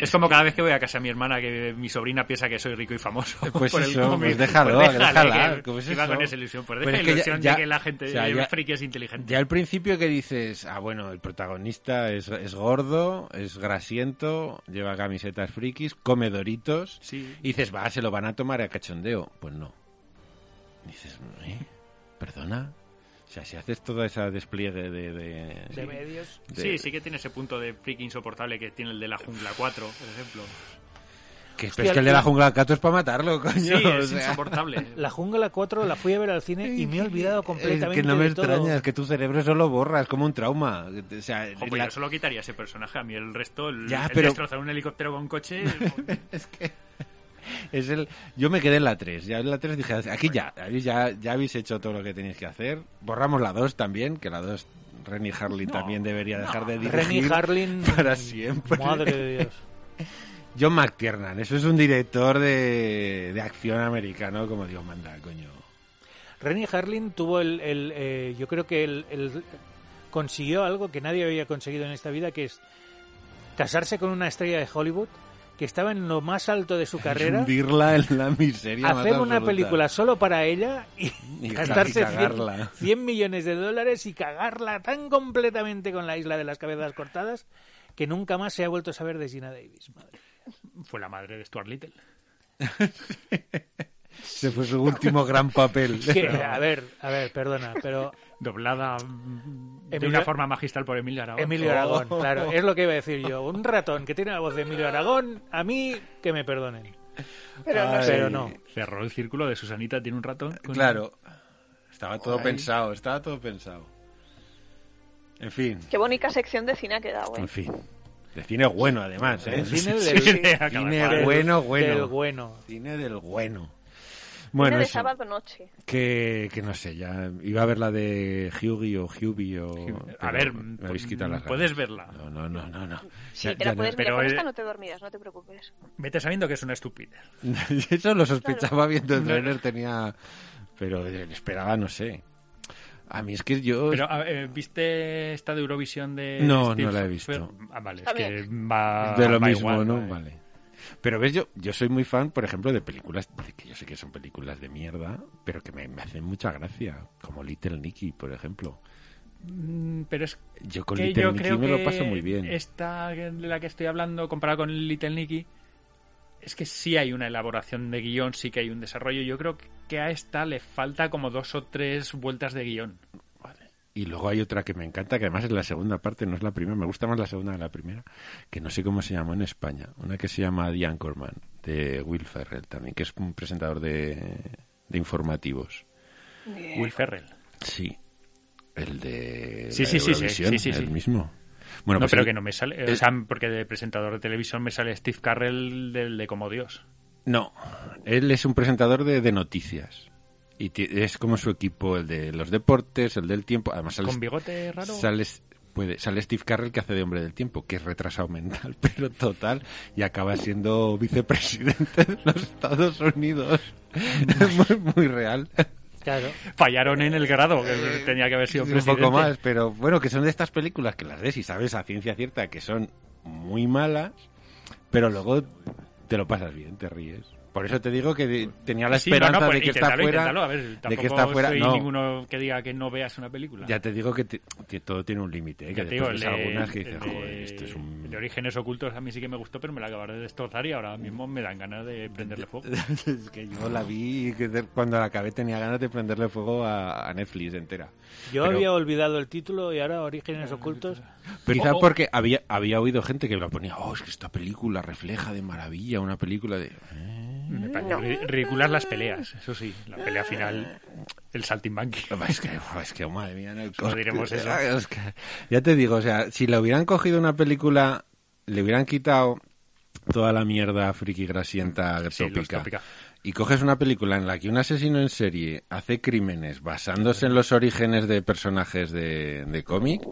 Speaker 4: Es como cada vez que voy a casa de mi hermana que mi sobrina piensa que soy rico y famoso.
Speaker 3: Pues
Speaker 4: por el
Speaker 3: eso,
Speaker 4: móvil.
Speaker 3: pues déjalo, déjala,
Speaker 4: que-
Speaker 3: ¿cómo es
Speaker 4: que va
Speaker 3: eso?
Speaker 4: con esa ilusión. Pues
Speaker 3: Pero
Speaker 4: deja
Speaker 3: es
Speaker 4: la
Speaker 3: que ya-
Speaker 4: ilusión
Speaker 3: ya-
Speaker 4: de que la gente
Speaker 3: o sea,
Speaker 4: eh,
Speaker 3: ya-
Speaker 4: friki es inteligente.
Speaker 3: Ya al principio que dices, ah, bueno, el protagonista es, es gordo, es grasiento, lleva camisetas frikis, come doritos.
Speaker 4: Sí.
Speaker 3: Y dices, va, se lo van a tomar a cachondeo. Pues no. Dices, ¿eh? ¿Perdona? O sea, si haces toda esa despliegue de... de-
Speaker 2: De medios.
Speaker 3: de-
Speaker 4: Sí, sí que tiene ese punto de friki insoportable que tiene el de la jungla 4, por ejemplo.
Speaker 3: Que,
Speaker 2: Hostia,
Speaker 3: pero es que el de
Speaker 2: el-
Speaker 3: la jungla de gatos es para matarlo, coño.
Speaker 4: Sí,
Speaker 3: o
Speaker 4: es
Speaker 3: sea.
Speaker 4: insoportable.
Speaker 2: La Jungla 4 la fui a ver al cine y me he olvidado completamente
Speaker 3: Es que no me
Speaker 2: de todo.
Speaker 3: extraña, es que tu cerebro solo borra, es como un trauma. O sea,
Speaker 4: Jo, pues
Speaker 3: la-
Speaker 4: yo solo quitaría ese personaje, a mí el resto, el,
Speaker 3: Ya,
Speaker 4: el
Speaker 3: pero-
Speaker 4: destrozar un helicóptero con un coche,
Speaker 3: Es que es el yo me quedé en la 3, ya en la 3 dije, aquí ya, aquí ya ya habéis hecho todo lo que tenéis que hacer. Borramos la 2 también, que la 2 Renny Harlin también debería dejar de dirigir.
Speaker 2: Renny Harlin.
Speaker 3: para siempre.
Speaker 2: Madre de Dios.
Speaker 3: John McTiernan, eso es un director de, de acción americano como Dios manda, coño.
Speaker 2: Renny Harlin tuvo el. el, eh, yo creo que el, el- consiguió algo que nadie había conseguido en esta vida, que es casarse con una estrella de Hollywood que estaba en lo más alto de su carrera.
Speaker 3: Hundirla en la miseria. más
Speaker 2: Hacer una
Speaker 3: absoluta.
Speaker 2: película solo para ella y,
Speaker 3: Y ca- y
Speaker 2: gastarse 100,
Speaker 3: cagarla.
Speaker 2: 100 millones de dólares y cagarla tan completamente con la isla de las cabezas cortadas que nunca más se ha vuelto a saber de Gina Davis. Madre.
Speaker 4: fue la madre de Stuart Little.
Speaker 3: Se fue su último gran papel.
Speaker 2: Que, a ver, a ver, perdona, pero
Speaker 4: Doblada mm, de
Speaker 2: Emilio-
Speaker 4: una forma magistral por Emilio Aragón.
Speaker 2: Emilio Aragón, claro, es lo que iba a decir yo. Un ratón que tiene la voz de Emilio Aragón, a mí que me perdonen.
Speaker 1: Pero no
Speaker 3: Ay.
Speaker 1: sé.
Speaker 2: Pero no.
Speaker 4: Cerró el círculo de Susanita, tiene un ratón. con-
Speaker 3: Claro. Estaba todo
Speaker 4: Ay.
Speaker 3: pensado, estaba todo pensado. En fin.
Speaker 1: Qué bonita sección de cine ha quedado, ¿eh?
Speaker 3: En fin. De cine bueno, además. ¿eh?
Speaker 2: El cine
Speaker 4: Sí,
Speaker 2: del,
Speaker 4: sí, acaba
Speaker 3: Cine
Speaker 4: mal.
Speaker 3: bueno,
Speaker 2: del
Speaker 3: bueno.
Speaker 2: bueno.
Speaker 3: Cine del bueno.
Speaker 1: Cine
Speaker 3: Bueno,
Speaker 1: de
Speaker 3: eso,
Speaker 1: sábado noche.
Speaker 3: que, que no sé, ya iba a ver la de Hughie o Hubie o...
Speaker 4: A
Speaker 3: pero
Speaker 4: ver, pues, mm,
Speaker 3: me habéis quitado las ganas.
Speaker 4: puedes verla.
Speaker 3: No, no, no, no. no.
Speaker 1: Sí,
Speaker 3: Ya-
Speaker 1: te la
Speaker 3: ya no-
Speaker 1: puedes
Speaker 4: pero,
Speaker 1: mirar. Con
Speaker 4: eh,
Speaker 1: esta no te dormirás, no te preocupes.
Speaker 4: Vete sabiendo que es una estupidez.
Speaker 3: Eso lo sospechaba viendo el trailer, tenía... Pero eh, esperaba, no sé. A mí es que yo...
Speaker 4: Pero, a- eh, ¿viste esta de Eurovisión de.?
Speaker 3: No,
Speaker 4: Steve
Speaker 3: no la he
Speaker 4: Fer-
Speaker 3: visto.
Speaker 4: Ah, vale, es
Speaker 1: Está
Speaker 4: que va.
Speaker 3: de lo
Speaker 4: va
Speaker 3: mismo,
Speaker 4: igual,
Speaker 3: ¿no?
Speaker 4: va-
Speaker 3: Ah, Vale. Pero ves, yo, yo soy muy fan, por ejemplo, de películas de que yo sé que son películas de mierda, pero que me, me hacen mucha gracia, como Little Nicky, por ejemplo.
Speaker 4: Mm, Pero es
Speaker 3: Yo con
Speaker 4: que
Speaker 3: Little
Speaker 4: yo
Speaker 3: Nicky
Speaker 4: creo
Speaker 3: me
Speaker 4: que
Speaker 3: lo paso muy bien.
Speaker 4: Esta de la que estoy hablando, comparada con Little Nicky, es que sí hay una elaboración de guión, sí que hay un desarrollo. Yo creo que a esta le falta como dos o tres vueltas de guión.
Speaker 3: Y luego hay otra que me encanta, que además es la segunda parte, no es la primera, me gusta más la segunda que la primera, que no sé cómo se llamó en España, una que se llama The Anchorman, de Will Ferrell también, que es un presentador de, de informativos.
Speaker 4: Will Ferrell.
Speaker 3: Sí. El de
Speaker 4: Sí,
Speaker 3: la
Speaker 4: sí, sí, sí,
Speaker 3: Eurovisión,
Speaker 4: sí, sí, sí.
Speaker 3: el mismo. Bueno,
Speaker 4: no,
Speaker 3: pues
Speaker 4: pero
Speaker 3: el-
Speaker 4: que no me sale.
Speaker 3: eh,
Speaker 4: O sea, porque de presentador de televisión me sale Steve Carrell del de Como Dios.
Speaker 3: No, él es un presentador de, de noticias. Y ti- es como su equipo, el de los deportes, el del tiempo. Además, sale,
Speaker 4: ¿Con bigote raro?
Speaker 3: sale- puede, sale Steve Carrell que hace de hombre del tiempo, que es retrasado mental, pero total, y acaba siendo vicepresidente de los Estados Unidos. Es muy, muy real.
Speaker 2: Claro.
Speaker 4: Fallaron en el grado, que tenía que haber sido
Speaker 3: Eh, un poco
Speaker 4: presidente.
Speaker 3: más, pero bueno, que son de estas películas que las ves y sabes a ciencia cierta que son muy malas, pero luego te lo pasas bien, te ríes. Por eso te digo que de- tenía la
Speaker 4: Sí, no, no,
Speaker 3: esperanza
Speaker 4: pues
Speaker 3: de que está
Speaker 4: inténtalo,
Speaker 3: fuera.
Speaker 4: inténtalo, a ver,
Speaker 3: de
Speaker 4: tampoco
Speaker 3: que está fuera.
Speaker 4: soy
Speaker 3: No,
Speaker 4: ninguno que diga que no veas una película.
Speaker 3: ya te digo que, te- que todo tiene un límite. ¿eh? Que
Speaker 4: Ya te
Speaker 3: después
Speaker 4: digo,
Speaker 3: ves
Speaker 4: el de-
Speaker 3: algunas que dices,
Speaker 4: el
Speaker 3: joder,
Speaker 4: de-
Speaker 3: esto es
Speaker 4: el
Speaker 3: un.
Speaker 4: de Orígenes Ocultos a mí sí que me gustó, pero me la acabaré de destrozar y ahora mismo me dan ganas de prenderle fuego.
Speaker 3: es que yo la vi y que de- cuando la acabé tenía ganas de prenderle fuego a, a Netflix entera.
Speaker 2: Yo
Speaker 3: Pero-
Speaker 2: había olvidado el título y ahora Orígenes Ocultos.
Speaker 3: Pero quizá porque había, había oído gente que la ponía, oh, es que esta película refleja de maravilla una película de...
Speaker 4: Me parecen ri- ridículas las peleas, eso sí. La pelea final, el saltimbanqui.
Speaker 3: Es que, es que madre mía, no,
Speaker 4: ¿Cómo diremos eso?
Speaker 3: Es que- ya te digo, o sea, si le hubieran cogido una película, le hubieran quitado toda la mierda friki grasienta
Speaker 4: Sí, los
Speaker 3: tópica,
Speaker 4: tópica.
Speaker 3: y coges una película en la que un asesino en serie hace crímenes basándose en los orígenes de personajes de, de cómic,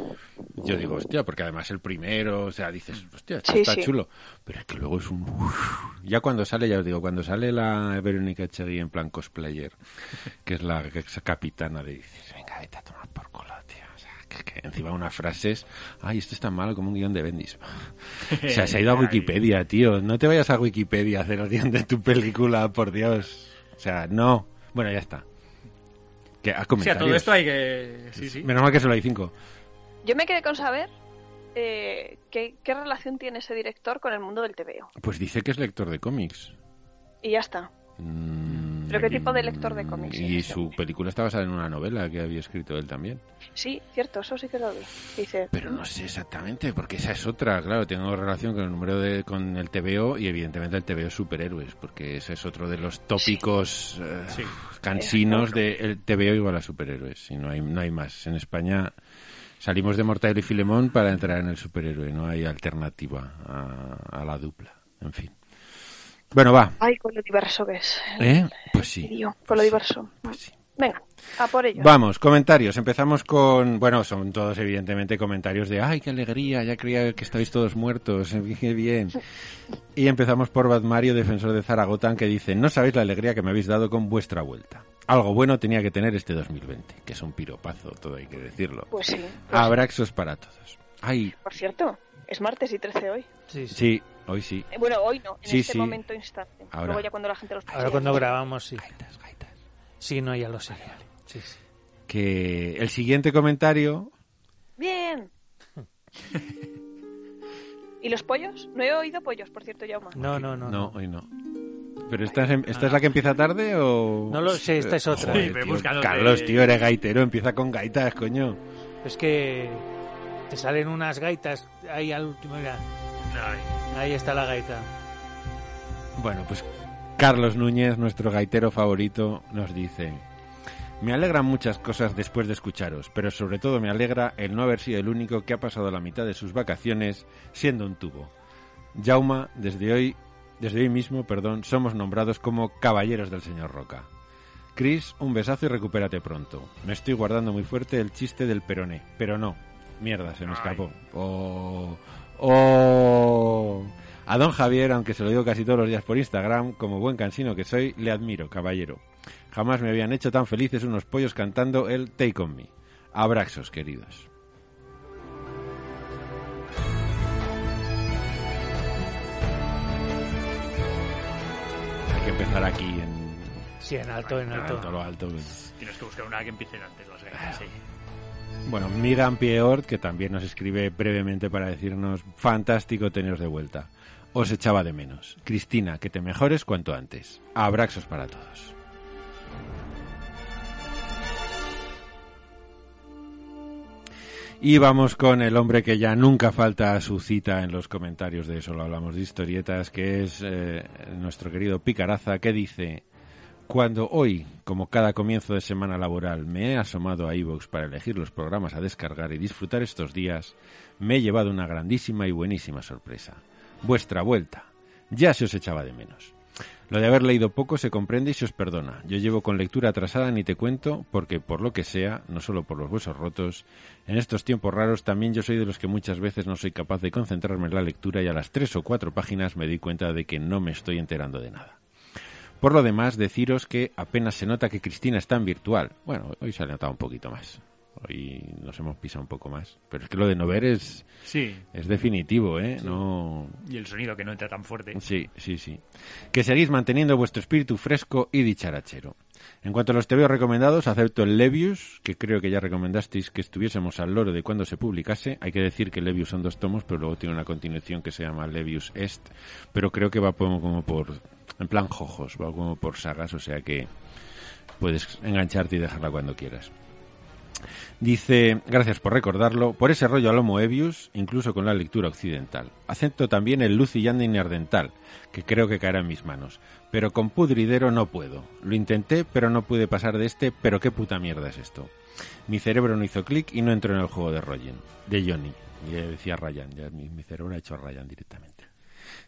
Speaker 3: yo digo, hostia, porque además el primero, o sea, dices, hostia, esto
Speaker 1: Sí,
Speaker 3: está
Speaker 1: sí.
Speaker 3: chulo, pero es que luego es un... Ya cuando sale, ya os digo, cuando sale la Verónica Echegui en plan cosplayer, que es la ex capitana de dices, venga, vete a tomar por culo, tío. O sea, que, que encima unas frases, ay, esto es tan malo como un guión de Bendis. O sea, se ha ido a
Speaker 4: Ay.
Speaker 3: Wikipedia, tío. No te vayas a Wikipedia a hacer el guión de tu película, por Dios. O sea, no. Bueno, ya está. Que haz
Speaker 4: Sí, a
Speaker 3: comentarios.
Speaker 4: todo esto hay que... Sí, sí.
Speaker 3: Menos mal que solo hay cinco.
Speaker 1: Yo me quedé con saber eh, qué, qué relación tiene ese director con el mundo del TVO.
Speaker 3: Pues dice que es lector de cómics.
Speaker 1: Y ya está.
Speaker 3: Mm,
Speaker 1: ¿Pero qué tipo de lector de cómics
Speaker 3: Y
Speaker 1: es ese
Speaker 3: su
Speaker 1: hombre?
Speaker 3: película está basada en una novela que había escrito él también.
Speaker 1: Sí, cierto, eso sí que lo vi. Dice,
Speaker 3: Pero no sé exactamente, porque esa es otra, claro, tengo relación con el número de con el TVO y evidentemente el TVO superhéroes, porque ese es otro de los tópicos eh,
Speaker 4: Sí.
Speaker 3: cansinos de el TVO igual a superhéroes, y no hay no hay más. En España salimos de Mortadelo y Filemón para entrar en el superhéroe, no hay alternativa a, a la dupla, en fin. Bueno, va.
Speaker 1: ay, con lo diverso que es.
Speaker 3: ¿Eh? Pues sí.
Speaker 1: Tío, con lo diverso.
Speaker 3: Pues sí.
Speaker 1: Venga, a por ello.
Speaker 3: Vamos, comentarios. Empezamos con, bueno, son todos evidentemente comentarios de, ay, qué alegría, ya creía que estáis todos muertos, qué bien. Y empezamos por Bad Mario, defensor de Zaragoza, que dice, no sabéis la alegría que me habéis dado con vuestra vuelta. Algo bueno tenía que tener este 2020, que es un piropazo, todo hay que decirlo.
Speaker 1: Pues sí. pues
Speaker 3: Ah. Abraxos para todos. Ay,
Speaker 1: sí. Por cierto, es martes y 13 hoy.
Speaker 2: Sí, sí.
Speaker 3: sí, hoy sí.
Speaker 1: Eh, bueno, hoy no, en
Speaker 3: Sí,
Speaker 1: este
Speaker 3: sí.
Speaker 1: momento instante.
Speaker 3: Ahora.
Speaker 1: Luego ya cuando la gente los
Speaker 2: Ahora cuando grabamos, sí. Sí, no, ya lo sé. Sí, sí.
Speaker 3: Que el siguiente comentario
Speaker 1: Bien. ¿Y los pollos? No he oído pollos, por cierto, Yauma.
Speaker 2: No, no, no.
Speaker 3: No,
Speaker 2: No,
Speaker 3: hoy no. ¿Pero esta es, em, esta es la que empieza tarde o...?
Speaker 2: No lo sé, esta es otra.
Speaker 4: Sí, me he
Speaker 3: tío,
Speaker 4: buscado
Speaker 3: Carlos,
Speaker 4: de-
Speaker 3: tío, eres gaitero, empieza con gaitas, coño.
Speaker 2: Es que te salen unas gaitas ahí al último. Mira,
Speaker 4: Ay,
Speaker 2: ahí está la gaita.
Speaker 3: Bueno, pues Carlos Núñez, nuestro gaitero favorito, nos dice... Me alegran muchas cosas después de escucharos, pero sobre todo me alegra el no haber sido el único que ha pasado la mitad de sus vacaciones siendo un tubo. Jauma, desde hoy, desde hoy mismo, perdón, somos nombrados como caballeros del señor Roca. Chris, un besazo y recupérate pronto. Me estoy guardando muy fuerte el chiste del peroné, pero no. Mierda, se me escapó. Oh, oh. A don Javier, aunque se lo digo casi todos los días por Instagram, como buen cansino que soy, le admiro, caballero. Jamás me habían hecho tan felices unos pollos cantando el Take on Me. Abraxos, queridos. Hay que empezar aquí en,
Speaker 2: Sí, en alto, en alto.
Speaker 3: Alto, lo alto.
Speaker 4: Tienes que buscar una que empiece antes las gaitas, sí.
Speaker 3: Bueno, Migan Pieort, que también nos escribe brevemente para decirnos, fantástico teneros de vuelta. Os echaba de menos. Cristina, que te mejores cuanto antes. Abraxos para todos. Y vamos con el hombre que ya nunca falta a su cita en los comentarios de Solo Hablamos de Historietas, que es eh, nuestro querido Picaraza, que dice, cuando hoy, como cada comienzo de semana laboral, me he asomado a iVoox para elegir los programas a descargar y disfrutar estos días, me he llevado una grandísima y buenísima sorpresa. Vuestra vuelta. Ya se os echaba de menos. Lo de haber leído poco se comprende y se os perdona. Yo llevo con lectura atrasada ni te cuento, porque por lo que sea, no solo por los huesos rotos, en estos tiempos raros también yo soy de los que muchas veces no soy capaz de concentrarme en la lectura y a las tres o cuatro páginas me di cuenta de que no me estoy enterando de nada. Por lo demás, deciros que apenas se nota que Cristina está en virtual. Bueno, hoy se ha notado un poquito más. Hoy nos hemos pisado un poco más. Pero es que lo de no ver es,
Speaker 4: Sí,
Speaker 3: es definitivo, ¿eh? No,
Speaker 4: y el sonido que no entra tan fuerte.
Speaker 3: Sí, sí, sí. Que seguís manteniendo vuestro espíritu fresco y dicharachero. En cuanto a los tebeos recomendados, acepto el Levius, que creo que ya recomendasteis que estuviésemos al loro de cuando se publicase. Hay que decir que Levius son dos tomos, pero luego tiene una continuación que se llama Levius Est, pero creo que va como, como por, en plan jojos, va como por sagas, o sea que puedes engancharte y dejarla cuando quieras. Dice, gracias por recordarlo, por ese rollo a lo Moebius, incluso con la lectura occidental. Acepto también el Lucy Yandin Ardental, que creo que caerá en mis manos. Pero con Pudridero no puedo. Lo intenté, pero no pude pasar de este, pero qué puta mierda es esto. Mi cerebro no hizo clic y no entró en el juego de Rogen, de Johnny. Ya decía Ryan, ya mi, mi cerebro ha hecho Ryan directamente.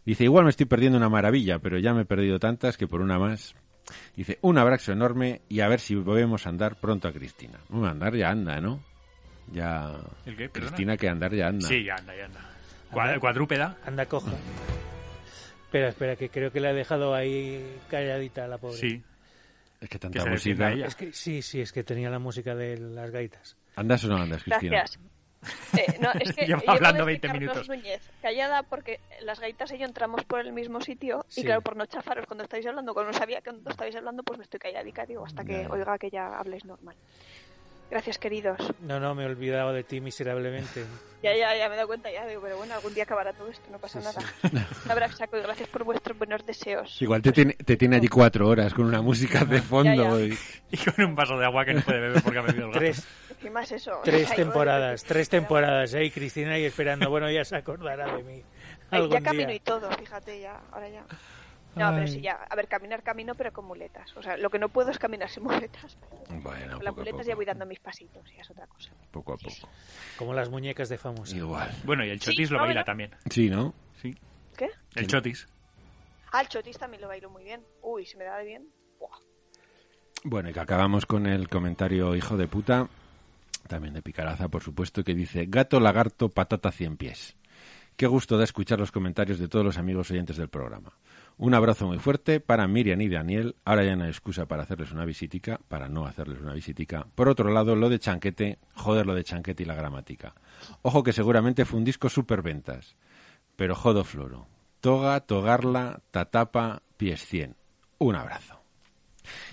Speaker 3: Dice, igual me estoy perdiendo una maravilla, pero ya me he perdido tantas que por una más. Dice, un abrazo enorme y a ver si volvemos a andar pronto a Cristina. Bueno, andar ya anda, ¿no? Ya...
Speaker 4: ¿El qué? Perdona.
Speaker 3: Cristina que andar ya anda.
Speaker 4: Sí, ya anda, ya anda. Cua- Cuadrúpeda.
Speaker 2: Anda, coja. Espera, espera, que creo que la he dejado ahí calladita la pobre.
Speaker 4: Sí,
Speaker 3: Es que
Speaker 4: que
Speaker 3: tanta
Speaker 4: se defienda
Speaker 3: música.
Speaker 4: ella.
Speaker 2: Es que, sí, sí, es que tenía la música de las gaitas.
Speaker 3: ¿Andas o no andas, Cristina?
Speaker 1: Gracias. Eh, no, es que
Speaker 4: Lleva
Speaker 1: yo iba a
Speaker 4: hablando
Speaker 1: decir
Speaker 4: 20
Speaker 1: Carlos
Speaker 4: minutos.
Speaker 1: Núñez, callada porque las gaitas y yo entramos por el mismo sitio
Speaker 2: Sí.
Speaker 1: y claro, por no chafaros cuando estáis hablando, cuando no sabía que cuando estáis hablando, pues me estoy calladica, digo, hasta que
Speaker 3: Ya.
Speaker 1: oiga que ya habléis normal. Gracias, queridos.
Speaker 2: No, no, me he olvidado de ti miserablemente.
Speaker 1: Ya, ya, ya me he dado cuenta, ya digo, pero bueno, algún día acabará todo esto, no pasa nada. Un abrazo, saco, y gracias por vuestros buenos deseos.
Speaker 3: Igual te tiene, te tiene allí cuatro horas con una música de fondo.
Speaker 1: Ya,
Speaker 3: y-
Speaker 4: Y con un vaso de agua que no puede beber porque ha bebido el gato.
Speaker 2: Tres,
Speaker 1: Y más eso.
Speaker 2: tres
Speaker 1: Ay,
Speaker 2: temporadas,
Speaker 1: oye,
Speaker 2: tres temporadas, ¿eh? Y Cristina ahí esperando. Bueno, ya se acordará de mí.
Speaker 1: Ay,
Speaker 2: Algún
Speaker 1: ya camino
Speaker 2: día.
Speaker 1: y todo, fíjate, ya, ahora ya. No, pero
Speaker 2: Ay.
Speaker 1: sí, ya. A ver, caminar camino, pero con muletas. O sea, lo que no puedo es caminar sin muletas.
Speaker 3: Bueno,
Speaker 1: Con las
Speaker 3: poco a
Speaker 1: muletas ya voy
Speaker 3: poco.
Speaker 1: dando mis pasitos, ya es otra cosa.
Speaker 3: Poco a poco.
Speaker 2: Como las muñecas de famosa.
Speaker 3: Igual.
Speaker 4: Bueno, y el
Speaker 1: Sí,
Speaker 4: chotis lo
Speaker 1: no,
Speaker 4: baila
Speaker 1: no.
Speaker 4: también.
Speaker 3: Sí, ¿no?
Speaker 4: Sí.
Speaker 1: ¿Qué?
Speaker 4: El
Speaker 3: Sí.
Speaker 4: chotis.
Speaker 1: Ah, el chotis también lo bailo muy bien. Uy, se me da de bien. Buah.
Speaker 3: Bueno, y que acabamos con el comentario hijo de puta, también de Picaraza, por supuesto, que dice gato, lagarto, patata, cien pies. Qué gusto da escuchar los comentarios de todos los amigos oyentes del programa. Un abrazo muy fuerte para Miriam y Daniel. Ahora ya no hay excusa para hacerles una visitica, para no hacerles una visitica. Por otro lado, lo de Chanquete, joder lo de Chanquete y la gramática. Ojo que seguramente fue un disco superventas. Pero jodo floro. Toga, togarla, tatapa, pies 100. Un abrazo.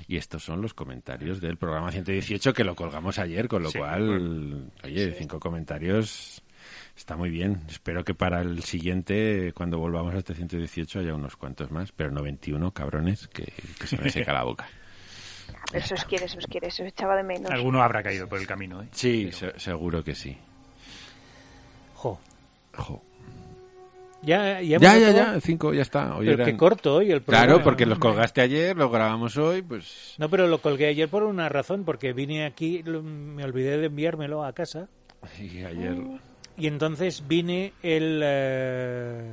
Speaker 3: Y estos son los comentarios del programa 118 que lo colgamos ayer, con lo
Speaker 4: Sí,
Speaker 3: cual, oye, cinco comentarios está muy bien. Espero que para el siguiente, cuando volvamos a este 118, haya unos cuantos más, pero no 21, cabrones, que, que se me seca la boca.
Speaker 1: Ah, Pero eso os quiere, eso os quiere, eso os echaba de menos.
Speaker 4: Alguno habrá caído por el camino, ¿eh?
Speaker 3: Sí, se- seguro que sí.
Speaker 2: Jo.
Speaker 3: Jo.
Speaker 2: Ya, ya, hemos
Speaker 3: Ya, ya,
Speaker 2: acabado?
Speaker 3: ya, cinco, ya está. Hoy
Speaker 2: Pero qué
Speaker 3: eran-
Speaker 2: corto hoy el programa.
Speaker 3: Claro, porque los
Speaker 2: hombre.
Speaker 3: colgaste ayer, los grabamos hoy, pues...
Speaker 2: No, pero lo colgué ayer por una razón, porque vine aquí, lo- me olvidé de enviármelo a casa.
Speaker 3: Y ayer...
Speaker 2: Y entonces vine el. eh,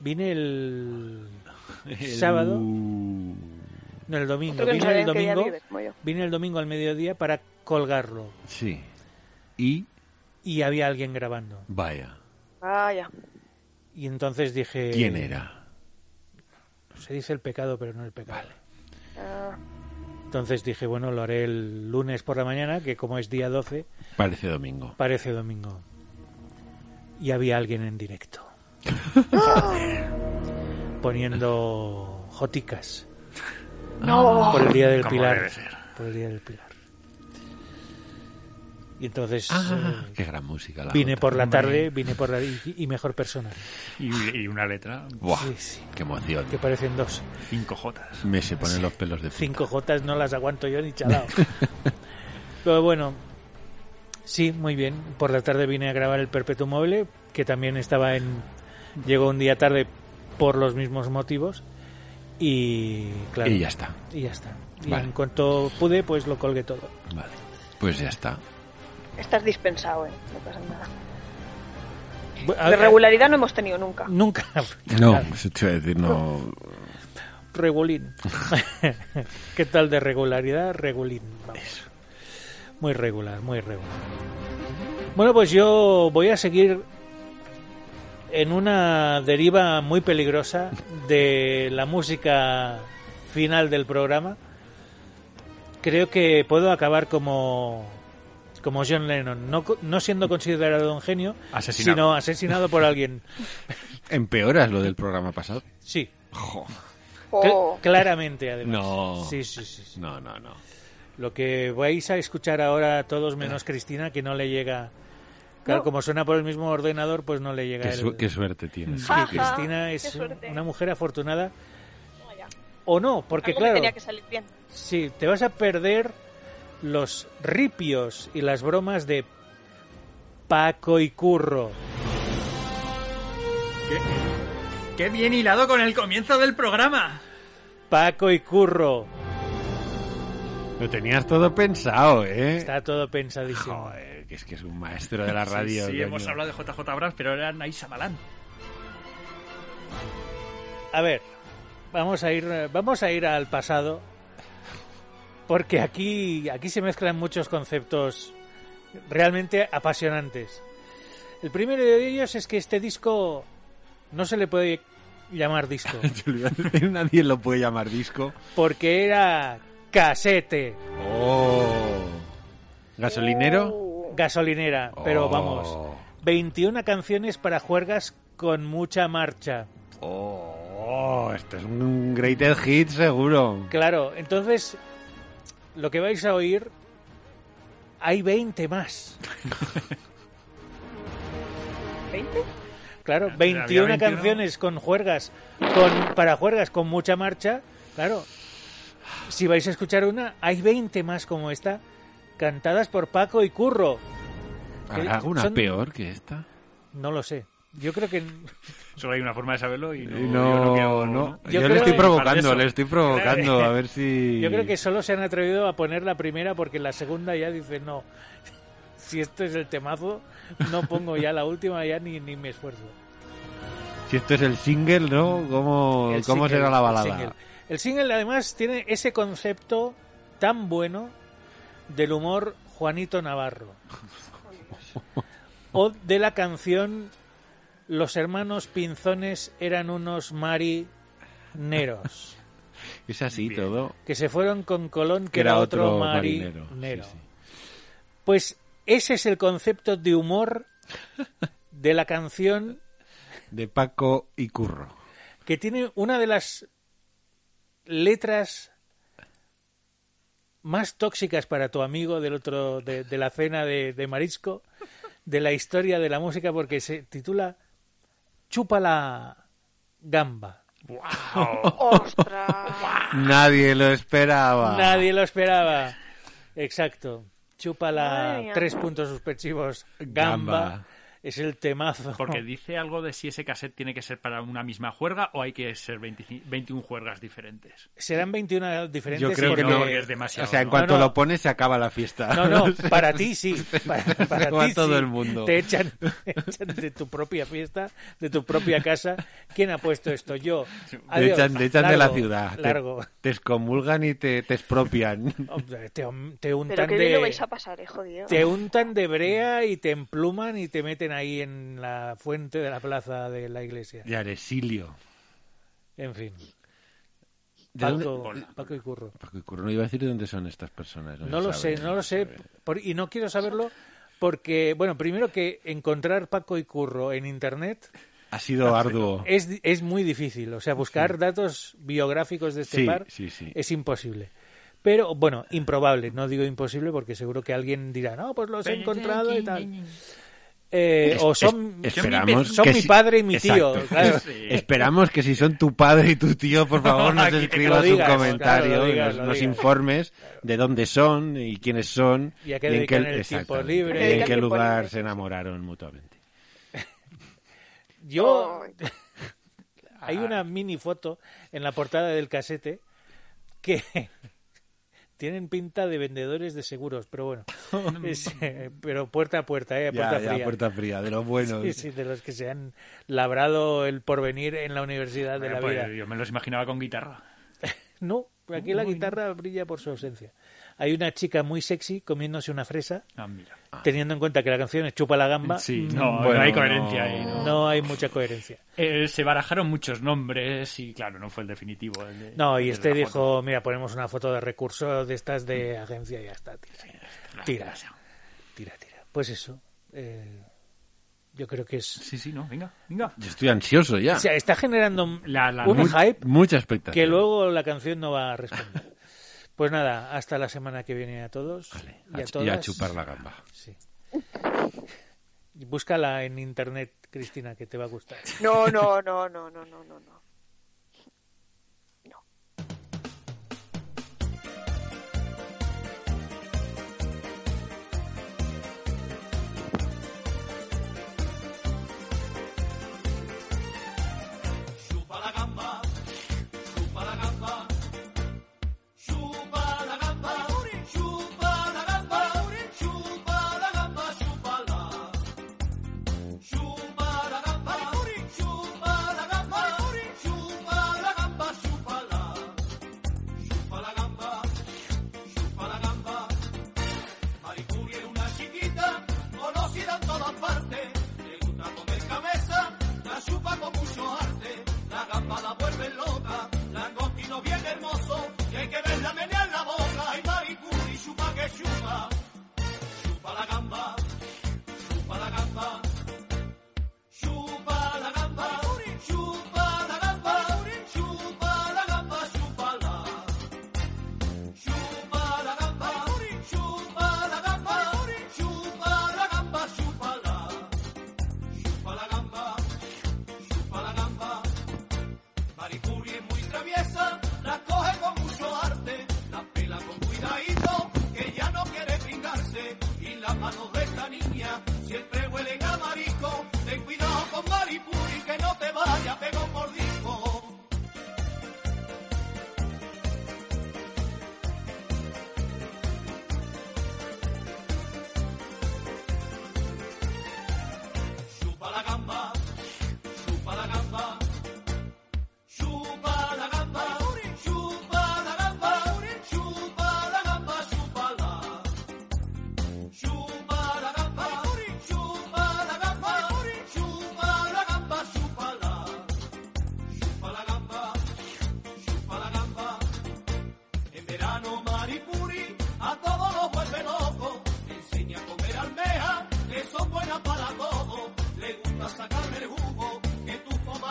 Speaker 2: vine el. Sábado. No, el domingo.
Speaker 1: Otro que no
Speaker 2: Vine
Speaker 1: sabían que ya
Speaker 2: el domingo,
Speaker 1: vive, como yo.
Speaker 2: vine el domingo al mediodía para colgarlo.
Speaker 3: Sí. Y
Speaker 2: Y había alguien grabando.
Speaker 3: vaya,
Speaker 1: Ah, ya.
Speaker 2: Y entonces dije.
Speaker 3: ¿quién era?
Speaker 2: Se dice el pecado, pero no el pecado.
Speaker 1: Ah,
Speaker 2: Entonces dije, bueno, lo haré el lunes por la mañana, que como es día 12,
Speaker 3: Parece domingo.
Speaker 2: parece domingo. Y había alguien en directo. Poniendo joticas.
Speaker 1: No.
Speaker 2: Por el día del
Speaker 4: Como
Speaker 2: pilar.
Speaker 4: debe ser.
Speaker 2: Por el día del pilar. Y entonces
Speaker 3: Ah,
Speaker 2: eh,
Speaker 3: qué gran música. La
Speaker 2: vine
Speaker 3: jota.
Speaker 2: por la tarde, vine por la y, y mejor persona.
Speaker 4: Y, y una letra,
Speaker 3: Buah,
Speaker 2: Sí, sí.
Speaker 3: qué emoción.
Speaker 2: Que parecen dos.
Speaker 4: cinco jotas.
Speaker 3: Me se ponen los pelos de punta.
Speaker 2: Cinco jotas no las aguanto yo ni chalao. Pero bueno, sí, muy bien. Por la tarde vine a grabar el Perpetuo Móvil, que también estaba en. Llegó un día tarde por los mismos motivos. Y claro.
Speaker 3: Y ya está.
Speaker 2: Y ya está. Y
Speaker 3: Vale.
Speaker 2: en cuanto pude, pues lo colgué todo.
Speaker 3: Vale. Pues ya está.
Speaker 1: estás dispensado, eh. No pasa nada.
Speaker 2: Bu- a-
Speaker 1: De regularidad no hemos tenido nunca.
Speaker 2: Nunca.
Speaker 3: No, eso te iba a decir, no.
Speaker 2: Regulín. ¿Qué tal de regularidad? Regulín. vamos. Muy regular, muy regular. Bueno, pues yo voy a seguir en una deriva muy peligrosa de la música final del programa creo que puedo acabar como como John Lennon, no, co- no siendo considerado un genio,
Speaker 4: Asesinado.
Speaker 2: sino asesinado por alguien.
Speaker 3: Empeoras lo del programa pasado.
Speaker 2: Sí,
Speaker 3: Jo.
Speaker 2: cl-
Speaker 1: Oh,
Speaker 2: claramente además.
Speaker 3: No.
Speaker 2: Sí, sí, sí, sí.
Speaker 3: No, no, no.
Speaker 2: Lo que vais a escuchar ahora todos menos Cristina, que no le llega... Claro, como suena por el mismo ordenador, pues no le llega
Speaker 3: Qué,
Speaker 2: el-
Speaker 3: su- qué suerte tienes.
Speaker 2: Sí,
Speaker 1: Ajá,
Speaker 2: Cristina
Speaker 1: qué
Speaker 2: es
Speaker 1: suerte.
Speaker 2: una mujer afortunada.
Speaker 1: toma ya.
Speaker 2: O no, porque
Speaker 1: Algo me
Speaker 2: claro,
Speaker 1: tenía que salir bien.
Speaker 2: sí, te vas a perder los ripios y las bromas de Paco y Curro.
Speaker 4: ¡Qué, qué bien hilado con el comienzo del programa!
Speaker 2: Paco y Curro.
Speaker 3: Lo tenías todo pensado, ¿eh?
Speaker 2: Está todo pensadísimo.
Speaker 3: Joder, que es que es un maestro de la radio.
Speaker 4: sí, sí,
Speaker 3: coño.
Speaker 4: hemos hablado de JJ Abrams, pero era Naisa Malán.
Speaker 2: A ver, vamos a ir, eh, vamos a ir al pasado, porque aquí, aquí se mezclan muchos conceptos realmente apasionantes. El primero de ellos es que este disco no se le puede llamar disco,
Speaker 3: Te lo iba a decir, Nadie lo puede llamar disco.
Speaker 2: porque era casete,
Speaker 3: Oh. ¿Gasolinero?
Speaker 1: Uh,
Speaker 2: gasolinera, pero
Speaker 3: Oh.
Speaker 2: vamos, 21 canciones para juergas con mucha marcha.
Speaker 3: Oh, esto es un greatest hit seguro.
Speaker 2: Claro, entonces lo que vais a oír, hay 20 más.
Speaker 1: ¿20?
Speaker 2: Claro,
Speaker 4: Había
Speaker 2: 21,
Speaker 4: 21.
Speaker 2: canciones con juergas, con, para juergas con mucha marcha. Claro, si vais a escuchar una, hay 20 más como esta, cantadas por Paco y Curro.
Speaker 3: ¿Habrá alguna
Speaker 2: Son-
Speaker 3: peor que esta?
Speaker 2: No lo sé. Yo creo que
Speaker 4: Solo hay una forma de saberlo y no,
Speaker 3: Eh,
Speaker 4: yo no
Speaker 3: No,
Speaker 4: quiero-
Speaker 3: no.
Speaker 2: Yo
Speaker 3: Yo,
Speaker 2: creo
Speaker 3: le estoy
Speaker 2: que-
Speaker 3: provocando,
Speaker 4: Parece-
Speaker 3: le estoy provocando. A ver si.
Speaker 2: yo creo que solo se han atrevido a poner la primera porque la segunda ya dice no. Si esto es el temazo, no pongo ya la última ya ni, ni me esfuerzo.
Speaker 3: Si esto es el single, ¿no? ¿Cómo,
Speaker 2: El
Speaker 3: cómo
Speaker 2: single,
Speaker 3: será la
Speaker 2: el
Speaker 3: balada?
Speaker 2: single. El single además tiene ese concepto tan bueno del humor Juanito Navarro. O de la canción Los hermanos pinzones eran unos marineros.
Speaker 3: Es así
Speaker 4: Bien.
Speaker 3: todo.
Speaker 2: Que se fueron con Colón, que, era otro, marinero.
Speaker 3: Sí, sí.
Speaker 2: Pues ese es el concepto de humor de la canción
Speaker 3: De Paco y Curro.
Speaker 2: que tiene una de las letras más tóxicas para tu amigo del otro de, de la cena de, de marisco de la historia de la música porque se titula chupa la gamba
Speaker 4: ¡Guau!
Speaker 1: ¡Ostras!
Speaker 3: Nadie lo esperaba.
Speaker 2: nadie lo esperaba exacto chupa la
Speaker 1: Madre mía.
Speaker 2: tres puntos suspensivos gamba,
Speaker 3: Gamba.
Speaker 2: es el temazo
Speaker 4: Porque dice algo de si ese cassette tiene que ser para una misma juerga o hay que ser 25 21 juergas diferentes.
Speaker 2: serán 21 diferentes
Speaker 3: Yo creo que
Speaker 2: porque-
Speaker 3: no.
Speaker 4: porque es demasiado,
Speaker 3: o sea, en
Speaker 4: ¿no?
Speaker 3: cuanto
Speaker 2: No, no.
Speaker 3: lo pones se acaba la fiesta.
Speaker 2: No, no, para ti sí. Para, para
Speaker 3: va
Speaker 2: ti
Speaker 3: todo
Speaker 2: sí.
Speaker 3: el mundo.
Speaker 2: Te echan, te echan de tu propia fiesta, de tu propia casa. ¿Quién ha puesto esto? Yo.
Speaker 3: Te
Speaker 2: Adiós.
Speaker 3: echan, te echan
Speaker 2: Largo,
Speaker 3: de la ciudad. Te-
Speaker 2: Largo.
Speaker 3: Te, excomulgan y te, te expropian.
Speaker 2: Hombre, Te, te
Speaker 1: Pero
Speaker 2: untan
Speaker 1: qué bien lo vais
Speaker 2: de...
Speaker 1: a pasar, eh, jodido.
Speaker 2: Te untan de brea y te empluman y te meten ahí en la fuente de la plaza de la iglesia.
Speaker 3: De Aresilio.
Speaker 2: En fin.
Speaker 3: ¿De dónde-
Speaker 2: Paco, Paco y Curro.
Speaker 3: Paco y Curro, no iba a decir de dónde son estas personas.
Speaker 2: No lo sé, no lo sé. por- y no quiero saberlo porque, bueno, primero que encontrar Paco y Curro en Internet
Speaker 3: Ha
Speaker 2: Ah,
Speaker 3: sido arduo.
Speaker 2: es, di- es muy difícil. O sea, buscar datos biográficos de este
Speaker 3: Sí,
Speaker 2: par
Speaker 3: sí, sí.
Speaker 2: es imposible. Pero, bueno, improbable. No digo imposible porque seguro que alguien dirá, no, pues los he encontrado y tal. Eh,
Speaker 3: Es-
Speaker 2: o
Speaker 3: es-
Speaker 2: son,
Speaker 3: esperamos
Speaker 2: son
Speaker 3: que
Speaker 2: mi
Speaker 3: si-
Speaker 2: padre y mi tío.
Speaker 3: Exacto.
Speaker 2: claro.
Speaker 4: Sí.
Speaker 3: Esperamos que si son tu padre y tu tío, por favor, nos
Speaker 4: Aquí, que
Speaker 3: escribas
Speaker 2: lo digas,
Speaker 3: un comentario
Speaker 2: claro, lo digas,
Speaker 3: y
Speaker 2: lo
Speaker 3: nos, nos
Speaker 2: digas.
Speaker 3: informes de dónde son y quiénes son
Speaker 2: Y a qué
Speaker 3: en
Speaker 2: dedican el tiempo
Speaker 3: exactamente,
Speaker 2: libre.
Speaker 1: A
Speaker 3: y
Speaker 1: qué
Speaker 3: en
Speaker 1: dedican
Speaker 3: qué
Speaker 1: el tiempo
Speaker 3: lugar
Speaker 1: libre.
Speaker 3: se enamoraron mutuamente.
Speaker 2: Yo,
Speaker 1: Ay.
Speaker 2: hay una
Speaker 4: Ah.
Speaker 2: mini foto en la portada del casete que tienen pinta de vendedores de seguros, pero bueno, es, eh, pero puerta a puerta, eh, a puerta
Speaker 3: Ya, ya,
Speaker 2: fría.
Speaker 3: puerta fría, de los buenos.
Speaker 2: Sí, sí, de los que se han labrado el porvenir en la universidad de
Speaker 4: Bueno,
Speaker 2: la
Speaker 4: pues
Speaker 2: vida.
Speaker 4: Yo me los imaginaba con guitarra.
Speaker 2: No, aquí la guitarra brilla por su ausencia. hay una chica muy sexy comiéndose una fresa,
Speaker 4: Ah, mira.
Speaker 2: teniendo en cuenta que la canción es Chupa la gamba.
Speaker 4: Sí,
Speaker 2: mm,
Speaker 4: no,
Speaker 3: Bueno,
Speaker 4: no hay coherencia
Speaker 3: no.
Speaker 4: ahí. ¿no?
Speaker 2: no hay mucha coherencia.
Speaker 4: Eh, se barajaron muchos nombres y claro, no fue el definitivo. el de-
Speaker 2: No,
Speaker 4: el
Speaker 2: y
Speaker 4: de
Speaker 2: este
Speaker 4: la Eh, foto.
Speaker 2: dijo, mira, ponemos una foto de recursos de estas de agencia y ya está, tira. Tira, tira, tira. Pues eso. eh, yo creo que es...
Speaker 4: Sí, sí, no, venga, venga.
Speaker 3: Yo estoy ansioso ya.
Speaker 2: O sea, está generando
Speaker 4: La- la
Speaker 2: un
Speaker 4: mu-
Speaker 2: hype
Speaker 3: Mucha expectativa.
Speaker 2: que luego la canción no va a responder. Pues nada, hasta la semana que viene a todos y
Speaker 3: A
Speaker 2: a
Speaker 3: ch-
Speaker 2: todas.
Speaker 3: y a chupar la gamba.
Speaker 2: Sí. Y Búscala en internet, Cristina, que te va a gustar.
Speaker 1: No, no, no, no, no, no, no. no.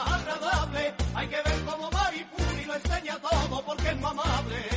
Speaker 7: agradable. Hay que ver cómo Maripuri lo enseña todo porque es mamable.